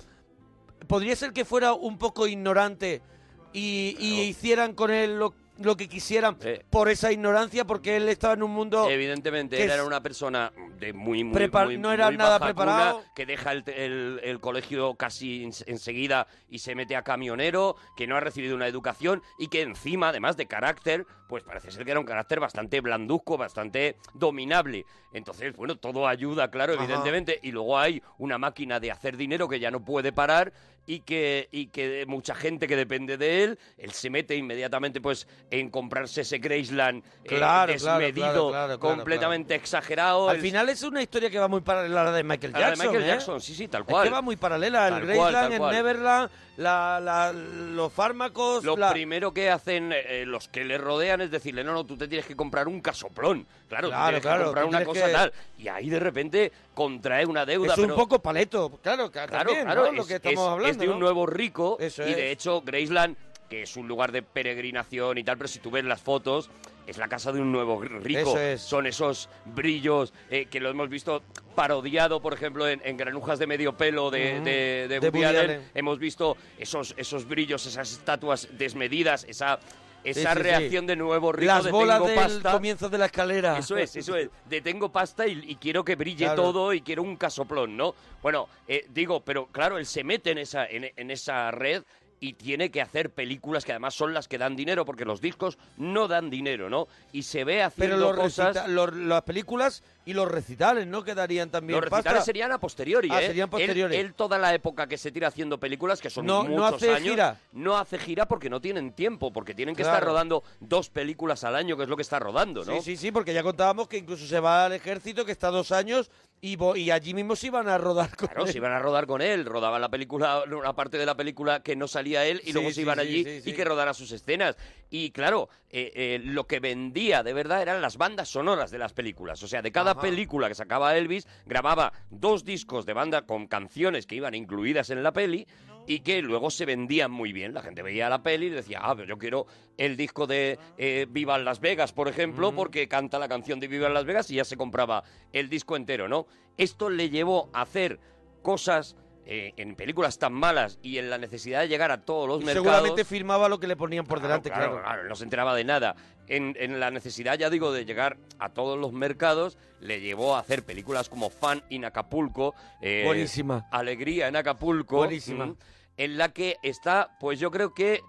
S2: podría ser que fuera un poco ignorante y, y hicieran con él lo, lo que quisieran por esa ignorancia, porque él estaba en un mundo...
S4: Evidentemente,
S2: que
S4: él
S2: es-
S4: era una persona de muy, muy,
S2: Prepar-
S4: muy-
S2: no era
S4: muy
S2: nada
S4: baja
S2: preparado.
S4: cuna, que deja el, el- el colegio casi ens- enseguida y se mete a camionero, que no ha recibido una educación y que encima, además de carácter, pues parece ser que era un carácter bastante blanduzco, bastante dominable. Entonces, bueno, todo ayuda, claro,
S2: Ajá.
S4: evidentemente. Y luego hay una máquina de hacer dinero que ya no puede parar y que, y que mucha gente que depende de él, él se mete inmediatamente pues en comprarse ese Graceland eh,
S2: Claro, claro,
S4: desmedido,
S2: claro, claro, claro,
S4: completamente exagerado.
S2: Al
S4: el-
S2: final es una historia que va muy paralela a la de Michael
S4: a la de
S2: Jackson.
S4: Michael
S2: ¿eh?
S4: Jackson, sí, sí, tal cual.
S2: Es que va muy paralela. El
S4: Tal cual,
S2: Graceland,
S4: tal
S2: el
S4: cual.
S2: Neverland, la- la- los fármacos.
S4: Lo
S2: la-
S4: primero que hacen eh, eh, los que le rodean es decirle, no, no, tú te tienes que comprar un casoplón. Claro, tú
S2: Claro,
S4: tienes
S2: claro,
S4: que comprar
S2: tú
S4: una
S2: tienes
S4: cosa
S2: que-
S4: tal. Y ahí de repente contrae una deuda.
S2: es un
S4: pero-
S2: poco paleto, claro, claro, también, ¿no? lo
S4: es-
S2: que estamos
S4: es-
S2: hablando.
S4: Es de
S2: ¿no?
S4: un nuevo rico
S2: Eso
S4: y
S2: es.
S4: de hecho Graceland, que es un lugar de peregrinación y tal, pero si tú ves las fotos, es la casa de un nuevo rico.
S2: Eso es.
S4: Son esos brillos eh, que lo hemos visto parodiado, por ejemplo, en, en Granujas de Medio Pelo de,
S2: Ujú.
S4: de- de
S2: De
S4: Woody
S2: Woody
S4: Allen.
S2: Allen.
S4: Hemos visto esos, esos brillos, esas estatuas desmedidas, esa Esa
S2: Sí, sí, sí.
S4: reacción de nuevo rico
S2: Las
S4: de
S2: bolas
S4: tengo
S2: del
S4: pasta.
S2: comienzo de la escalera.
S4: Eso es, eso es. De tengo pasta y, y quiero que brille
S2: Claro.
S4: todo y quiero un casoplón, ¿no? Bueno, eh, digo, pero claro, él se mete en esa, en, en esa red y tiene que hacer películas que además son las que dan dinero, porque los discos no dan dinero, ¿no? Y se ve haciendo
S2: Pero los
S4: cosas...
S2: recita- los- las películas y los recitales, ¿no? Quedarían también
S4: Los recitales
S2: pasta.
S4: serían a posteriori,
S2: Ah,
S4: ¿eh?
S2: serían
S4: Él-
S2: posteriores.
S4: Él, toda la época que se tira haciendo películas, que son
S2: No- no
S4: muchos
S2: hace
S4: años,
S2: gira.
S4: no hace gira porque no tienen tiempo, porque tienen que estar
S2: Claro.
S4: rodando dos películas al año, que es lo que está rodando, ¿no?
S2: Sí, sí, sí, porque ya contábamos que incluso se va al ejército, que está dos años, y, vo- y allí mismo se iban a rodar con
S4: Claro,
S2: él.
S4: se iban a rodar con él, rodaban la película, una parte de la película que no salía él y
S2: Sí,
S4: luego se
S2: sí,
S4: iban
S2: sí,
S4: allí
S2: sí,
S4: y que rodara sus escenas. Y claro, eh, eh, lo que vendía de verdad eran las bandas sonoras de las películas. O sea, de cada
S2: Ajá.
S4: película que sacaba Elvis, grababa dos discos de banda con canciones que iban incluidas en la peli y que luego se vendían muy bien. La gente veía la peli y decía, ah, pero yo quiero el disco de eh, Viva en Las Vegas, por ejemplo, porque canta la canción de Viva en Las Vegas y ya se compraba el disco entero, ¿no? Esto le llevó a hacer cosas eh, en películas tan malas y en la necesidad de llegar a todos los
S2: Y
S4: mercados.
S2: seguramente firmaba lo que le ponían por delante, claro.
S4: no se enteraba de nada. En, en la necesidad, ya digo, de llegar a todos los mercados, le llevó a hacer películas como Fan in Acapulco. eh,
S2: Buenísima.
S4: Alegría en Acapulco.
S2: Buenísima.
S4: mm, En la que está, pues yo creo que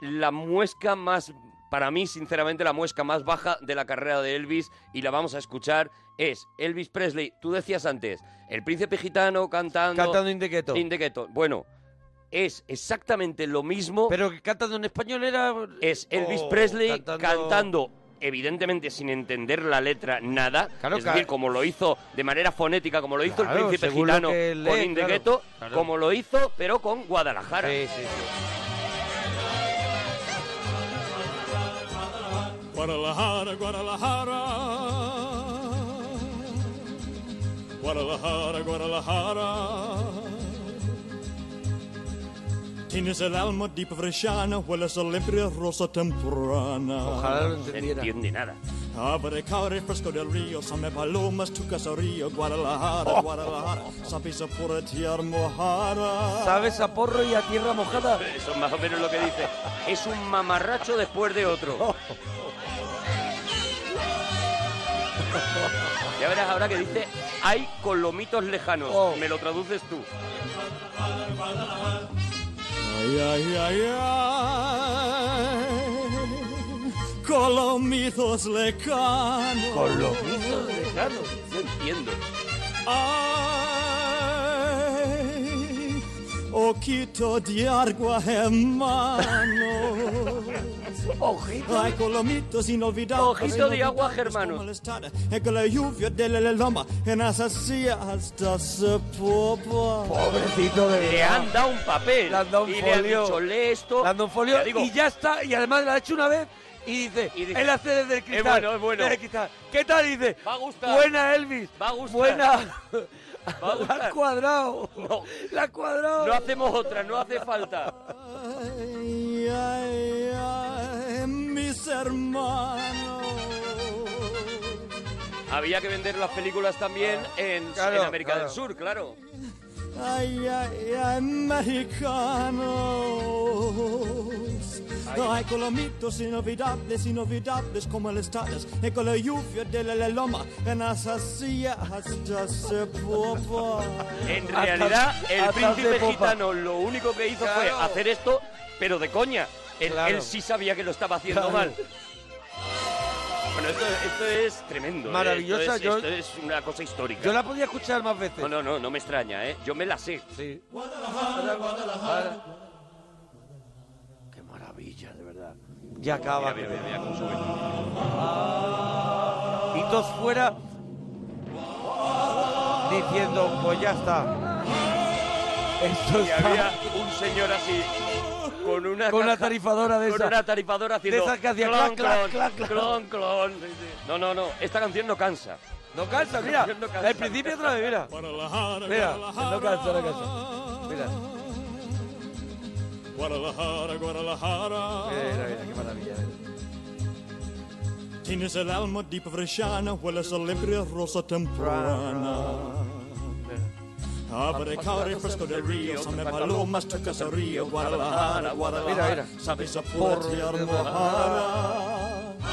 S4: la muesca más, para mí, sinceramente, la muesca más baja de la carrera de Elvis, y la vamos a escuchar, es Elvis Presley. Tú decías antes, el príncipe gitano cantando.
S2: Cantando In the Ghetto.
S4: In the Ghetto. Bueno, es exactamente lo mismo.
S2: Pero cantando en español era.
S4: Es Elvis
S2: Oh,
S4: Presley
S2: cantando-
S4: cantando... Evidentemente sin entender la letra nada,
S2: Claro,
S4: es
S2: ca-
S4: decir, como lo hizo de manera fonética, como lo hizo
S2: Claro,
S4: el príncipe
S2: según lo
S4: gitano
S2: que lee,
S4: con In the
S2: claro.
S4: Ghetto,
S2: Claro.
S4: como lo hizo pero con Guadalajara.
S6: Guadalajara, Guadalajara. Guadalajara, Guadalajara. Tienes el alma deep frescana, hueles a limpia rosa temprana.
S4: no entiende nada.
S6: Abricare fresco del río, same palomas, tu caserío, Guadalajara, Guadalajara, sabes a pura tierra mojada.
S2: ¿Sabes a porro y a tierra mojada?
S4: Eso es más o menos lo que dice. Es un mamarracho después de otro. Ya verás ahora que dice, hay colomitos lejanos.
S2: Oh.
S4: Me lo traduces tú.
S6: Ay, ay, ay, ay. Colomitos lecanos.
S4: Colomitos lecanos. No entiendo.
S6: Ay, Ojito de agua, hermano.
S4: Ojito.
S6: Ay, colomitos inolvidables.
S4: Ojito de agua,
S6: inolvidables
S4: hermano.
S6: como el estar En que la lluvia de la loma en asesía hasta se popa.
S2: Pobrecito de
S4: Le
S2: verdad.
S4: han dado un papel.
S2: Le han dado un
S4: y Le
S2: folio.
S4: han dicho, lee esto.
S2: Le han dado un folio
S4: Ya digo-
S2: y ya está. Y además la ha hecho una vez y dice, él hace desde el cristal.
S4: bueno, es bueno.
S2: desde el cristal. ¿Qué tal? Dice,
S4: Va a gustar.
S2: buena Elvis.
S4: Va a gustar.
S2: Buena.
S4: Va a
S2: La
S4: gustar.
S2: has cuadrado.
S4: No.
S2: La has cuadrado.
S4: No hacemos otra, no hace falta.
S6: Ay, ay, ay, mis hermanos.
S4: Había que vender las películas también en,
S6: Claro,
S4: en América
S6: claro.
S4: del Sur, claro.
S6: Ay, ay, ay, mexicanos. Ay, colomitos inolvidables, inolvidables como el estatus. Y con la lluvia de la loma, en Asasía hasta se popa.
S4: En realidad, el
S6: hasta
S4: príncipe
S6: de popa.
S4: gitano lo único que hizo fue
S6: Claro.
S4: hacer esto, pero de coña. Él,
S2: Claro.
S4: él sí sabía que lo estaba haciendo
S2: Claro.
S4: mal. Bueno, esto, esto es tremendo. ¿eh?
S2: Maravillosa,
S4: Esto es,
S2: yo-
S4: esto es una cosa histórica.
S2: Yo la podía escuchar más veces.
S4: No, no, no, no me extraña, ¿eh? Yo me la sé.
S2: Sí.
S4: Qué maravilla, de verdad.
S2: Ya acaba.
S4: Mira, mira, mira, mira cómo sube.
S2: Y todos fuera diciendo, pues ya está. Esto
S4: Y
S2: está-
S4: había un señor así, con una,
S2: Con una
S4: caja-
S2: tarifadora de
S4: con
S2: esas.
S4: una tarifadora haciendo...
S2: De esas que hacía
S4: clon,
S2: clac,
S4: clon,
S2: clac, clac, clac.
S4: clon, clon. Sí, sí. No, no, no, esta canción no cansa.
S2: No cansa, mira. Al principio otra vez, mira. Mira, no cansa, no cansa. Mira.
S6: Guadalajara, Guadalajara.
S2: Mira, mira, qué maravilla.
S6: Tienes el alma deep freshana, hueles a limpia rosa temprana.
S7: Abracadabra, Fresco del Río, San Palomas, Chucas del Río, Guadalajara, Guadalajara, sabes a Puerto y Almojara.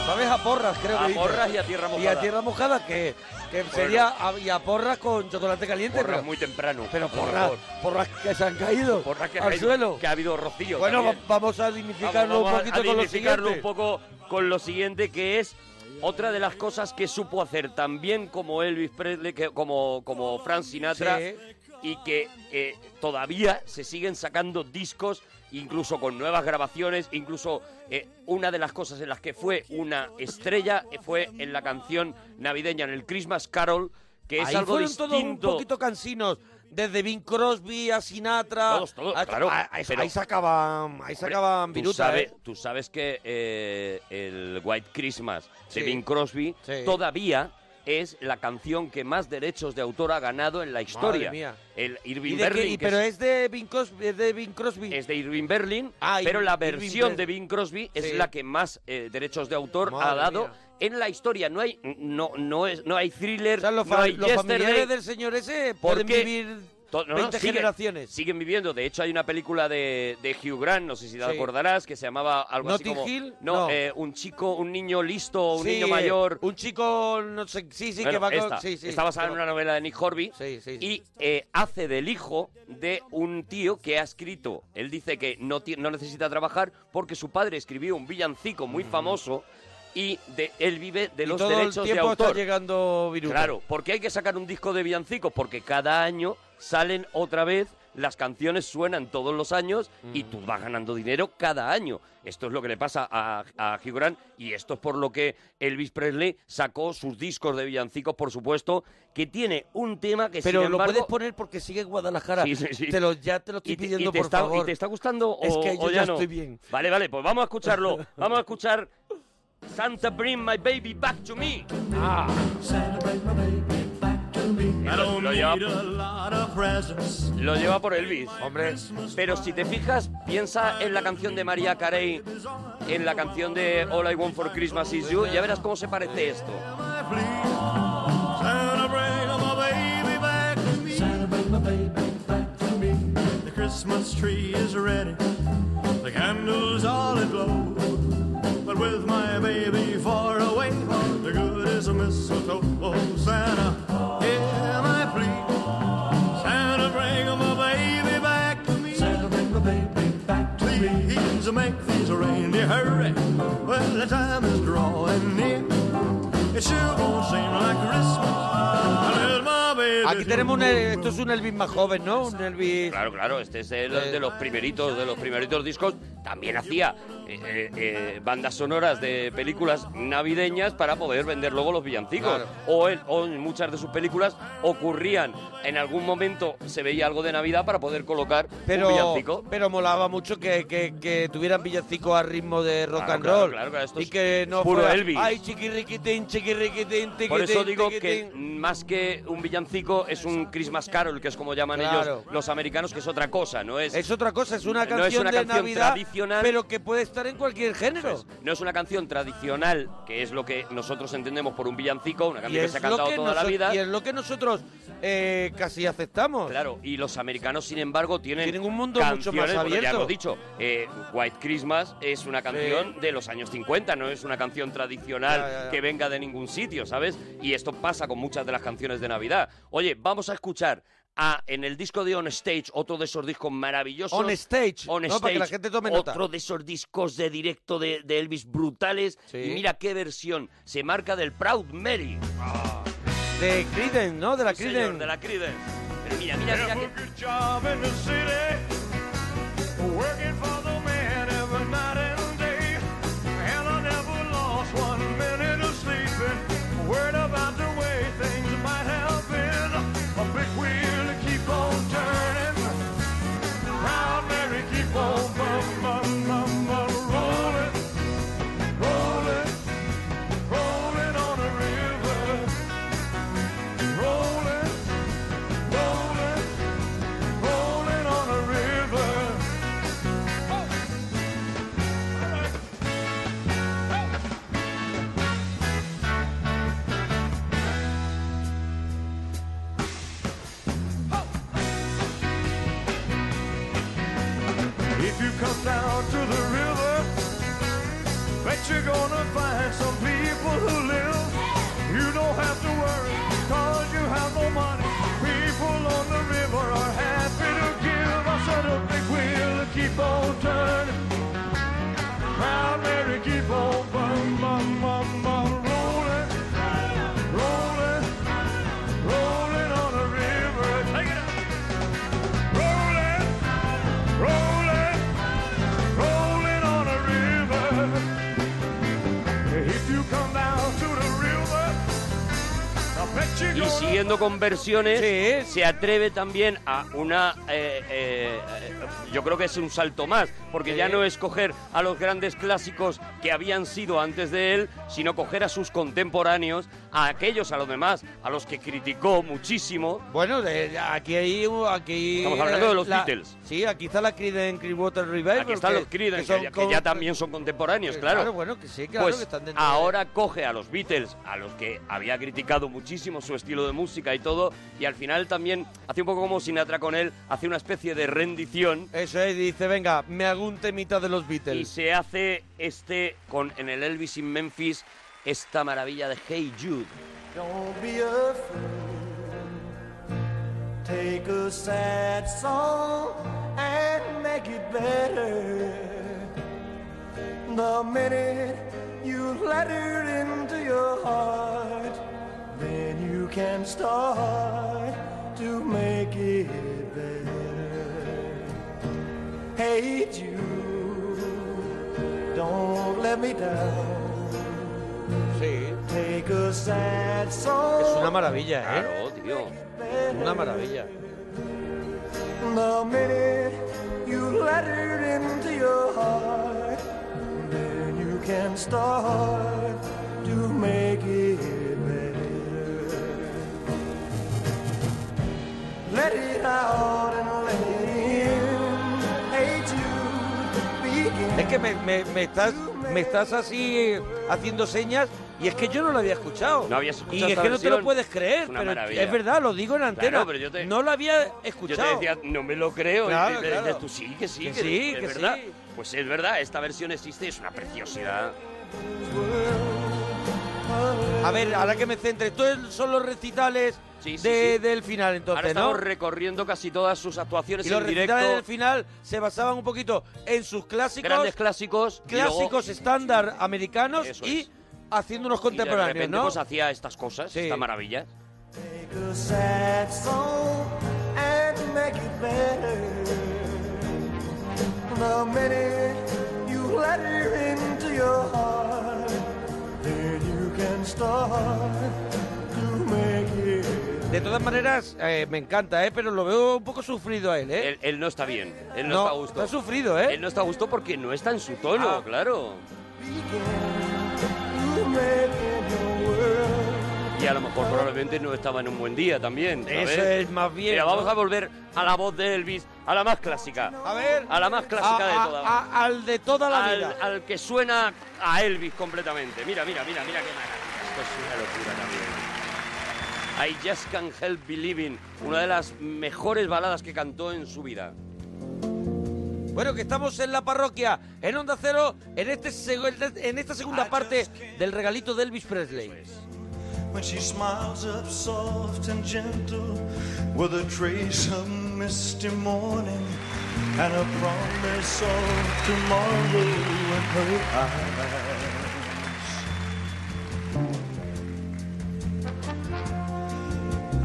S2: ¿Sabes? A porras, creo
S4: A
S2: que dice.
S4: porras y a tierra
S2: Y a
S4: mojada.
S2: tierra mojada, que, que sería a- y a porras con chocolate caliente.
S4: Porras
S2: pero-
S4: muy temprano.
S2: Pero
S4: Por
S2: porras,
S4: favor.
S2: porras que se han caído
S4: Porras que ha
S2: al
S4: caído,
S2: suelo.
S4: Que ha habido rocío.
S2: Bueno,
S4: también.
S2: va- vamos a dignificarlo
S4: Vamos
S2: un
S4: a-
S2: poquito
S4: a
S2: con lo
S4: dignificarlo
S2: siguiente.
S4: un poco con lo siguiente que es otra de las cosas que supo hacer tan bien como Elvis Presley, que- como, como Frank Sinatra,
S2: Sí.
S4: y que eh, todavía se siguen sacando discos, incluso con nuevas grabaciones, incluso eh, una de las cosas en las que fue una estrella fue en la canción navideña, en el Christmas Carol, que es
S2: Ahí
S4: algo
S2: fueron todos un
S4: distinto.
S2: poquito cansinos. Desde Bing Crosby a Sinatra.
S4: Todos, todos,
S2: a-
S4: claro,
S2: a- a-
S4: pero-
S2: ahí sacaban, ahí sacaban
S4: Tú
S2: viruta,
S4: sabes,
S2: ¿eh?
S4: tú sabes que eh, el White Christmas
S2: Sí.
S4: de Bing Crosby
S2: Sí.
S4: todavía es la canción que más derechos de autor ha ganado en la historia.
S2: mía.
S4: El
S2: ¿Y
S4: Irving
S2: de qué?
S4: Berlin.
S2: ¿Y
S4: que
S2: pero
S4: es-
S2: es de Bing Crosby. Es de Bing Crosby.
S4: es de Irving Berlin,
S2: Ah,
S4: pero
S2: Ir-
S4: la
S2: Irving
S4: versión
S2: Berlin.
S4: de Bing Crosby es
S2: Sí.
S4: la que más eh, derechos de autor ha
S2: Madre
S4: dado
S2: mía.
S4: en la historia. No hay, no, no es, no hay thriller,
S2: Los,
S4: no
S2: fa-
S4: hay
S2: los familiares
S4: yesterday.
S2: del señor ese
S4: ¿Por
S2: pueden
S4: qué?
S2: vivir
S4: To- no, no,
S2: 20
S4: siguen-
S2: generaciones.
S4: Siguen viviendo. De hecho, hay una película de, de Hugh Grant, no sé si te
S2: Sí.
S4: acordarás, que se llamaba algo así
S2: ¿Notting
S4: como...
S2: Hill?
S4: No,
S2: No.
S4: eh, un chico, un niño listo, un
S2: Sí,
S4: niño mayor...
S2: Un chico, no sé, sí, sí, que
S4: Bueno,
S2: va con...
S4: esta.
S2: sí, sí,
S4: Está basada
S2: que
S4: en
S2: va-
S4: una novela de Nick Horby y eh, hace del hijo de un tío que ha escrito. Él dice que no, ti- no necesita trabajar porque su padre escribió un villancico muy famoso y de, él vive de
S2: y
S4: los
S2: todo
S4: derechos
S2: el
S4: de
S2: tiempo
S4: autor.
S2: está llegando virus.
S4: Claro, porque hay que sacar un disco de villancicos porque cada año salen otra vez, las canciones suenan todos los años y
S2: Mm.
S4: tú vas ganando dinero cada año. Esto es lo que le pasa a, a Hugh Grant, y esto es por lo que Elvis Presley sacó sus discos de villancicos, por supuesto, que tiene un tema que
S2: Pero
S4: sin
S2: lo
S4: embargo,
S2: puedes poner porque sigue en Guadalajara.
S4: Sí, sí, sí.
S2: Te lo, ya te lo estoy
S4: y te- y
S2: pidiendo,
S4: te
S2: por
S4: está-
S2: favor.
S4: ¿Y te está gustando o,
S2: Es que yo
S4: o
S2: ya
S4: no?
S2: estoy bien.
S4: Vale, vale, pues vamos a escucharlo. Vamos a escuchar Santa Bring My Baby Back to Me. Ah. Lo- lo lleva- Lo lleva por Elvis. Hombre. Pero si te fijas, piensa en la canción de María Carey, en la canción de All I Want for Christmas Is You, ya verás cómo se parece esto.
S6: Santa, bring my baby back to me. Santa, bring my baby back to me. The Christmas tree is ready. The candles all aglow. But with my baby far away, the good is a mistletoe. Oh, Santa, hear my plea. Santa, bring my baby back to me. Santa, bring my baby back to me. Please make these reindeer hurry. Well, the time is drawing near. It sure won't seem like Christmas. unless my baby
S2: Aquí tenemos un... Esto es un Elvis más joven, ¿no? Un Elvis...
S4: Claro, claro, este es el de los primeritos, de los primeritos discos. También hacía eh, eh, eh, bandas sonoras de películas navideñas para poder vender luego los villancicos.
S2: Claro.
S4: O, él- o en muchas de sus películas ocurrían, en algún momento se veía algo de Navidad para poder colocar un
S2: Pero,
S4: villancico.
S2: pero molaba mucho que, que, que tuvieran villancicos a ritmo de rock
S4: Claro,
S2: and
S4: claro,
S2: roll.
S4: claro, claro, esto
S2: y
S4: es
S2: que no
S4: puro
S2: fuera,
S4: Elvis.
S2: Ay, chiquirriquitín, chiquirriquitín, tiquitín,
S4: Por eso digo que
S2: tiquitín".
S4: más que un villancico es un Christmas Carol, que es como llaman
S2: Claro.
S4: ellos los americanos, que es otra cosa, ¿no es?
S2: Es otra cosa, es una
S4: No
S2: canción
S4: es una
S2: de
S4: canción
S2: Navidad,
S4: tradicional.
S2: pero que puede estar en cualquier género.
S4: No es una canción tradicional, que es lo que nosotros entendemos por un villancico, una
S2: Y
S4: canción que
S2: es,
S4: se ha
S2: lo
S4: cantado
S2: que
S4: toda la
S2: noso-
S4: vida.
S2: y es lo que nosotros eh, casi aceptamos.
S4: Claro, y los americanos, sin embargo, tienen,
S2: un mundo
S4: canciones,
S2: mucho más
S4: bueno, ya
S2: abierto.
S4: hemos dicho, eh, White Christmas es una canción de los años 50, no es una canción tradicional
S2: Ya, ya, ya.
S4: que venga de ningún sitio, ¿sabes? Y esto pasa con muchas de las canciones de Navidad. Oye, vamos a escuchar a, en el disco de On Stage, otro de esos discos maravillosos.
S2: On Stage,
S4: On
S2: ¿no? Para que la
S4: Stage,
S2: gente tome nota.
S4: Otro de esos discos de directo de, de Elvis brutales. Y mira qué versión, se marca del Proud Mary.
S2: De Creedence, ¿no? De la
S4: Sí, señor,
S2: Creedence.
S4: de la Creedence. Pero mira, mira, mira
S6: Have
S4: qué-
S6: a good job in the city, working for the man every night and day. And I never lost one minute of sleeping, worried about the way things might have been. A big wheel to keep on turning, proud Mary keep on bum bum bum bum rolling, rolling, rolling on the river, rolling. Rolling, rolling on the river.
S1: down to the river. Bet you're gonna find some people who live. You don't have to worry, cause you have no money. People on the river are happy to give. I said a big wheel to keep on turning. Proud Mary, keep on bum, bum, bum, bum, rolling, rolling, rolling on the river. Take it up. Rolling, rolling, rolling on the river. If you come down to the river, I bet you're
S4: Y
S1: gonna
S4: siguiendo con versiones, se atreve también a una... eh, eh, eh, yo creo que es un salto más, porque ya
S2: Sí.
S4: no es coger a los grandes clásicos que habían sido antes de él, sino coger a sus contemporáneos, a aquellos, a los demás, a los que criticó muchísimo.
S2: Bueno, de- aquí hay... Aquí,
S4: Estamos hablando de los
S2: la-
S4: Beatles.
S2: Sí, aquí está la Creedence Clearwater Revival.
S4: Aquí están
S2: que-
S4: los Creedence,
S2: son
S4: que, ya- que ya
S2: con-
S4: también son contemporáneos,
S2: Eh,
S4: claro.
S2: claro, bueno, que sí, claro,
S4: Pues
S2: que están dentro de-
S4: ahora coge a los Beatles, a los que había criticado muchísimo su estilo de música y todo, y al final también hace un poco como Sinatra con él, hace una especie de rendición.
S2: Eso es, dice, venga, me hago un temita de los Beatles.
S4: Y se hace este con en el Elvis in Memphis esta maravilla de Hey Jude.
S6: Don't be afraid. Take a sad song and make it better. The minute you let it into your heart, then you can start to make it better. Hey Jude, don't let me down. Take a sad song.
S2: Es una maravilla, ¿eh?
S4: Claro, tío.
S2: Una maravilla.
S6: The minute you let it into your heart, then you can start to make it better. Let it out and let it in. Hey, to begin.
S2: Es que me, me- me estás, me estás así eh, haciendo señas y es que yo no lo había escuchado.
S4: No habías escuchado
S2: Y es
S4: esta
S2: que no te lo
S4: versión.
S2: puedes creer,
S4: Es una
S2: pero
S4: maravilla.
S2: es verdad, lo digo en antena.
S4: Claro, pero yo te-
S2: No lo había
S4: Yo
S2: escuchado.
S4: te decía, no me lo creo.
S2: Claro,
S4: y me- me
S2: claro.
S4: dices tú, sí, que sí,
S2: Que
S4: que,
S2: sí,
S4: es
S2: que
S4: verdad.
S2: sí.
S4: Pues es verdad, esta versión existe, es una preciosidad.
S2: A ver, ahora que me centre, estos son los recitales
S4: sí,
S2: de-
S4: sí.
S2: del final,
S4: Ahora
S2: entonces,
S4: estamos
S2: ¿no?
S4: recorriendo casi todas sus actuaciones
S2: Y los
S4: en directo.
S2: recitales del final se basaban un poquito en sus clásicos.
S4: Grandes clásicos. y luego-
S2: Clásicos estándar americanos y haciendo unos
S4: Y de
S2: contemporáneos,
S4: repente
S2: ¿no?
S4: pues hacía estas cosas, esta maravilla.
S6: Take a sad song and make it better. The minute you let her into your heart, then you can start to make it.
S2: De todas maneras, eh, me encanta, ¿eh? Pero lo veo un poco sufrido a él, ¿eh?
S4: Él, él no está bien, él no,
S2: No,
S4: está a gusto.
S2: está sufrido, ¿eh?
S4: Él no está a gusto porque no está en su tono,
S2: Ah.
S4: claro.
S6: You make it your world.
S4: Y a lo mejor probablemente no estaba en un buen día también. ¿sabes?
S2: Eso es, más bien,
S4: Mira,
S2: ¿no?
S4: vamos a volver a la voz de Elvis, a la más clásica.
S2: A ver.
S4: A la más clásica
S2: A-
S4: de
S2: a-
S4: todas.
S2: a- al de toda la
S4: al,
S2: vida.
S4: al que suena a Elvis completamente. Mira, mira, mira, mira qué maravilla. Esto es una locura también. I Just Can't Help Believing, una de las mejores baladas que cantó en su vida.
S2: Bueno, que estamos en la parroquia, en Onda Cero, en, este seg- en esta
S4: Ah,
S2: segunda parte del regalito de Elvis Presley.
S6: when she smiles up soft and gentle with a trace of misty morning and a promise of tomorrow in her eyes.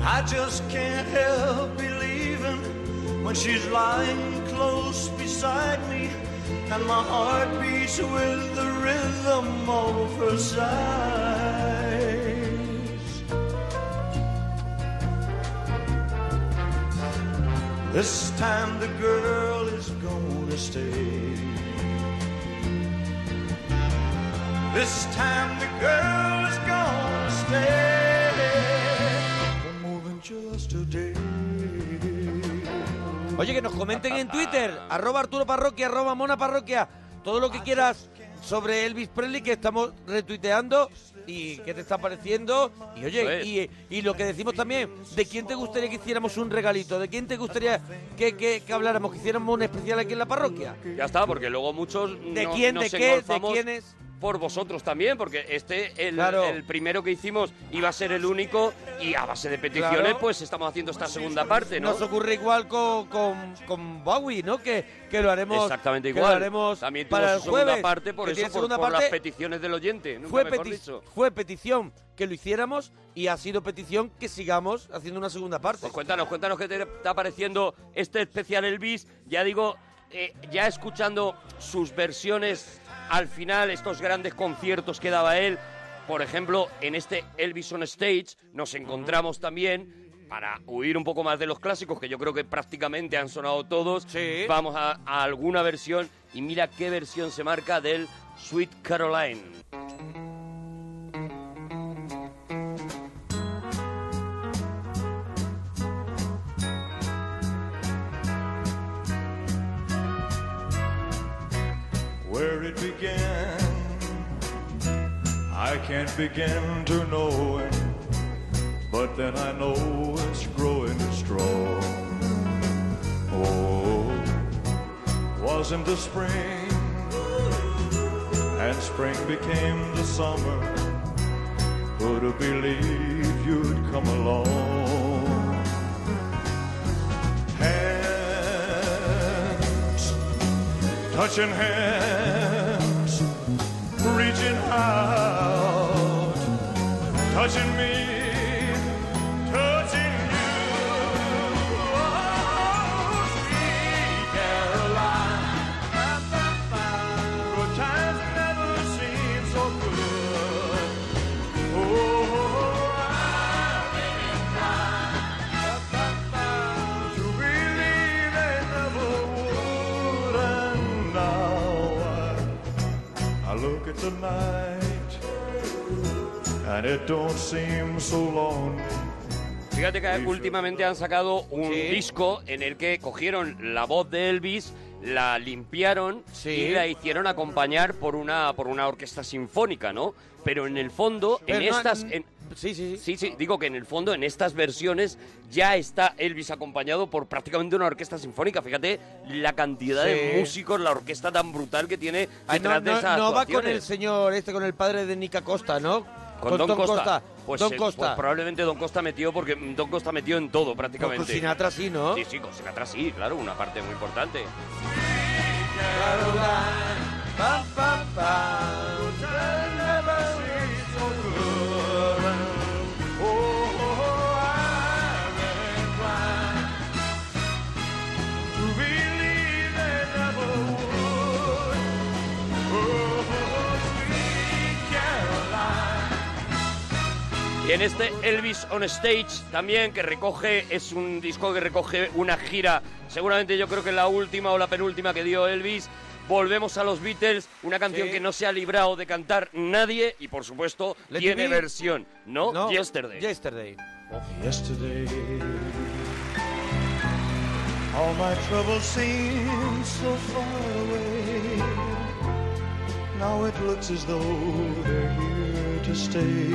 S6: I just can't help believing when she's lying close beside me and my heart beats with the rhythm of her sighs. This time the girl is gonna stay. This time the girl is gonna stay. For more than just a day.
S2: Oye, que nos comenten en Twitter, arroba Arturo Parroquia, arroba Mona Parroquia, todo lo que quieras sobre Elvis Presley que estamos retuiteando y qué te está pareciendo. Y oye,
S4: Joder.
S2: y, y lo que decimos también, ¿de quién te gustaría que hiciéramos un regalito? ¿De quién te gustaría que, que, que habláramos, que hiciéramos un especial aquí en la parroquia?
S4: Ya está, porque luego muchos.
S2: ¿De
S4: no-
S2: quién,
S4: nos
S2: de qué, de
S4: engolfamos
S2: quién es?
S4: Por vosotros también, porque este, el,
S2: Claro.
S4: el primero que hicimos, iba a ser el único, y a base de peticiones,
S2: Claro.
S4: pues estamos haciendo esta segunda parte, ¿no?
S2: Nos ocurre igual con, con, con Bowie, ¿no? Que, que lo haremos.
S4: Exactamente
S2: que
S4: igual.
S2: lo haremos
S4: También tuvo
S2: para
S4: su
S2: el
S4: segunda
S2: jueves.
S4: parte, por
S2: que
S4: eso,
S2: tiene
S4: por-
S2: segunda
S4: por las
S2: parte.
S4: peticiones del oyente. Este, Nunca
S2: fue,
S4: mejor
S2: peti-
S4: dicho.
S2: fue petición que lo hiciéramos y ha sido petición que sigamos haciendo una segunda parte.
S4: Pues cuéntanos, cuéntanos qué te está pareciendo este especial Elvis. Ya digo, eh, ya escuchando sus versiones al final, estos grandes conciertos que daba él. Por ejemplo, en este Elvis on Stage nos encontramos también, para huir un poco más de los clásicos, que yo creo que prácticamente han sonado todos, vamos a, a alguna versión y mira qué versión se marca del Sweet Caroline.
S6: where it began. I can't begin to know it, but then I know it's growing strong. Oh, wasn't the spring, and spring became the summer. Who'd have believed you'd come along? Hands touching hands, reaching out, touching me, touching you. Oh, sweet Caroline, good times never seem so good. Oh, I'm in time to believe they never would, and now I, I look at the night, and it don't seem so long.
S4: Fíjate que últimamente han sacado un disco en el que cogieron la voz de Elvis, la limpiaron y la hicieron acompañar por una por una orquesta sinfónica, ¿no? Pero en el fondo, en
S2: Pero no-
S4: estas en-
S2: sí, sí,
S4: sí, sí. Digo que en el fondo, en estas versiones, ya está Elvis acompañado por prácticamente una orquesta sinfónica. Fíjate la cantidad de
S2: Sí.
S4: músicos, la orquesta tan brutal que tiene detrás
S2: Ah, no,
S4: de
S2: no-
S4: esas
S2: no va con
S4: actuaciones.
S2: el señor, este, con el padre de Nica Costa, ¿no?
S4: Con, Don, Costa. Pues,
S2: Don
S4: eh,
S2: Costa.
S4: pues probablemente Don Costa metió, porque mm, Don Costa metió en todo prácticamente.
S2: Pues con Sinatra sí, ¿no?
S4: Sí, sí, con Sinatra sí, claro, una parte muy importante.
S2: Pa, pa, pa.
S4: Y en este Elvis on Stage también, que recoge, es un disco que recoge una gira, seguramente yo creo que la última o la penúltima que dio Elvis. Volvemos a los Beatles, una canción
S2: Sí.
S4: que no se ha librado de cantar nadie y por supuesto
S2: Let it
S4: tiene
S2: be.
S4: versión, ¿no? Yesterday.
S2: Yesterday.
S6: Yesterday, all my troubles seem so far away. Now it looks as though they're here to stay.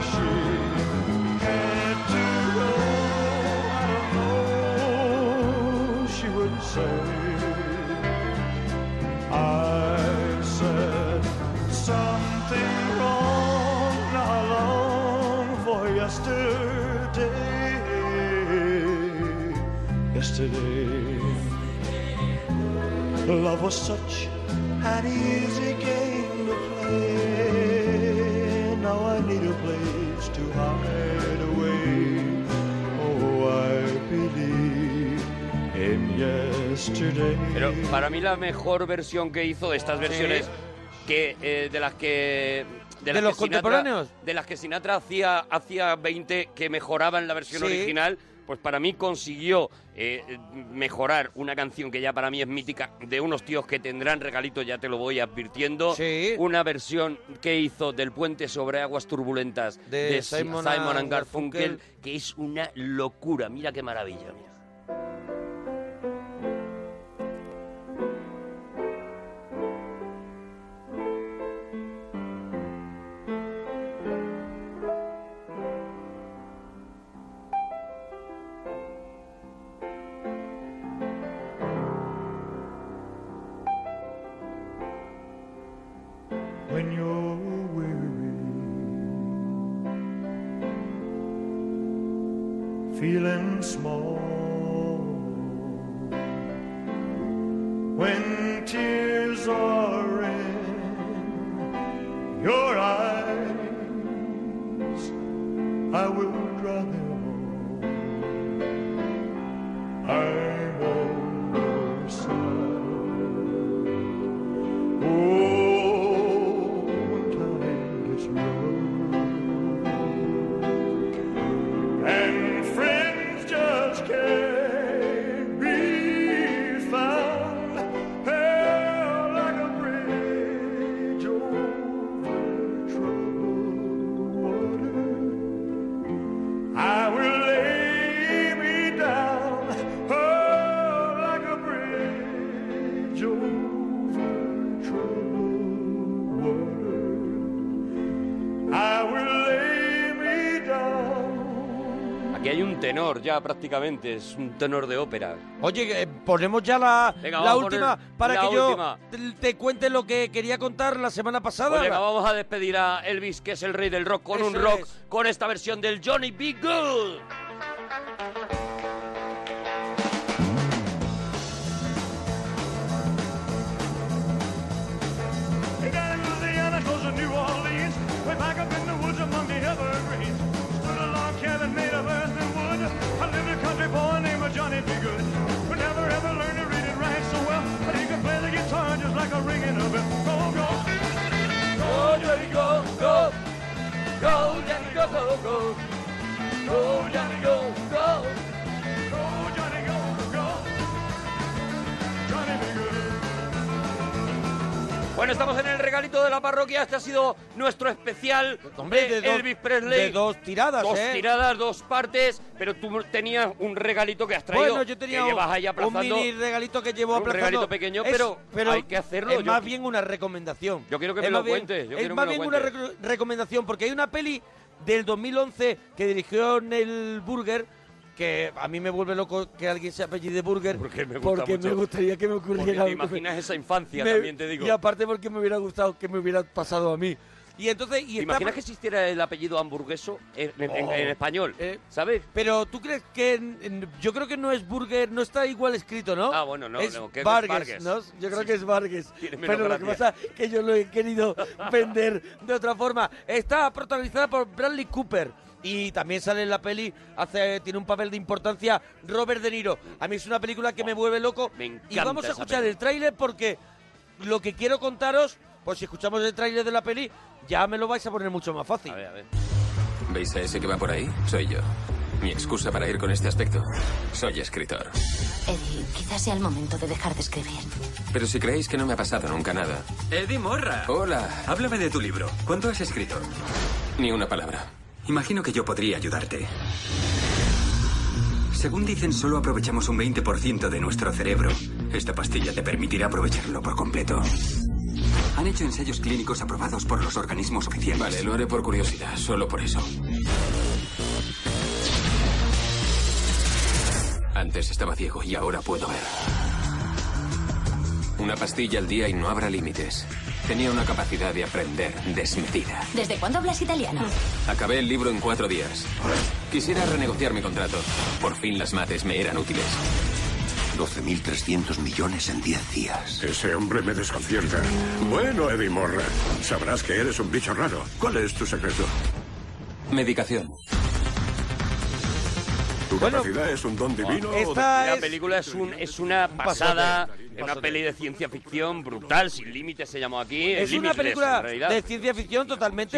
S6: she had to go, I don't know. oh, She would say. I said something wrong not long for yesterday. Yesterday. Love was such an easy game to play. Now I need a place to hide away. Oh, I believe in yesterday.
S4: Pero para mí la mejor versión que hizo de estas versiones que eh, de las que
S2: ¿De
S4: las
S2: los
S4: que Sinatra-
S2: contemporáneos?
S4: de las que Sinatra hacía, hacía 20 que mejoraban la versión
S2: Sí.
S4: original, pues para mí consiguió eh, mejorar una canción que ya para mí es mítica, de unos tíos que tendrán regalito, ya te lo voy advirtiendo. Una versión que hizo del puente sobre aguas turbulentas
S2: De Simon and
S4: and Garfunkel,
S2: Garfunkel.
S4: que es una locura. Mira qué maravilla. mira.
S1: when you're weary, feeling small, when tears are in your eyes, I will dry them all. I won't go silent. Oh, when time gets rough and friends just can't be found, held like a bridge over troubled water, I will lay me down,
S6: Oh,
S1: held like a bridge over troubled water. I will lay me down.
S4: Aquí hay un tenor ya prácticamente, es un tenor de ópera.
S2: Oye, eh, ponemos ya la,
S4: Venga,
S2: la
S4: vamos a
S2: última
S4: poner
S2: para
S4: la
S2: que yo
S4: última.
S2: te, te cuente lo que quería contar la semana pasada.
S4: Oye, vamos a despedir a Elvis, que es el rey del rock, con
S2: Eso
S4: un rock,
S2: es.
S4: con esta versión del Johnny B. Good.
S1: Hey, down in Louisiana, close to New Orleans. Way back up in the woods among the evergreens. Stood a log cabin made of earth and wood. I lived a country boy named Johnny B. Good. Who never ever learned to read and write so well. But he could play the guitar just like a ringing of it. Go, go. Go, Johnny, go, go. Go, Johnny, go, go, go. Go, Johnny, go, go. Go, Johnny, go, go. Johnny B. Good.
S4: Bueno, estamos en el regalito de la parroquia. Este ha sido nuestro especial de,
S2: Pues, de dos-
S4: Elvis Presley.
S2: de dos tiradas,
S4: Dos
S2: ¿eh?
S4: tiradas, dos partes. Pero tú tenías un regalito que has traído.
S2: Bueno, yo tenía
S4: que llevas
S2: un-
S4: ahí
S2: un
S4: aplazando.
S2: mini regalito que llevo
S4: Un
S2: aplazando.
S4: regalito pequeño,
S2: Es-
S4: pero hay que hacerlo,
S2: Es
S4: yo-
S2: más bien una recomendación.
S4: Yo quiero que
S2: Es
S4: me lo
S2: más bien-
S4: cuentes, yo
S2: es
S4: quiero que
S2: más
S4: me lo
S2: bien una reco- recomendación, porque hay una peli del 2011 que dirigió Nel Burger, que a mí me vuelve loco que alguien se apellide Burger, porque me,
S4: gusta mucho.
S2: gustaría que me
S4: Porque
S2: ocurriera
S4: te
S2: algo.
S4: imaginas esa infancia,
S2: Me-
S4: también te digo.
S2: Y aparte porque me hubiera gustado que me hubiera pasado a mí. Y entonces... Y
S4: ¿Te
S2: está-
S4: imaginas que existiera el apellido hamburgueso en, en- en-
S2: Oh.
S4: en español? ¿Sabes?
S2: Pero tú crees que. en- en- yo creo que no es burger, no está igual escrito, ¿no? Ah,
S4: bueno, no,
S2: es
S4: no, que es
S2: Vargas,
S4: Vargas.
S2: ¿no? Yo creo que es Vargas.
S4: Tiene menos
S2: Pero lo que
S4: gracia.
S2: pasa es que yo lo he querido vender de otra forma. Está protagonizada por Bradley Cooper. Y también sale en la peli, hace, tiene un papel de importancia Robert De Niro. A mí es una película que me vuelve loco. y
S4: encanta
S2: vamos a
S4: esa
S2: escuchar
S4: peli.
S2: el tráiler porque lo que quiero contaros, pues si escuchamos el tráiler de la peli, ya me lo vais a poner mucho más fácil.
S24: ¿Veis a ese que va por ahí? Soy yo. Mi excusa para ir con este aspecto. Soy escritor.
S23: Eddie, quizás sea el momento de dejar de escribir.
S24: Pero si creéis que no me ha pasado nunca nada.
S14: Eddie Morra.
S24: Hola.
S14: Háblame de tu libro. ¿Cuánto has escrito?
S24: Ni una palabra.
S14: Imagino que yo podría ayudarte. Según dicen, solo aprovechamos un 20% de nuestro cerebro. Esta pastilla te permitirá aprovecharlo por completo. Han hecho ensayos clínicos aprobados por los organismos oficiales.
S24: Vale, lo haré por curiosidad, solo por eso. Antes estaba ciego y ahora puedo ver. Una pastilla al día y no habrá límites. Tenía una capacidad de aprender desmedida.
S23: ¿Desde cuándo hablas italiano?
S24: Acabé el libro en cuatro días. Quisiera renegociar mi contrato. Por fin las mates me eran útiles.
S25: 12.300 millones en 10 días. Ese hombre me desconcierta. Bueno, Eddie Morra, sabrás que eres un bicho raro. ¿Cuál es tu secreto?
S24: Medicación. Tu capacidad es un don divino.
S2: esta
S4: la
S2: es-
S4: película es, un, es una
S2: pasote,
S4: pasada,
S2: un
S4: es una
S2: pasote.
S4: peli de ciencia ficción brutal, sin límites se llamó aquí.
S2: Es una
S4: Limitless,
S2: película
S4: en realidad.
S2: de ciencia ficción totalmente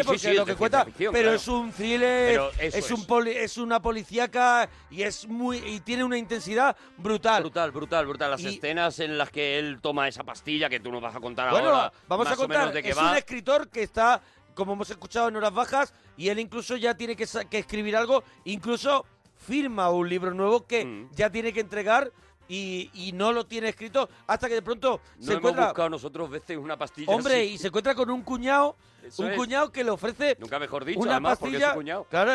S4: Sí, sí,
S2: porque
S4: sí,
S2: es lo
S4: es de
S2: que cuenta,
S4: ciencia ficción,
S2: pero
S4: claro.
S2: es un thriller,
S4: Pero
S2: es,
S4: eso
S2: un
S4: es.
S2: poli- es una policíaca y es muy y tiene una intensidad brutal.
S4: Brutal, brutal, brutal. Las
S2: Y-
S4: escenas en las que él toma esa pastilla que tú nos vas a contar
S2: Bueno,
S4: ahora.
S2: vamos
S4: más
S2: a
S4: o menos
S2: contar.
S4: de qué
S2: es
S4: va.
S2: un escritor que está, como hemos escuchado, en horas bajas y él incluso ya tiene que, sa- que escribir algo. Incluso firma un libro nuevo que
S4: Mm.
S2: ya tiene que entregar y, y no lo tiene escrito hasta que de pronto
S4: No
S2: se
S4: hemos
S2: encuentra.
S4: buscado nosotros veces una pastilla.
S2: Hombre,
S4: así.
S2: y se encuentra con un cuñado,
S4: Eso
S2: un
S4: es.
S2: cuñado que le ofrece
S4: Nunca mejor dicho,
S2: una
S4: además, porque es
S2: pastilla,
S4: su cuñado.
S2: claro,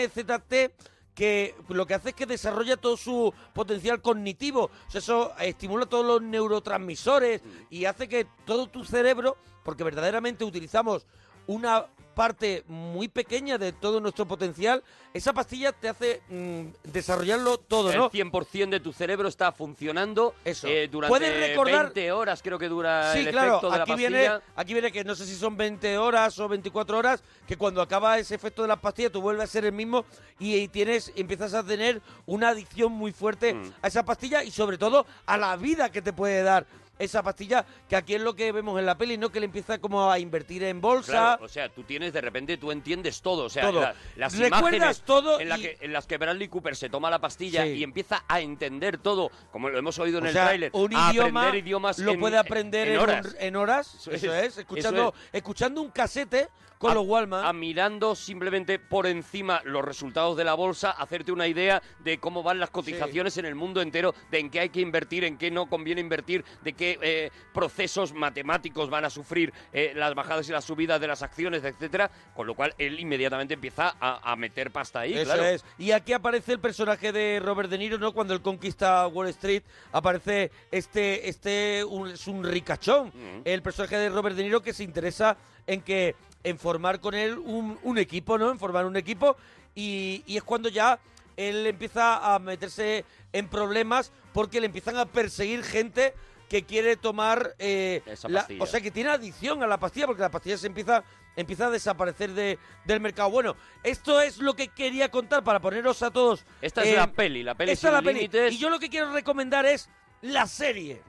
S2: NZT, que lo que hace es que desarrolla todo su potencial cognitivo. O sea, eso estimula todos los neurotransmisores y hace que todo tu cerebro, porque verdaderamente utilizamos una parte muy pequeña de todo nuestro potencial, esa pastilla te hace mm, desarrollarlo todo,
S4: El
S2: ¿no?
S4: 100% de tu cerebro está funcionando
S2: Eso.
S4: eh, durante
S2: Puedes recordar-
S4: 20 horas, creo que dura
S2: Sí,
S4: el
S2: claro,
S4: efecto de la
S2: aquí
S4: pastilla.
S2: viene, aquí viene que no sé si son 20 horas o 24 horas, que cuando acaba ese efecto de las pastillas tú vuelves a ser el mismo y, y tienes, empiezas a tener una adicción muy fuerte
S4: Mm.
S2: a esa pastilla y sobre todo a la vida que te puede dar esa pastilla, que aquí es lo que vemos en la peli, ¿no? Que le empieza como a invertir en bolsa.
S4: Claro, o sea, tú tienes de repente, tú entiendes todo. O sea,
S2: Todo.
S4: la- las
S2: Recuerdas
S4: imágenes
S2: todo
S4: en, la
S2: y-
S4: que- en las que Bradley Cooper se toma la pastilla
S2: Sí.
S4: y empieza a entender todo, como lo hemos oído en
S2: O
S4: el
S2: sea,
S4: tráiler.
S2: un
S4: a
S2: idioma
S4: aprender idiomas
S2: lo
S4: en-
S2: puede aprender
S4: en,
S2: en, un-
S4: horas.
S2: en horas, eso,
S4: Eso es,
S2: es,
S4: eso
S2: escuchando, escuchando un casete con
S4: a-
S2: los Wallman.
S4: A mirando simplemente por encima los resultados de la bolsa, hacerte una idea de cómo van las cotizaciones en el mundo entero, de en qué hay que invertir, en qué no conviene invertir, de qué eh, procesos matemáticos van a sufrir eh, las bajadas y las subidas de las acciones, etcétera. Con lo cual él inmediatamente empieza a, a meter pasta ahí,
S2: Eso
S4: claro.
S2: es. Y aquí aparece el personaje de Robert De Niro, ¿no? Cuando él conquista Wall Street, aparece este, este un- es un ricachón.
S4: Mm.
S2: El personaje de Robert De Niro que se interesa en que en formar con él un, un equipo, ¿no? En formar un equipo. Y, y es cuando ya él empieza a meterse en problemas porque le empiezan a perseguir gente que quiere tomar eh,
S4: Esa
S2: la-
S4: pastilla.
S2: o sea que tiene adicción a la pastilla porque la pastilla se empieza empieza a desaparecer de, del mercado bueno esto es lo que quería contar para poneros a todos
S4: Esta es
S2: en-
S4: la peli, la peli
S2: esta es
S4: sin
S2: la peli
S4: límites.
S2: y yo lo que quiero recomendar es la serie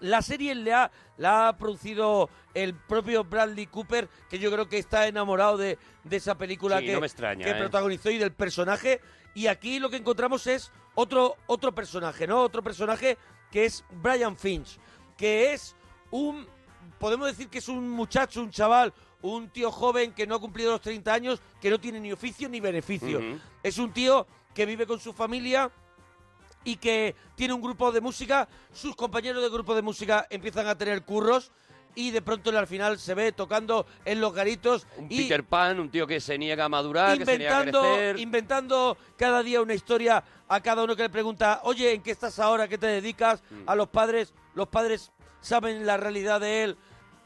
S2: la serie le ha- la ha producido el propio Bradley Cooper, que yo creo que está enamorado de, de esa película
S4: Sí,
S2: que,
S4: no me extraña,
S2: que
S4: ¿eh?
S2: protagonizó y del personaje. Y aquí lo que encontramos es otro, otro personaje, ¿no? Otro personaje que es Brian Finch, que es un, podemos decir que es un muchacho, un chaval, un tío joven que no ha cumplido los 30 años, que no tiene ni oficio ni beneficio.
S4: Ujú.
S2: Es un tío que vive con su familia, y que tiene un grupo de música, sus compañeros de grupo de música empiezan a tener curros y de pronto al final se ve tocando en los garitos y
S4: Peter Pan, un tío que se niega a madurar, que se niega a
S2: inventando,
S4: crecer.
S2: inventando cada día una historia a cada uno que le pregunta, oye, ¿en qué estás ahora? ¿Qué te dedicas?
S4: Mm.
S2: A los padres, los padres saben la realidad de él,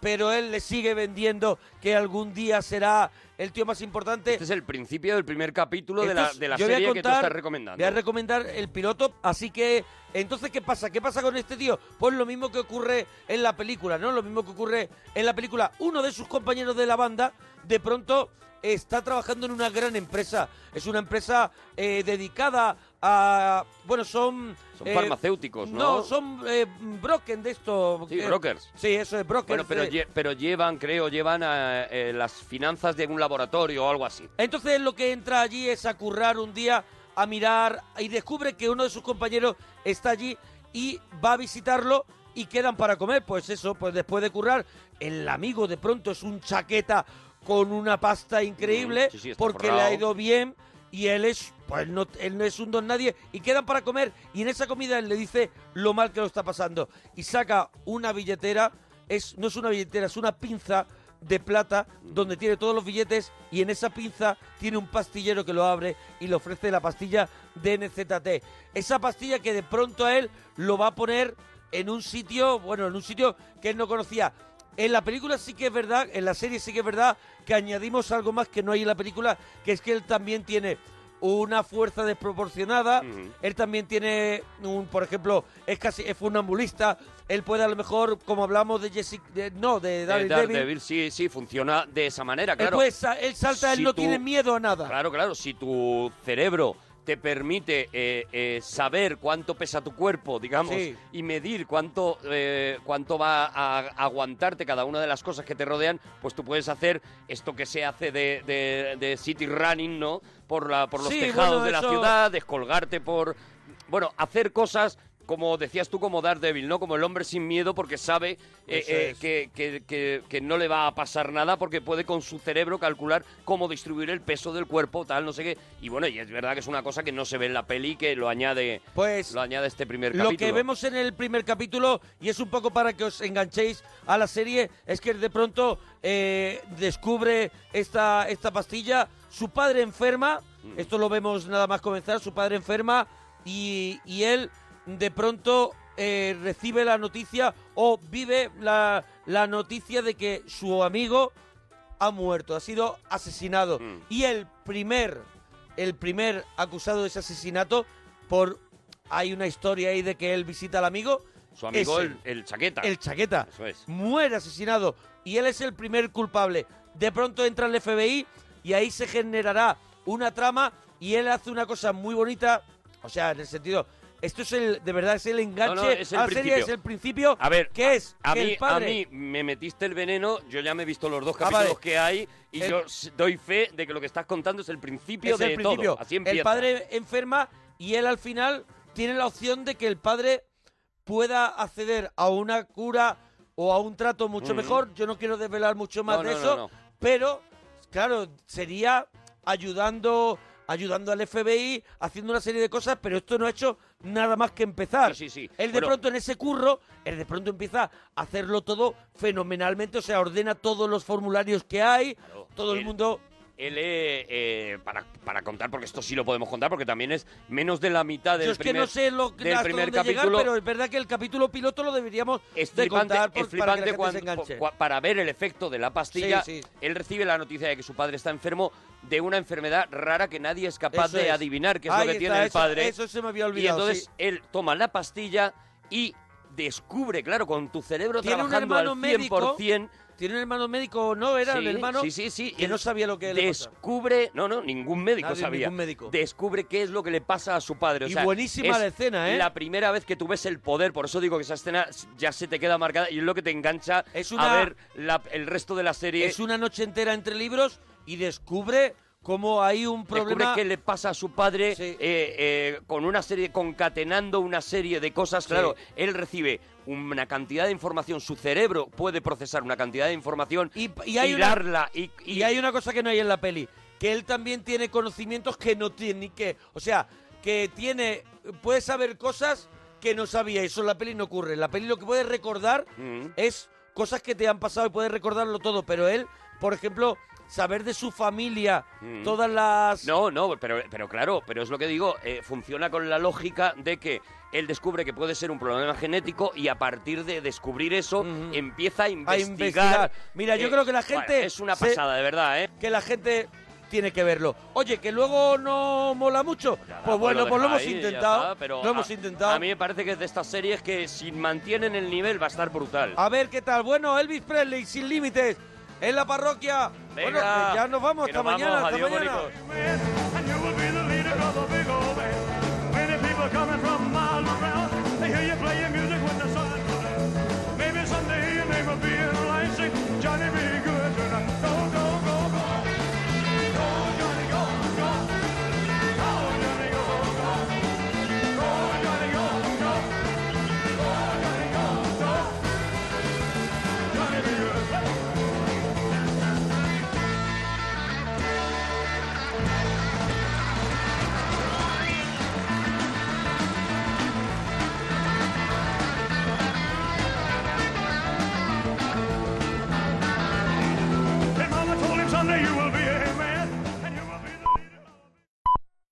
S2: pero él le sigue vendiendo que algún día será el tío más importante.
S4: Este es el principio del primer capítulo de la,
S2: Entonces,
S4: de la
S2: yo voy a
S4: serie que tú
S2: contar-
S4: estás recomendando.
S2: Voy a recomendar el piloto, así que entonces ¿qué pasa? ¿Qué pasa con este tío? Pues lo mismo que ocurre en la película, ¿no? Lo mismo que ocurre en la película. Uno de sus compañeros de la banda de pronto está trabajando en una gran empresa. Es una empresa eh, dedicada a bueno, son
S4: Son farmacéuticos, ¿no?
S2: Eh, No, son eh, brokers de esto.
S4: Sí,
S2: eh,
S4: brokers.
S2: Sí, eso es brokers.
S4: Bueno,
S2: eh.
S4: pero,
S2: de-
S4: lle- pero llevan, creo, llevan a, eh, las finanzas de un laboratorio o algo así.
S2: Entonces lo que entra allí es a currar un día, a mirar y descubre que uno de sus compañeros está allí y va a visitarlo y quedan para comer. Pues eso, pues después de currar, el amigo de pronto es un chaqueta con una pasta increíble
S4: Mm, sí, sí, está
S2: porque le
S4: forrado.
S2: ha ido bien y él es pues no, él no es un don nadie y quedan para comer y en esa comida él le dice lo mal que lo está pasando y saca una billetera es no es una billetera es una pinza de plata donde tiene todos los billetes y en esa pinza tiene un pastillero que lo abre y le ofrece la pastilla de NZT esa pastilla que de pronto a él lo va a poner en un sitio bueno en un sitio que él no conocía en la película sí que es verdad, en la serie sí que es verdad que añadimos algo más que no hay en la película, que es que él también tiene una fuerza desproporcionada, él también tiene un, por ejemplo, es casi es funambulista, él puede a lo mejor, como hablamos de Jessica, de- no, de
S4: Eh,
S2: David
S4: Daredevil, sí, sí, funciona de esa manera,
S2: él,
S4: claro.
S2: puede Eh, pues, sa- él salta,
S4: Si
S2: él no
S4: tú-
S2: tiene miedo a nada.
S4: Claro, claro, si tu cerebro te permite eh, eh, saber cuánto pesa tu cuerpo, digamos,
S2: Sí.
S4: y medir cuánto, eh, cuánto va a aguantarte cada una de las cosas que te rodean, pues tú puedes hacer esto que se hace de, de- de city running, ¿no? Por, la, por los
S2: Sí,
S4: tejados
S2: bueno,
S4: de la
S2: eso-
S4: ciudad, descolgarte por... Bueno, hacer cosas... Como decías tú, como Daredevil, ¿no? Como el hombre sin miedo porque sabe eh,
S2: Eso
S4: eh,
S2: es.
S4: que, que- que- que no le va a pasar nada porque puede con su cerebro calcular cómo distribuir el peso del cuerpo, tal, no sé qué. Y bueno, y es verdad que es una cosa que no se ve en la peli y que lo añade,
S2: pues,
S4: lo añade este primer
S2: Lo
S4: capítulo.
S2: que vemos en el primer capítulo, y es un poco para que os enganchéis a la serie, es que de pronto eh, descubre esta, esta pastilla, su padre enferma,
S4: Mm.
S2: esto lo vemos nada más comenzar, su padre enferma, y, y él de pronto eh, recibe la noticia o vive la, la noticia de que su amigo ha muerto, ha sido asesinado.
S4: Mm.
S2: Y el primer, el primer acusado de ese asesinato por... Hay una historia ahí de que él visita al amigo.
S4: Su amigo,
S2: es
S4: el, el chaqueta.
S2: el chaqueta.
S4: Eso es.
S2: Muere asesinado y él es el primer culpable. De pronto entra el FBI y ahí se generará una trama y él hace una cosa muy bonita, o sea, en el sentido, esto es el de verdad es el enganche
S4: No, no, es el
S2: a la serie,
S4: principio.
S2: es el principio.
S4: A ver,
S2: que es
S4: A
S2: que
S4: mí,
S2: el
S4: a
S2: padre
S4: mí me metiste el veneno, yo ya me he visto los dos
S2: Ah,
S4: capítulos
S2: vale.
S4: que hay y
S2: El-
S4: yo s- doy fe de que lo que estás contando es el principio
S2: es
S4: de
S2: el principio.
S4: todo. Así empieza.
S2: el padre enferma y él al final tiene la opción de que el padre pueda acceder a una cura o a un trato mucho
S4: Mm.
S2: mejor. Yo no quiero desvelar mucho más
S4: No,
S2: de
S4: no, no,
S2: eso,
S4: no.
S2: pero claro, sería ayudando ayudando al FBI, haciendo una serie de cosas, pero esto no ha hecho nada más que empezar.
S4: Sí, sí, sí.
S2: Él de
S4: Bueno.
S2: pronto en ese curro, él de pronto empieza a hacerlo todo fenomenalmente, o sea, ordena todos los formularios que hay, todo el
S4: él-
S2: mundo
S4: Él, eh, eh, para, para contar, porque esto sí lo podemos contar, porque también es menos de la mitad del
S2: Yo es que
S4: primer,
S2: no sé lo
S4: del
S2: hasta
S4: primer
S2: dónde llegar,
S4: capítulo.
S2: pero es verdad que el capítulo piloto lo deberíamos
S4: es
S2: de
S4: flipante,
S2: contar
S4: es
S2: por- para que
S4: flipante
S2: la gente
S4: cuando-
S2: se enganche.
S4: cua- para ver el efecto de la pastilla.
S2: Sí, sí.
S4: Él recibe la noticia de que su padre está enfermo de una enfermedad rara que nadie es capaz
S2: Eso
S4: de
S2: es.
S4: adivinar, que es
S2: Ahí
S4: lo que
S2: está,
S4: tiene el
S2: eso-
S4: padre.
S2: eso se me había olvidado,
S4: Y entonces
S2: sí.
S4: él toma la pastilla y descubre, claro, con tu cerebro
S2: Tiene un
S4: trabajando
S2: hermano
S4: al 100%.
S2: médico. Tiene un hermano médico, ¿no? Era el
S4: Sí,
S2: hermano
S4: sí, sí, sí.
S2: que
S4: Él
S2: no sabía lo que le pasaba.
S4: Descubre, no, no, ningún médico
S2: Nadie,
S4: sabía.
S2: ningún médico.
S4: Descubre qué es lo que le pasa a su padre. O
S2: Y
S4: sea,
S2: buenísima
S4: es
S2: la escena, ¿eh?
S4: La primera vez que tú ves el poder, por eso digo que esa escena ya se te queda marcada y es lo que te engancha
S2: una-
S4: a ver la- el resto de la serie.
S2: Es una noche entera entre libros y descubre cómo hay un problema...
S4: Descubre que le pasa a su padre eh, eh, con una serie, concatenando una serie de cosas.
S2: Sí.
S4: Claro, él recibe una cantidad de información, su cerebro puede procesar una cantidad de información y,
S2: y hay una-
S4: hilarla y,
S2: Y hay una cosa que no hay en la peli, que él también tiene conocimientos que no tiene que, o sea, que tiene puede saber cosas que no sabía, eso en la peli no ocurre. En la peli lo que puede recordar
S4: Mm.
S2: es cosas que te han pasado y puedes recordarlo todo, pero él, por ejemplo, saber de su familia
S4: Mm.
S2: todas las
S4: No, no, pero, pero claro, pero es lo que digo, eh, funciona con la lógica de que él descubre que puede ser un problema genético y a partir de descubrir eso empieza a
S2: a
S4: investigar.
S2: investigar. Mira, yo
S4: Eh,
S2: creo que la
S4: bueno,
S2: gente
S4: es una
S2: se-
S4: pasada, de verdad, ¿eh?
S2: Que la gente tiene que verlo. Oye, que luego no mola mucho. Pues,
S4: Nada,
S2: bueno, pues lo
S4: deja
S2: hemos
S4: ahí, ya
S2: intentado.
S4: está, pero
S2: lo
S4: a-
S2: hemos intentado.
S4: A mí me parece que es de estas series que si mantienen el nivel va a estar brutal.
S2: A ver qué tal. Bueno, Elvis Presley, sin límites, en la parroquia. bueno,
S4: Venga,
S2: que ya nos vamos.
S4: que
S2: Hasta
S4: nos vamos.
S2: mañana. hasta
S4: Adiós,
S2: mañana.
S4: bonicos.
S6: And you will be the leader of a big old band.